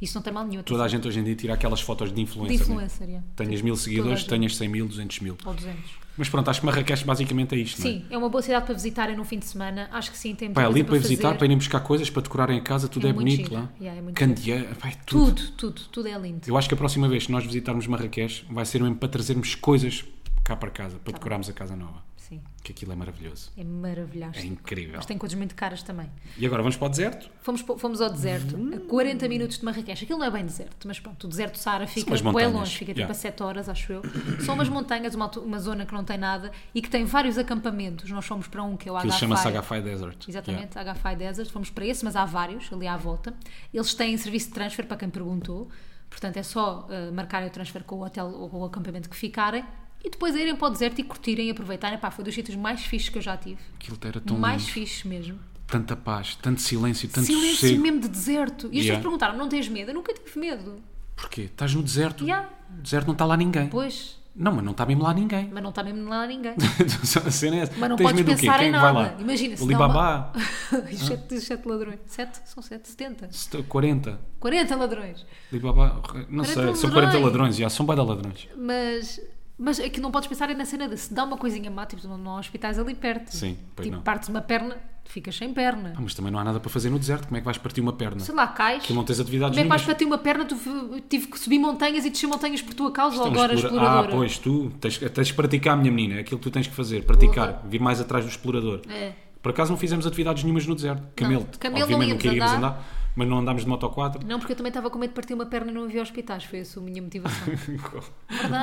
[SPEAKER 1] Isso não tem mal nenhum.
[SPEAKER 2] Toda a gente hoje em dia tira aquelas fotos de
[SPEAKER 1] de
[SPEAKER 2] influencer. não é?
[SPEAKER 1] influencer, yeah.
[SPEAKER 2] Tenhas mil seguidores,
[SPEAKER 1] Toda a
[SPEAKER 2] tenhas 100 mil, 200 mil.
[SPEAKER 1] ou 200.
[SPEAKER 2] Mas pronto, acho que Marrakech basicamente é isto, não é?
[SPEAKER 1] Sim, é uma boa cidade para visitarem num fim de semana. Acho que sim, tem muita
[SPEAKER 2] Pá, é
[SPEAKER 1] coisa
[SPEAKER 2] ali para
[SPEAKER 1] fazer.
[SPEAKER 2] visitar, para irem buscar coisas, para decorarem a casa, tudo é,
[SPEAKER 1] É muito
[SPEAKER 2] bonito
[SPEAKER 1] giro.
[SPEAKER 2] lá.
[SPEAKER 1] Yeah, é muito
[SPEAKER 2] Candeeiro, pá, é tudo.
[SPEAKER 1] Tudo, tudo, tudo é lindo.
[SPEAKER 2] Eu acho que a próxima vez que nós visitarmos Marrakech vai ser mesmo para trazermos coisas cá para
[SPEAKER 1] Tá
[SPEAKER 2] casa, para decorarmos a casa nova.
[SPEAKER 1] Sim,
[SPEAKER 2] Que aquilo é maravilhoso.
[SPEAKER 1] é maravilhoso.
[SPEAKER 2] É incrível.
[SPEAKER 1] Mas tem coisas muito caras também.
[SPEAKER 2] E agora vamos para o deserto?
[SPEAKER 1] Fomos, po- fomos ao deserto, a
[SPEAKER 2] Hum.
[SPEAKER 1] 40 minutos de Marrakech. Aquilo não é bem deserto, mas pronto, o deserto do Saara fica
[SPEAKER 2] umas
[SPEAKER 1] bem
[SPEAKER 2] montanhas,
[SPEAKER 1] longe, fica tipo
[SPEAKER 2] yeah.
[SPEAKER 1] a 7 horas, acho eu. São umas montanhas, uma, altu- uma zona que não tem nada e que tem vários acampamentos. Nós fomos para um que é o
[SPEAKER 2] Aquilo chama-se
[SPEAKER 1] Agafay.
[SPEAKER 2] Agafay Desert. Yeah.
[SPEAKER 1] Exatamente, HFI Desert, fomos para esse, mas há vários ali à volta. Eles têm serviço de transfer para quem perguntou, portanto é só marcar marcarem o transfer com o hotel ou com o acampamento que ficarem e depois irem para o deserto e curtirem e aproveitarem. Pá, foi dos sítios mais fixes que eu já tive.
[SPEAKER 2] Aquilo era tão
[SPEAKER 1] mais
[SPEAKER 2] lindo.
[SPEAKER 1] fixe mesmo.
[SPEAKER 2] Tanta paz, tanto silêncio, tanto
[SPEAKER 1] Silêncio
[SPEAKER 2] sossego.
[SPEAKER 1] mesmo de deserto. E as
[SPEAKER 2] Yeah.
[SPEAKER 1] pessoas perguntaram: não tens medo? Eu nunca tive medo.
[SPEAKER 2] Porquê? Estás no deserto.
[SPEAKER 1] Yeah.
[SPEAKER 2] O deserto não está lá ninguém.
[SPEAKER 1] Pois,
[SPEAKER 2] Não, mas não está mesmo lá ninguém.
[SPEAKER 1] mas não está mesmo lá ninguém.
[SPEAKER 2] a cena é essa.
[SPEAKER 1] Mas não
[SPEAKER 2] Tens
[SPEAKER 1] podes
[SPEAKER 2] medo do quê?
[SPEAKER 1] pensar
[SPEAKER 2] Quem
[SPEAKER 1] em
[SPEAKER 2] é que vai
[SPEAKER 1] nada.
[SPEAKER 2] lá?
[SPEAKER 1] Imagina, se
[SPEAKER 2] O
[SPEAKER 1] dá
[SPEAKER 2] Libabá,
[SPEAKER 1] Os sete, os sete ladrões. Sete? São sete? 70?
[SPEAKER 2] 40.
[SPEAKER 1] 40 ladrões.
[SPEAKER 2] Alibaba, não sei, são 40
[SPEAKER 1] ladrões.
[SPEAKER 2] ladrões, já são bada ladrões.
[SPEAKER 1] Mas, mas é que não podes pensar é na cena de se dá uma coisinha má, tipo, não, não há hospitais ali perto.
[SPEAKER 2] Sim, pois
[SPEAKER 1] tipo,
[SPEAKER 2] não.
[SPEAKER 1] partes uma perna, ficas sem perna.
[SPEAKER 2] Ah, mas também não há nada para fazer no deserto, como é que vais partir uma perna?
[SPEAKER 1] Sei lá, cais.
[SPEAKER 2] Aquilo não tens atividades
[SPEAKER 1] Como é que vais
[SPEAKER 2] nenhumas.
[SPEAKER 1] para ter uma perna? Tu, f- tive que subir montanhas e descer montanhas por tua causa ou
[SPEAKER 2] Então,
[SPEAKER 1] agora
[SPEAKER 2] explora-
[SPEAKER 1] exploradora?
[SPEAKER 2] Ah, pois, tu tens, tens de praticar, minha menina, é aquilo que tu tens que fazer, praticar, vir mais atrás do explorador.
[SPEAKER 1] Uhum. É.
[SPEAKER 2] Por acaso não fizemos atividades nenhumas no deserto. Camelo,
[SPEAKER 1] de camelo não
[SPEAKER 2] obviamente
[SPEAKER 1] íamos
[SPEAKER 2] queríamos
[SPEAKER 1] andar.
[SPEAKER 2] mas não andámos de moto 4.
[SPEAKER 1] Não, porque eu também estava com medo de partir uma perna e não havia hospitais. Foi essa a minha motivação.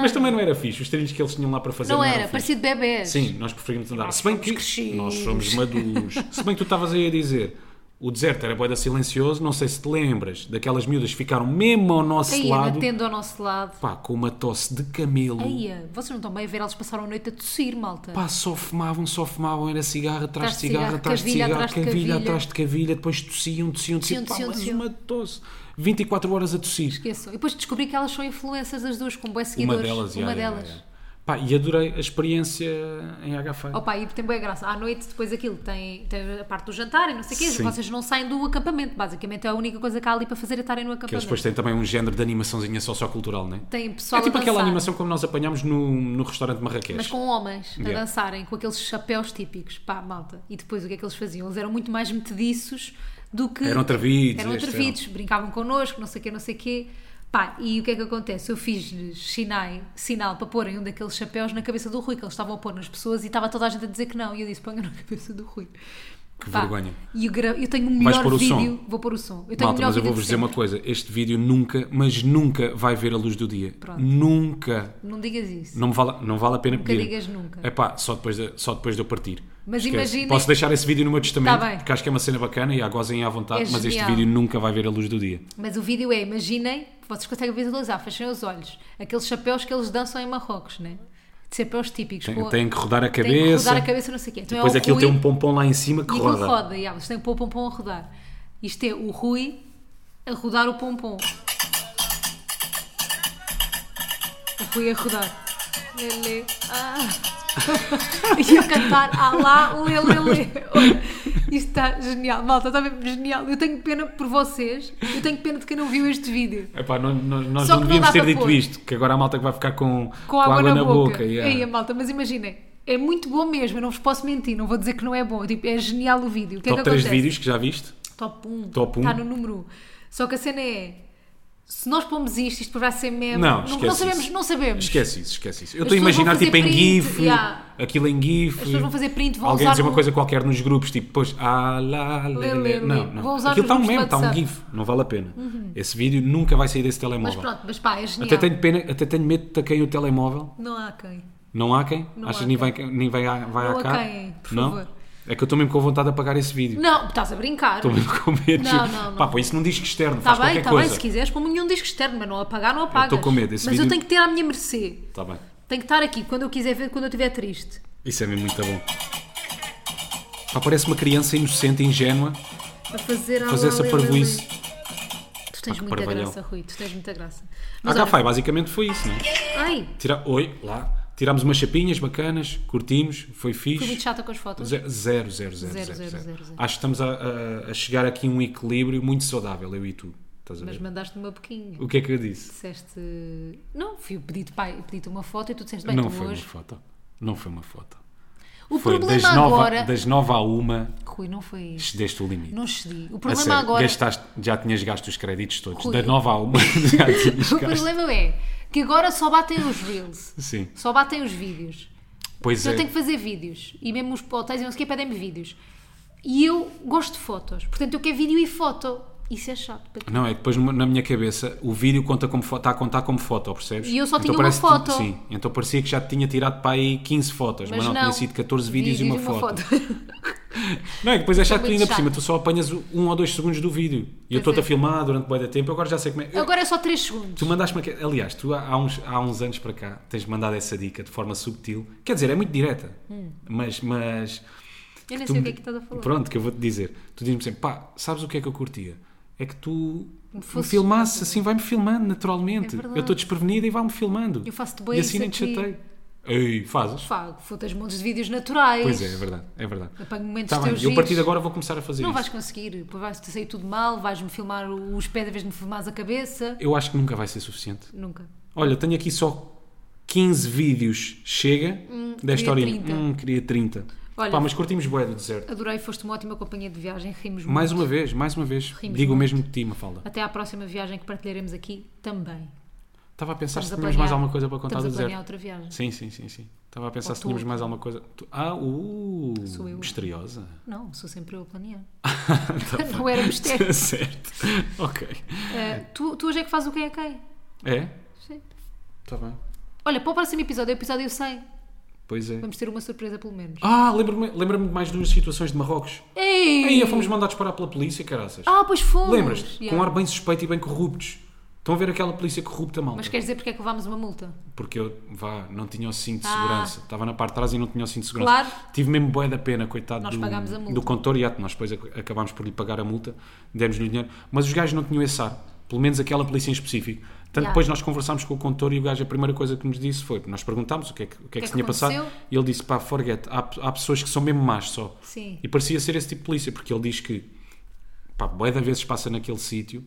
[SPEAKER 2] mas também não era fixe, os trilhos que eles tinham lá para fazer
[SPEAKER 1] não
[SPEAKER 2] não
[SPEAKER 1] era,
[SPEAKER 2] fixe.
[SPEAKER 1] parecia de bebés.
[SPEAKER 2] Sim, nós preferimos andar. Se bem
[SPEAKER 1] somos
[SPEAKER 2] que
[SPEAKER 1] crescidos.
[SPEAKER 2] nós somos maduros. Se bem que tu estavas aí a dizer, o deserto era boeda silencioso, não sei se te lembras, daquelas miúdas que ficaram mesmo ao nosso
[SPEAKER 1] Aí, na
[SPEAKER 2] lado,
[SPEAKER 1] tenda ao nosso lado.
[SPEAKER 2] pá, com uma tosse de camelo.
[SPEAKER 1] Aí, vocês não estão bem a ver, eles passaram a noite a tossir, malta.
[SPEAKER 2] Pá, só fumavam, só fumavam, era cigarro atrás de
[SPEAKER 1] Atrás de
[SPEAKER 2] cigarro,
[SPEAKER 1] cigarro,
[SPEAKER 2] atrás
[SPEAKER 1] cavilha atrás
[SPEAKER 2] de cigarro,
[SPEAKER 1] de
[SPEAKER 2] cavilha,
[SPEAKER 1] cavilha.
[SPEAKER 2] atrás de cavilha, depois tossiam, tossiam, tossiam,
[SPEAKER 1] Tossiam,
[SPEAKER 2] pá,
[SPEAKER 1] tossiam,
[SPEAKER 2] mas
[SPEAKER 1] tossiam.
[SPEAKER 2] uma tosse. 24 horas a tossir.
[SPEAKER 1] Esqueçam. E depois descobri que elas são influencers as duas, com boas
[SPEAKER 2] Uma
[SPEAKER 1] seguidores.
[SPEAKER 2] delas, já, já, já. Pá, e adorei a experiência em Agafai.
[SPEAKER 1] Opa, e tem boa graça. À noite, depois aquilo, tem, tem a parte do jantar e não sei o quê.
[SPEAKER 2] Sim.
[SPEAKER 1] Vocês não saem do acampamento, basicamente. É a única coisa que há ali para fazer é estarem no
[SPEAKER 2] que eles
[SPEAKER 1] acampamento.
[SPEAKER 2] depois têm também um género de animaçãozinha sociocultural, não é?
[SPEAKER 1] Tem pessoal
[SPEAKER 2] É tipo
[SPEAKER 1] a
[SPEAKER 2] aquela
[SPEAKER 1] dançar,
[SPEAKER 2] animação como nós apanhámos no, no restaurante Marrakech.
[SPEAKER 1] Mas com homens
[SPEAKER 2] Yeah.
[SPEAKER 1] a dançarem, com aqueles chapéus típicos. Pá, malta. E depois o que é que eles faziam? Eles eram muito mais metediços do que...
[SPEAKER 2] Eram atrevidos,
[SPEAKER 1] Eram
[SPEAKER 2] este,
[SPEAKER 1] atrevidos. Brincavam connosco, não sei o quê, não sei o quê. Pá, e o que é que acontece? Eu fiz-lhes sinai- sinal para porem um daqueles chapéus na cabeça do Rui, que eles estavam a pôr nas pessoas e estava toda a gente a dizer que não. E eu disse, ponha na cabeça do Rui.
[SPEAKER 2] Que vergonha.
[SPEAKER 1] E eu, gra- eu tenho o
[SPEAKER 2] Vais
[SPEAKER 1] melhor
[SPEAKER 2] pôr o som?
[SPEAKER 1] vídeo. Vou pôr o som. Eu tenho
[SPEAKER 2] Malta,
[SPEAKER 1] o melhor
[SPEAKER 2] mas
[SPEAKER 1] vídeo
[SPEAKER 2] eu vou-vos
[SPEAKER 1] de
[SPEAKER 2] dizer uma
[SPEAKER 1] sempre.
[SPEAKER 2] coisa: este vídeo nunca, mas nunca vai ver a luz do dia.
[SPEAKER 1] Pronto.
[SPEAKER 2] Nunca.
[SPEAKER 1] Não digas isso.
[SPEAKER 2] Não vale, não vale a pena
[SPEAKER 1] Nunca
[SPEAKER 2] pedir.
[SPEAKER 1] digas nunca.
[SPEAKER 2] Epá, só depois de, só depois de eu partir.
[SPEAKER 1] Mas
[SPEAKER 2] Esquece.
[SPEAKER 1] imagina-
[SPEAKER 2] Posso deixar esse vídeo no meu testamento,
[SPEAKER 1] Tá bem.
[SPEAKER 2] porque acho que é uma cena bacana e a gozem à vontade,
[SPEAKER 1] É
[SPEAKER 2] mas este
[SPEAKER 1] genial.
[SPEAKER 2] vídeo nunca vai ver a luz do dia.
[SPEAKER 1] Mas o vídeo é, imaginem, vocês conseguem visualizar, fechem os olhos, aqueles chapéus que eles dançam em Marrocos, né? De chapéus típicos.
[SPEAKER 2] Tem,
[SPEAKER 1] com-
[SPEAKER 2] tem que rodar a
[SPEAKER 1] tem que
[SPEAKER 2] cabeça.
[SPEAKER 1] rodar a cabeça, não sei o quê. Então
[SPEAKER 2] Depois
[SPEAKER 1] é o
[SPEAKER 2] aquilo
[SPEAKER 1] Rui
[SPEAKER 2] tem um pompom lá em cima que
[SPEAKER 1] E aquilo
[SPEAKER 2] roda.
[SPEAKER 1] roda, e, ah, vocês têm o pom- pompom a rodar. Isto é o Rui a rodar o pompom. O Rui a rodar. Lele, ah. e a cantar "Ah Alá, lele, lele. Isto está genial, malta, está mesmo genial. Eu tenho pena por vocês, eu tenho pena de quem não viu este vídeo.
[SPEAKER 2] Epá, nó- nó- nós
[SPEAKER 1] Só que não
[SPEAKER 2] não devíamos
[SPEAKER 1] dá
[SPEAKER 2] ter
[SPEAKER 1] para
[SPEAKER 2] dito
[SPEAKER 1] pôr.
[SPEAKER 2] isto, que agora a malta que vai ficar com,
[SPEAKER 1] com água, na, boca.
[SPEAKER 2] yeah.
[SPEAKER 1] Ei, a malta, mas imaginem, é muito bom mesmo, eu não vos posso mentir, não vou dizer que não é bom, tipo, é genial o vídeo. O que é
[SPEAKER 2] Top
[SPEAKER 1] que
[SPEAKER 2] 3
[SPEAKER 1] acontece?
[SPEAKER 2] vídeos que já viste?
[SPEAKER 1] Top 1.
[SPEAKER 2] Top
[SPEAKER 1] Está
[SPEAKER 2] um.
[SPEAKER 1] no número 1. Só que a cena é, se nós pomos isto, isto vai ser meme.
[SPEAKER 2] Não,
[SPEAKER 1] não,
[SPEAKER 2] esquece
[SPEAKER 1] sabemos,
[SPEAKER 2] isso.
[SPEAKER 1] não sabemos.
[SPEAKER 2] Esquece isso, esquece isso. Eu
[SPEAKER 1] As
[SPEAKER 2] estou a
[SPEAKER 1] pessoas vão
[SPEAKER 2] imaginar
[SPEAKER 1] fazer
[SPEAKER 2] tipo em
[SPEAKER 1] print,
[SPEAKER 2] GIF,
[SPEAKER 1] yeah.
[SPEAKER 2] aquilo em GIF.
[SPEAKER 1] As pessoas vão fazer print, vão
[SPEAKER 2] Alguém
[SPEAKER 1] usar
[SPEAKER 2] dizer uma
[SPEAKER 1] no-
[SPEAKER 2] coisa qualquer nos grupos, tipo, pois, ah lá, lê,
[SPEAKER 1] Lê,
[SPEAKER 2] lê.
[SPEAKER 1] lê, lê.
[SPEAKER 2] Não, não.
[SPEAKER 1] Vão usar
[SPEAKER 2] Aquilo
[SPEAKER 1] nos
[SPEAKER 2] está um
[SPEAKER 1] grupos
[SPEAKER 2] meme,
[SPEAKER 1] de
[SPEAKER 2] está um
[SPEAKER 1] WhatsApp. Uhum.
[SPEAKER 2] GIF, não vale a pena. Esse vídeo nunca vai sair desse
[SPEAKER 1] Mas
[SPEAKER 2] telemóvel.
[SPEAKER 1] pronto, mas pá, é genial.
[SPEAKER 2] até, tenho pena, até tenho medo de taquem o telemóvel.
[SPEAKER 1] Não há quem.
[SPEAKER 2] Não há quem?
[SPEAKER 1] Não
[SPEAKER 2] Achas
[SPEAKER 1] há
[SPEAKER 2] que nem vai, nem vai, à- vai
[SPEAKER 1] Não
[SPEAKER 2] à
[SPEAKER 1] há
[SPEAKER 2] cá?
[SPEAKER 1] quem, por
[SPEAKER 2] não?
[SPEAKER 1] favor.
[SPEAKER 2] É que eu estou mesmo com vontade de apagar esse vídeo.
[SPEAKER 1] Não, estás a brincar.
[SPEAKER 2] Estou mesmo com medo.
[SPEAKER 1] Não, não, não.
[SPEAKER 2] Pá, põe isso num disco externo,
[SPEAKER 1] Está
[SPEAKER 2] faz
[SPEAKER 1] bem,
[SPEAKER 2] qualquer
[SPEAKER 1] está bem,
[SPEAKER 2] coisa.
[SPEAKER 1] se quiseres, põe nenhum disco externo, mas não apagar, não apagas.
[SPEAKER 2] estou com medo, esse
[SPEAKER 1] Mas eu
[SPEAKER 2] vídeo-
[SPEAKER 1] tenho que ter à minha mercê.
[SPEAKER 2] Está Tá bem.
[SPEAKER 1] Tenho que estar aqui quando eu quiser ver, quando eu estiver triste.
[SPEAKER 2] Isso é mesmo muito bom. Pá, parece uma criança inocente, ingênua,
[SPEAKER 1] a fazer,
[SPEAKER 2] Ah, fazer essa parvoíce.
[SPEAKER 1] Tu tens
[SPEAKER 2] Ah, que
[SPEAKER 1] muita
[SPEAKER 2] parvalhão. Ah,
[SPEAKER 1] graça, Rui, tu tens muita graça.
[SPEAKER 2] A
[SPEAKER 1] olha-
[SPEAKER 2] Gafai basicamente foi isso, não é?
[SPEAKER 1] Ai,
[SPEAKER 2] Tira... Oi, lá. Tirámos umas chapinhas bacanas, curtimos, foi
[SPEAKER 1] fui muito
[SPEAKER 2] fixe.
[SPEAKER 1] chata com as fotos.
[SPEAKER 2] Ze- Zero, zero, zero,
[SPEAKER 1] Zero,
[SPEAKER 2] zero,
[SPEAKER 1] zero,
[SPEAKER 2] zero.
[SPEAKER 1] zero, zero.
[SPEAKER 2] Acho que estamos a, a- a chegar aqui a um equilíbrio muito saudável, eu e tu. Estás a
[SPEAKER 1] Mas
[SPEAKER 2] ver?
[SPEAKER 1] mandaste-me uma boquinha.
[SPEAKER 2] O que é que eu disse?
[SPEAKER 1] Disseste. Não, fui pedir-te pai, pedi-te uma foto e tu disseste bem,
[SPEAKER 2] Não
[SPEAKER 1] tu
[SPEAKER 2] foi uma
[SPEAKER 1] hoje.
[SPEAKER 2] foto. Não foi uma foto.
[SPEAKER 1] O
[SPEAKER 2] Foi das
[SPEAKER 1] problema
[SPEAKER 2] nove
[SPEAKER 1] agora.
[SPEAKER 2] das nove à uma,
[SPEAKER 1] Rui, não foi isso.
[SPEAKER 2] cedeste o limite.
[SPEAKER 1] Não cedi. O
[SPEAKER 2] A
[SPEAKER 1] problema
[SPEAKER 2] sério,
[SPEAKER 1] agora.
[SPEAKER 2] gastaste- já tinhas gasto os créditos todos.
[SPEAKER 1] Rui.
[SPEAKER 2] Da nova à uma, já tinhas
[SPEAKER 1] O
[SPEAKER 2] gasto.
[SPEAKER 1] problema é que agora só batem os reels.
[SPEAKER 2] Sim.
[SPEAKER 1] Só batem os vídeos. Então
[SPEAKER 2] Pois
[SPEAKER 1] Eu
[SPEAKER 2] é.
[SPEAKER 1] tenho que fazer vídeos. E mesmo os hotéis e não sei o que pedem-me vídeos. E eu gosto de fotos. Portanto, eu quero vídeo e foto. Isso é chato para ti.
[SPEAKER 2] Não, é que depois numa- na minha cabeça o vídeo conta como foto, está a contar como foto, percebes? Então
[SPEAKER 1] E eu só tinha uma
[SPEAKER 2] parece que-
[SPEAKER 1] foto.
[SPEAKER 2] Sim, então parecia que já te tinha tirado para aí 15 fotos, mas, não, tinha sido 14 vídeos, e uma, foto. Não, é que depois é chato que
[SPEAKER 1] muito
[SPEAKER 2] ainda por
[SPEAKER 1] chato.
[SPEAKER 2] cima tu só apanhas o- um ou dois segundos do vídeo. E eu
[SPEAKER 1] Pois
[SPEAKER 2] estou-te a
[SPEAKER 1] é.
[SPEAKER 2] filmar durante bué de tempo, eu agora já sei como é. Eu-
[SPEAKER 1] Agora é só 3 segundos.
[SPEAKER 2] Tu mandaste-me. aque- Aliás, tu há há uns, há uns anos para cá tens mandado essa dica de forma subtil. Quer dizer, é muito direta,
[SPEAKER 1] Hum.
[SPEAKER 2] mas. mas
[SPEAKER 1] Eu nem
[SPEAKER 2] tu
[SPEAKER 1] sei o
[SPEAKER 2] me-
[SPEAKER 1] que é que estás a falar.
[SPEAKER 2] Pronto, que eu vou-te dizer. Tu dizes-me sempre, pá, sabes o que é que eu curtia? É que tu me
[SPEAKER 1] fosses-
[SPEAKER 2] filmasse assim, vai-me filmando naturalmente.
[SPEAKER 1] É
[SPEAKER 2] eu
[SPEAKER 1] verdade.
[SPEAKER 2] estou desprevenida e vai-me filmando.
[SPEAKER 1] Eu faço-te bué
[SPEAKER 2] E assim
[SPEAKER 1] isso
[SPEAKER 2] nem te
[SPEAKER 1] aqui.
[SPEAKER 2] chatei. Ei, fazes?
[SPEAKER 1] Fago, fotas montes de vídeos naturais.
[SPEAKER 2] Pois é, é verdade, é verdade.
[SPEAKER 1] Apanho momentos
[SPEAKER 2] Tá bem,
[SPEAKER 1] teus
[SPEAKER 2] eu a partir de
[SPEAKER 1] giros.
[SPEAKER 2] agora vou começar a fazer
[SPEAKER 1] Não
[SPEAKER 2] isso.
[SPEAKER 1] vais conseguir, depois vais-te sair tudo mal, vais-me filmar o- os pés em vez de me filmares a cabeça.
[SPEAKER 2] Eu acho que nunca vai ser suficiente.
[SPEAKER 1] Nunca.
[SPEAKER 2] Olha, tenho aqui só 15 vídeos, chega, desta
[SPEAKER 1] queria
[SPEAKER 2] horinha.
[SPEAKER 1] 30.
[SPEAKER 2] Hum, queria 30.
[SPEAKER 1] Olha-
[SPEAKER 2] Pá, mas curtimos bué do deserto.
[SPEAKER 1] Adorei, foste uma ótima companhia de viagem, rimos muito.
[SPEAKER 2] Mais uma vez, mais uma vez,
[SPEAKER 1] Rimos
[SPEAKER 2] digo o
[SPEAKER 1] muito.
[SPEAKER 2] mesmo de ti, Mafalda.
[SPEAKER 1] Até à próxima viagem que partilharemos aqui também.
[SPEAKER 2] Estava a pensar
[SPEAKER 1] Estamos
[SPEAKER 2] se
[SPEAKER 1] a
[SPEAKER 2] tínhamos
[SPEAKER 1] planear-
[SPEAKER 2] mais alguma coisa para contar
[SPEAKER 1] Estamos
[SPEAKER 2] do
[SPEAKER 1] a planear
[SPEAKER 2] deserto.
[SPEAKER 1] outra viagem.
[SPEAKER 2] Sim, sim, sim, sim. Estava a pensar
[SPEAKER 1] Ou
[SPEAKER 2] se
[SPEAKER 1] tu.
[SPEAKER 2] tínhamos mais alguma coisa. Tu- Ah, uh,
[SPEAKER 1] Sou eu.
[SPEAKER 2] misteriosa.
[SPEAKER 1] Não, sou sempre eu a planear.
[SPEAKER 2] Tá bem.
[SPEAKER 1] Não é. era mistério.
[SPEAKER 2] certo. Ok.
[SPEAKER 1] Ah, tu, tu hoje é que fazes o quem é quem?
[SPEAKER 2] É?
[SPEAKER 1] Sim.
[SPEAKER 2] Está bem.
[SPEAKER 1] Olha, para o próximo episódio, é o episódio 100,
[SPEAKER 2] Pois é.
[SPEAKER 1] vamos ter uma surpresa pelo menos.
[SPEAKER 2] Ah, lembro-me lembro de mais duas situações de Marrocos.
[SPEAKER 1] Ei!
[SPEAKER 2] Aí fomos mandados parar pela polícia, caraças.
[SPEAKER 1] Ah, pois fomos!
[SPEAKER 2] Lembras-te?
[SPEAKER 1] Yeah.
[SPEAKER 2] Com um ar bem suspeito e bem corruptos. Estão a ver aquela polícia corrupta, malta?
[SPEAKER 1] Mas queres dizer porque é que levámos uma multa?
[SPEAKER 2] Porque eu, vá, não tinha o cinto de
[SPEAKER 1] Ah.
[SPEAKER 2] segurança. Estava na parte de trás e não tinha o cinto de segurança.
[SPEAKER 1] Claro.
[SPEAKER 2] Tive mesmo boé da pena, coitado
[SPEAKER 1] Nós
[SPEAKER 2] do, é,
[SPEAKER 1] pagámos a multa.
[SPEAKER 2] do condutor. E ah, nós depois ac- acabámos por lhe pagar a multa, demos-lhe o dinheiro. Mas os gajos não tinham esse ar. Pelo menos aquela polícia em específico. Portanto,
[SPEAKER 1] Yeah.
[SPEAKER 2] depois nós conversámos com o condutor e o gajo, a primeira coisa que nos disse foi: nós perguntámos o que é que, o que, é que se tinha passado
[SPEAKER 1] aconteceu?
[SPEAKER 2] e ele disse: pá, forget, há, há pessoas que são mesmo más só.
[SPEAKER 1] Sim.
[SPEAKER 2] E parecia ser esse tipo de polícia, porque ele diz que, pá, bué da vezes passa naquele sítio.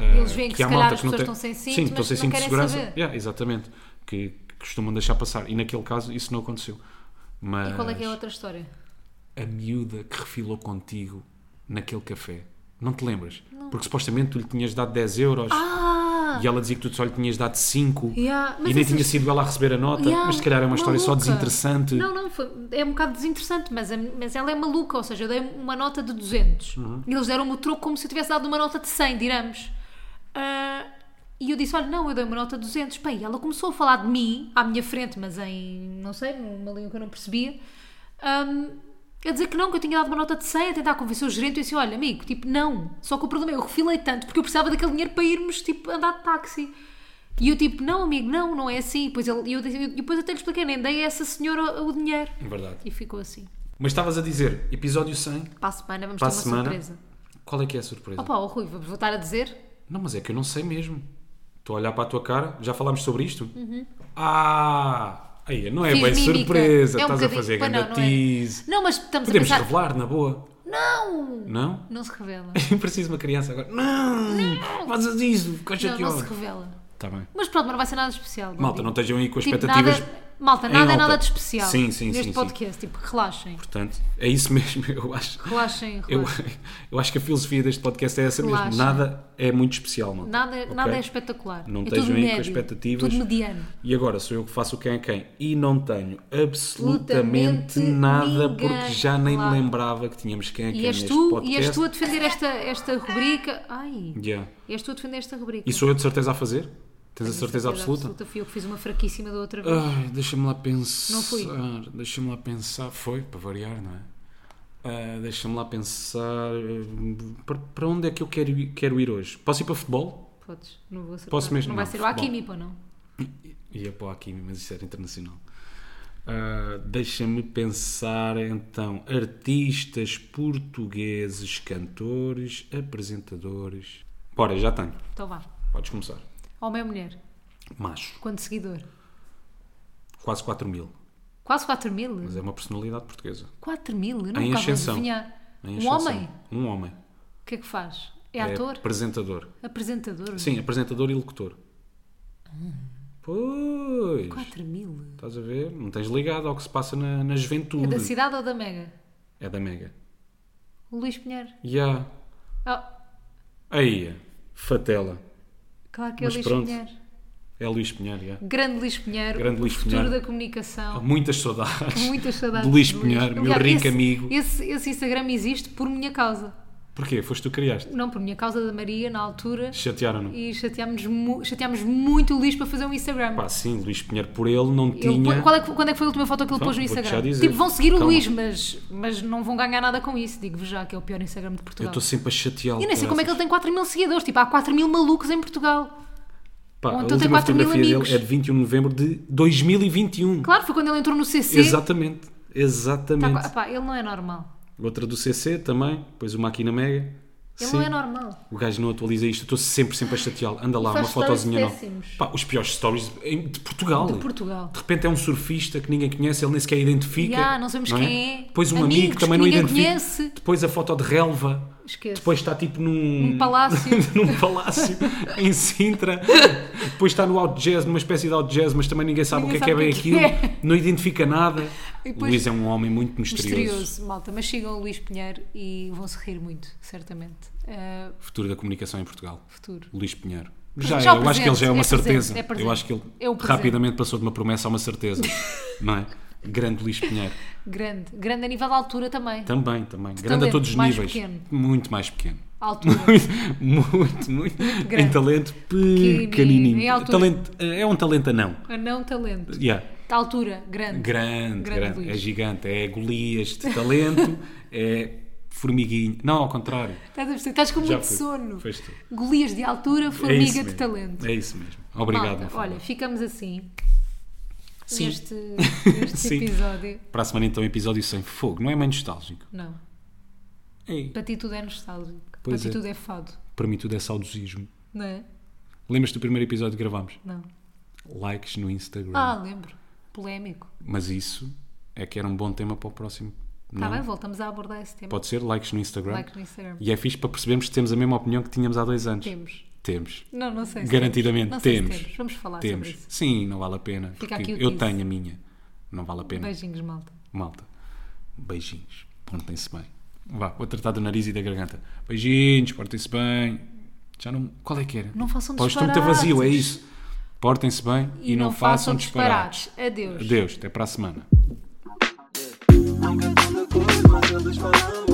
[SPEAKER 1] Eles
[SPEAKER 2] eh,
[SPEAKER 1] veem que
[SPEAKER 2] há
[SPEAKER 1] se calhar
[SPEAKER 2] malta
[SPEAKER 1] as pessoas
[SPEAKER 2] não
[SPEAKER 1] estão
[SPEAKER 2] tem-
[SPEAKER 1] sem cinto,
[SPEAKER 2] Sim,
[SPEAKER 1] mas
[SPEAKER 2] estão sem
[SPEAKER 1] não
[SPEAKER 2] cinto de
[SPEAKER 1] querem
[SPEAKER 2] segurança.
[SPEAKER 1] saber.
[SPEAKER 2] Yeah, exatamente. Que, que costumam deixar passar. E naquele caso isso não aconteceu. Mas
[SPEAKER 1] E qual é que é a outra história?
[SPEAKER 2] a miúda que refilou contigo naquele café, não te lembras? Porque supostamente tu lhe tinhas dado 10 euros
[SPEAKER 1] Ah!
[SPEAKER 2] e ela dizia que tu só lhe tinhas dado 5
[SPEAKER 1] Yeah,
[SPEAKER 2] e
[SPEAKER 1] mas
[SPEAKER 2] nem
[SPEAKER 1] essas-
[SPEAKER 2] tinha sido ela a receber a nota.
[SPEAKER 1] Yeah,
[SPEAKER 2] mas se calhar é uma história só
[SPEAKER 1] maluca.
[SPEAKER 2] desinteressante.
[SPEAKER 1] Não, não, foi- é um bocado desinteressante, mas, a- mas ela é maluca, ou seja, eu dei uma nota de 200 e eles deram-me o troco como se eu tivesse dado uma nota de 100 dirhams. Ah, e eu disse: Olha, não, eu dei uma nota de 200. Pá, e ela começou a falar de mim à minha frente, mas em, não sei, numa língua que eu não percebia. ahm, a dizer que não, que eu tinha dado uma nota de 100, a tentar convencer o gerente, e disse: Olha, amigo, tipo, não. Só que o problema é eu refilei tanto porque eu precisava daquele dinheiro para irmos, tipo, andar de táxi. E eu tipo, não amigo, não, não é assim. E depois, ele, e eu, disse- e depois até lhe expliquei, nem dei a essa senhora o dinheiro.
[SPEAKER 2] É verdade.
[SPEAKER 1] E ficou assim.
[SPEAKER 2] Mas estavas a dizer, episódio 100,
[SPEAKER 1] Para a semana vamos
[SPEAKER 2] para a
[SPEAKER 1] ter uma
[SPEAKER 2] semana.
[SPEAKER 1] surpresa.
[SPEAKER 2] Qual é que é a surpresa?
[SPEAKER 1] Opa, oh, Rui, vamos voltar a dizer?
[SPEAKER 2] Não, mas é que eu não sei mesmo. Estou a olhar para a tua cara, já falámos sobre isto? Ah! Aí, não é
[SPEAKER 1] Uhum. Fiz
[SPEAKER 2] bem
[SPEAKER 1] mímica.
[SPEAKER 2] surpresa,
[SPEAKER 1] É um
[SPEAKER 2] estás a
[SPEAKER 1] bocadinho-
[SPEAKER 2] fazer
[SPEAKER 1] Pois não,
[SPEAKER 2] grande
[SPEAKER 1] não é?
[SPEAKER 2] tease.
[SPEAKER 1] Não, mas estamos
[SPEAKER 2] Podemos
[SPEAKER 1] a pensar...
[SPEAKER 2] revelar, na boa,
[SPEAKER 1] Não!
[SPEAKER 2] não?
[SPEAKER 1] Não se revela.
[SPEAKER 2] Eu preciso de uma criança agora. Não! Fazes isso, coxa
[SPEAKER 1] não,
[SPEAKER 2] que
[SPEAKER 1] não se
[SPEAKER 2] ódio.
[SPEAKER 1] revela.
[SPEAKER 2] Está bem.
[SPEAKER 1] Mas pronto, mas não vai ser nada de especial. bom
[SPEAKER 2] Malta,
[SPEAKER 1] dia.
[SPEAKER 2] não estejam aí com
[SPEAKER 1] Tipo,
[SPEAKER 2] expectativas.
[SPEAKER 1] nada- Malta,
[SPEAKER 2] em
[SPEAKER 1] nada é
[SPEAKER 2] alta.
[SPEAKER 1] nada de especial.
[SPEAKER 2] Sim, sim,
[SPEAKER 1] Neste
[SPEAKER 2] sim,
[SPEAKER 1] podcast, tipo, relaxem.
[SPEAKER 2] Portanto, é isso mesmo, eu acho.
[SPEAKER 1] Relaxem,
[SPEAKER 2] Eu,
[SPEAKER 1] relaxem.
[SPEAKER 2] eu acho que a filosofia deste podcast é essa mesmo.
[SPEAKER 1] Relaxa.
[SPEAKER 2] Nada é muito especial, malta.
[SPEAKER 1] Nada,
[SPEAKER 2] Ok?
[SPEAKER 1] nada é espetacular.
[SPEAKER 2] Não
[SPEAKER 1] é
[SPEAKER 2] estejam
[SPEAKER 1] tudo
[SPEAKER 2] aí com
[SPEAKER 1] médio,
[SPEAKER 2] expectativas.
[SPEAKER 1] Tudo mediano.
[SPEAKER 2] E agora sou eu que faço o quem é quem. E não tenho absolutamente nada,
[SPEAKER 1] ninguém.
[SPEAKER 2] porque já nem
[SPEAKER 1] Claro.
[SPEAKER 2] me lembrava que tínhamos quem é quem
[SPEAKER 1] E és
[SPEAKER 2] neste
[SPEAKER 1] tu,
[SPEAKER 2] podcast.
[SPEAKER 1] e és tu a defender esta, esta rubrica. Ai,
[SPEAKER 2] Yeah.
[SPEAKER 1] és tu a defender esta rubrica.
[SPEAKER 2] E sou eu de certeza a fazer? Tens
[SPEAKER 1] Tenho
[SPEAKER 2] a certeza absoluta? Ah.
[SPEAKER 1] Fui eu que fiz uma fraquíssima da outra vez.
[SPEAKER 2] Ai, deixa-me lá pensar.
[SPEAKER 1] Não fui.
[SPEAKER 2] Deixa-me lá pensar. Foi, para variar, não é? Ah, deixa-me lá pensar. Ah, Para, para onde é que eu quero, ir- quero ir hoje? Posso ir para futebol?
[SPEAKER 1] Podes, não vou acertar.
[SPEAKER 2] Posso mesmo?
[SPEAKER 1] Não vai
[SPEAKER 2] Não,
[SPEAKER 1] ser o
[SPEAKER 2] futebol.
[SPEAKER 1] Hakimi, pô, não?
[SPEAKER 2] Ia para o Hakimi, mas isso era internacional. Ah, deixa-me pensar então. Artistas portugueses, cantores, apresentadores. Bora, já tenho.
[SPEAKER 1] Então vá.
[SPEAKER 2] Podes começar.
[SPEAKER 1] Homem ou mulher?
[SPEAKER 2] Macho,
[SPEAKER 1] Quanto seguidor?
[SPEAKER 2] quase 4 mil.
[SPEAKER 1] Quase 4 mil?
[SPEAKER 2] Mas é uma personalidade portuguesa.
[SPEAKER 1] 4 mil? Eu não
[SPEAKER 2] Em
[SPEAKER 1] acabo de
[SPEAKER 2] ascensão.
[SPEAKER 1] adivinhar.
[SPEAKER 2] Em
[SPEAKER 1] Um
[SPEAKER 2] ascensão.
[SPEAKER 1] homem?
[SPEAKER 2] Um homem.
[SPEAKER 1] O que é que faz? É, ator?
[SPEAKER 2] Apresentador.
[SPEAKER 1] Apresentador?
[SPEAKER 2] Sim, apresentador e locutor. Pois.
[SPEAKER 1] 4 mil?
[SPEAKER 2] Estás a ver? Não tens ligado ao que se passa na, na juventude.
[SPEAKER 1] É da cidade ou da Mega?
[SPEAKER 2] É da Mega.
[SPEAKER 1] O Luís Pinheiro?
[SPEAKER 2] Ya.
[SPEAKER 1] Ah,
[SPEAKER 2] Aí. Fatela.
[SPEAKER 1] claro que é o
[SPEAKER 2] Mas
[SPEAKER 1] Luís
[SPEAKER 2] pronto.
[SPEAKER 1] Pinheiro.
[SPEAKER 2] É Luís Pinheiro, ya.
[SPEAKER 1] Grande Luís Pinheiro.
[SPEAKER 2] Grande Luís
[SPEAKER 1] o futuro
[SPEAKER 2] Pinheiro.
[SPEAKER 1] da comunicação.
[SPEAKER 2] Muitas saudades.
[SPEAKER 1] Muitas saudades.
[SPEAKER 2] De Luís
[SPEAKER 1] de
[SPEAKER 2] Pinheiro, meu
[SPEAKER 1] Aliás,
[SPEAKER 2] rico
[SPEAKER 1] esse-
[SPEAKER 2] amigo.
[SPEAKER 1] Esse, esse Instagram existe por minha causa.
[SPEAKER 2] Porquê? Foste tu que criaste?
[SPEAKER 1] Não por minha causa da Maria, na altura.
[SPEAKER 2] Chatearam-no.
[SPEAKER 1] E chateámos, mu- chateámos muito o Luís para fazer um Instagram.
[SPEAKER 2] Pá, sim, Luís Pinheiro por ele não
[SPEAKER 1] Ele
[SPEAKER 2] tinha.
[SPEAKER 1] pô- qual é que- quando é que foi a última foto que ele
[SPEAKER 2] Então,
[SPEAKER 1] pôs no
[SPEAKER 2] vou-te já
[SPEAKER 1] Instagram?
[SPEAKER 2] dizer.
[SPEAKER 1] Tipo, vão seguir o
[SPEAKER 2] Calma.
[SPEAKER 1] Luís, mas, mas não vão ganhar nada com isso. Digo-vos já que é o pior Instagram de
[SPEAKER 2] Eu
[SPEAKER 1] Portugal.
[SPEAKER 2] estou sempre a chateá-lo.
[SPEAKER 1] E nem sei como é que ele
[SPEAKER 2] caraças.
[SPEAKER 1] tem 4 mil seguidores. Tipo, há 4 mil malucos em Portugal.
[SPEAKER 2] Pá,
[SPEAKER 1] Ou
[SPEAKER 2] a
[SPEAKER 1] então tem
[SPEAKER 2] última
[SPEAKER 1] 4 mil
[SPEAKER 2] fotografia
[SPEAKER 1] amigos.
[SPEAKER 2] dele é de 21 de novembro de 2021.
[SPEAKER 1] Claro, foi quando ele entrou no CC.
[SPEAKER 2] Exatamente.
[SPEAKER 1] Tá,
[SPEAKER 2] Exatamente.
[SPEAKER 1] pá, pá, ele não é normal.
[SPEAKER 2] Outra do CC também, depois uma aqui na Mega.
[SPEAKER 1] Ele
[SPEAKER 2] Sim.
[SPEAKER 1] não é normal.
[SPEAKER 2] O gajo não atualiza isto, eu estou sempre, sempre a chateá-lo. Anda lá,
[SPEAKER 1] faz
[SPEAKER 2] uma fotozinha
[SPEAKER 1] stories
[SPEAKER 2] não.
[SPEAKER 1] péssimos.
[SPEAKER 2] Pá, os piores stories em- de Portugal.
[SPEAKER 1] De Portugal.
[SPEAKER 2] De repente é um surfista que ninguém conhece, ele nem sequer identifica.
[SPEAKER 1] Ya, não sabemos quem é.
[SPEAKER 2] Depois um
[SPEAKER 1] Amigos
[SPEAKER 2] amigo que também
[SPEAKER 1] que
[SPEAKER 2] não
[SPEAKER 1] ninguém
[SPEAKER 2] identifica.
[SPEAKER 1] conhece.
[SPEAKER 2] Depois a foto de relva.
[SPEAKER 1] Esquece.
[SPEAKER 2] Depois está tipo num.
[SPEAKER 1] Num palácio.
[SPEAKER 2] num palácio em Sintra. Depois está no out jazz, numa espécie de out jazz, mas também ninguém sabe
[SPEAKER 1] Ninguém
[SPEAKER 2] o que é
[SPEAKER 1] sabe
[SPEAKER 2] que
[SPEAKER 1] o
[SPEAKER 2] é bem
[SPEAKER 1] que é
[SPEAKER 2] aquilo.
[SPEAKER 1] que
[SPEAKER 2] Não identifica nada.
[SPEAKER 1] E depois-
[SPEAKER 2] Luís é um homem muito misterioso.
[SPEAKER 1] Misterioso, malta. Mas sigam o Luís Pinheiro e vão se rir muito, certamente. Ah,
[SPEAKER 2] Futuro da comunicação em Portugal.
[SPEAKER 1] futuro.
[SPEAKER 2] Luís Pinheiro. Já,
[SPEAKER 1] já
[SPEAKER 2] é,
[SPEAKER 1] o
[SPEAKER 2] eu acho que ele já
[SPEAKER 1] presente,
[SPEAKER 2] é uma
[SPEAKER 1] é presente,
[SPEAKER 2] certeza.
[SPEAKER 1] é presente.
[SPEAKER 2] eu acho que ele
[SPEAKER 1] É o presente.
[SPEAKER 2] rapidamente passou de uma promessa a uma certeza. não é? Grande Luís Pinheiro.
[SPEAKER 1] Grande. Grande a nível da altura também.
[SPEAKER 2] Também, também. Grande a
[SPEAKER 1] talento,
[SPEAKER 2] todos os
[SPEAKER 1] Então é mais
[SPEAKER 2] níveis.
[SPEAKER 1] pequeno.
[SPEAKER 2] Muito mais pequeno.
[SPEAKER 1] Altura.
[SPEAKER 2] muito, muito, muito. Em
[SPEAKER 1] grande.
[SPEAKER 2] talento
[SPEAKER 1] Pequenino, em
[SPEAKER 2] pequenininho.
[SPEAKER 1] altura.
[SPEAKER 2] Talento, é um talento anão.
[SPEAKER 1] A não talento.
[SPEAKER 2] Yeah.
[SPEAKER 1] Da altura, grande.
[SPEAKER 2] Grande,
[SPEAKER 1] Grande
[SPEAKER 2] grande.
[SPEAKER 1] Luís.
[SPEAKER 2] É gigante. É Golias de talento. é formiguinho. Não, ao contrário.
[SPEAKER 1] Estás a perceber? Estás com muito
[SPEAKER 2] fui.
[SPEAKER 1] sono.
[SPEAKER 2] Foste tu.
[SPEAKER 1] Golias de altura,
[SPEAKER 2] É isso
[SPEAKER 1] formiga de
[SPEAKER 2] mesmo.
[SPEAKER 1] talento.
[SPEAKER 2] É isso mesmo. Obrigado,
[SPEAKER 1] malta,
[SPEAKER 2] Mafalda.
[SPEAKER 1] olha, ficamos assim
[SPEAKER 2] Sim.
[SPEAKER 1] neste, neste
[SPEAKER 2] Sim.
[SPEAKER 1] episódio.
[SPEAKER 2] Para a semana então episódio sem fogo. Não é mais nostálgico.
[SPEAKER 1] Não.
[SPEAKER 2] Ei,
[SPEAKER 1] Para ti tudo é nostálgico.
[SPEAKER 2] Pois
[SPEAKER 1] Para ti
[SPEAKER 2] é.
[SPEAKER 1] tudo é fado.
[SPEAKER 2] para mim tudo é saudosismo.
[SPEAKER 1] Não é?
[SPEAKER 2] Lembras-te do primeiro episódio que gravámos?
[SPEAKER 1] Não.
[SPEAKER 2] Likes no Instagram.
[SPEAKER 1] Ah, lembro. Polémico.
[SPEAKER 2] Mas isso é que era um bom tema para o próximo.
[SPEAKER 1] Está
[SPEAKER 2] Não?
[SPEAKER 1] Tá bem, voltamos a abordar esse tema.
[SPEAKER 2] Pode ser likes no Instagram.
[SPEAKER 1] Like no Instagram.
[SPEAKER 2] E é fixe para percebermos se temos a mesma opinião que tínhamos há dois anos.
[SPEAKER 1] Temos.
[SPEAKER 2] Temos.
[SPEAKER 1] Não, não sei se
[SPEAKER 2] Garantidamente
[SPEAKER 1] temos. Não sei se
[SPEAKER 2] temos.
[SPEAKER 1] temos. Vamos falar
[SPEAKER 2] Temos.
[SPEAKER 1] sobre isso.
[SPEAKER 2] Sim, não vale a pena.
[SPEAKER 1] Fica
[SPEAKER 2] porque
[SPEAKER 1] aqui o
[SPEAKER 2] eu
[SPEAKER 1] tease.
[SPEAKER 2] tenho a minha. Não vale a pena.
[SPEAKER 1] Beijinhos, malta.
[SPEAKER 2] Malta. Beijinhos. Portem-se bem. Vá, vou tratar do nariz e da garganta. Beijinhos, portem-se bem. Já não. Qual é que era?
[SPEAKER 1] Não façam
[SPEAKER 2] Pá, o estúdio está
[SPEAKER 1] disparates.
[SPEAKER 2] vazio, é isso. Portem-se bem e, não, façam disparates.
[SPEAKER 1] Adeus.
[SPEAKER 2] Adeus, até para a semana.
[SPEAKER 3] I'm good on the court, my girl is fine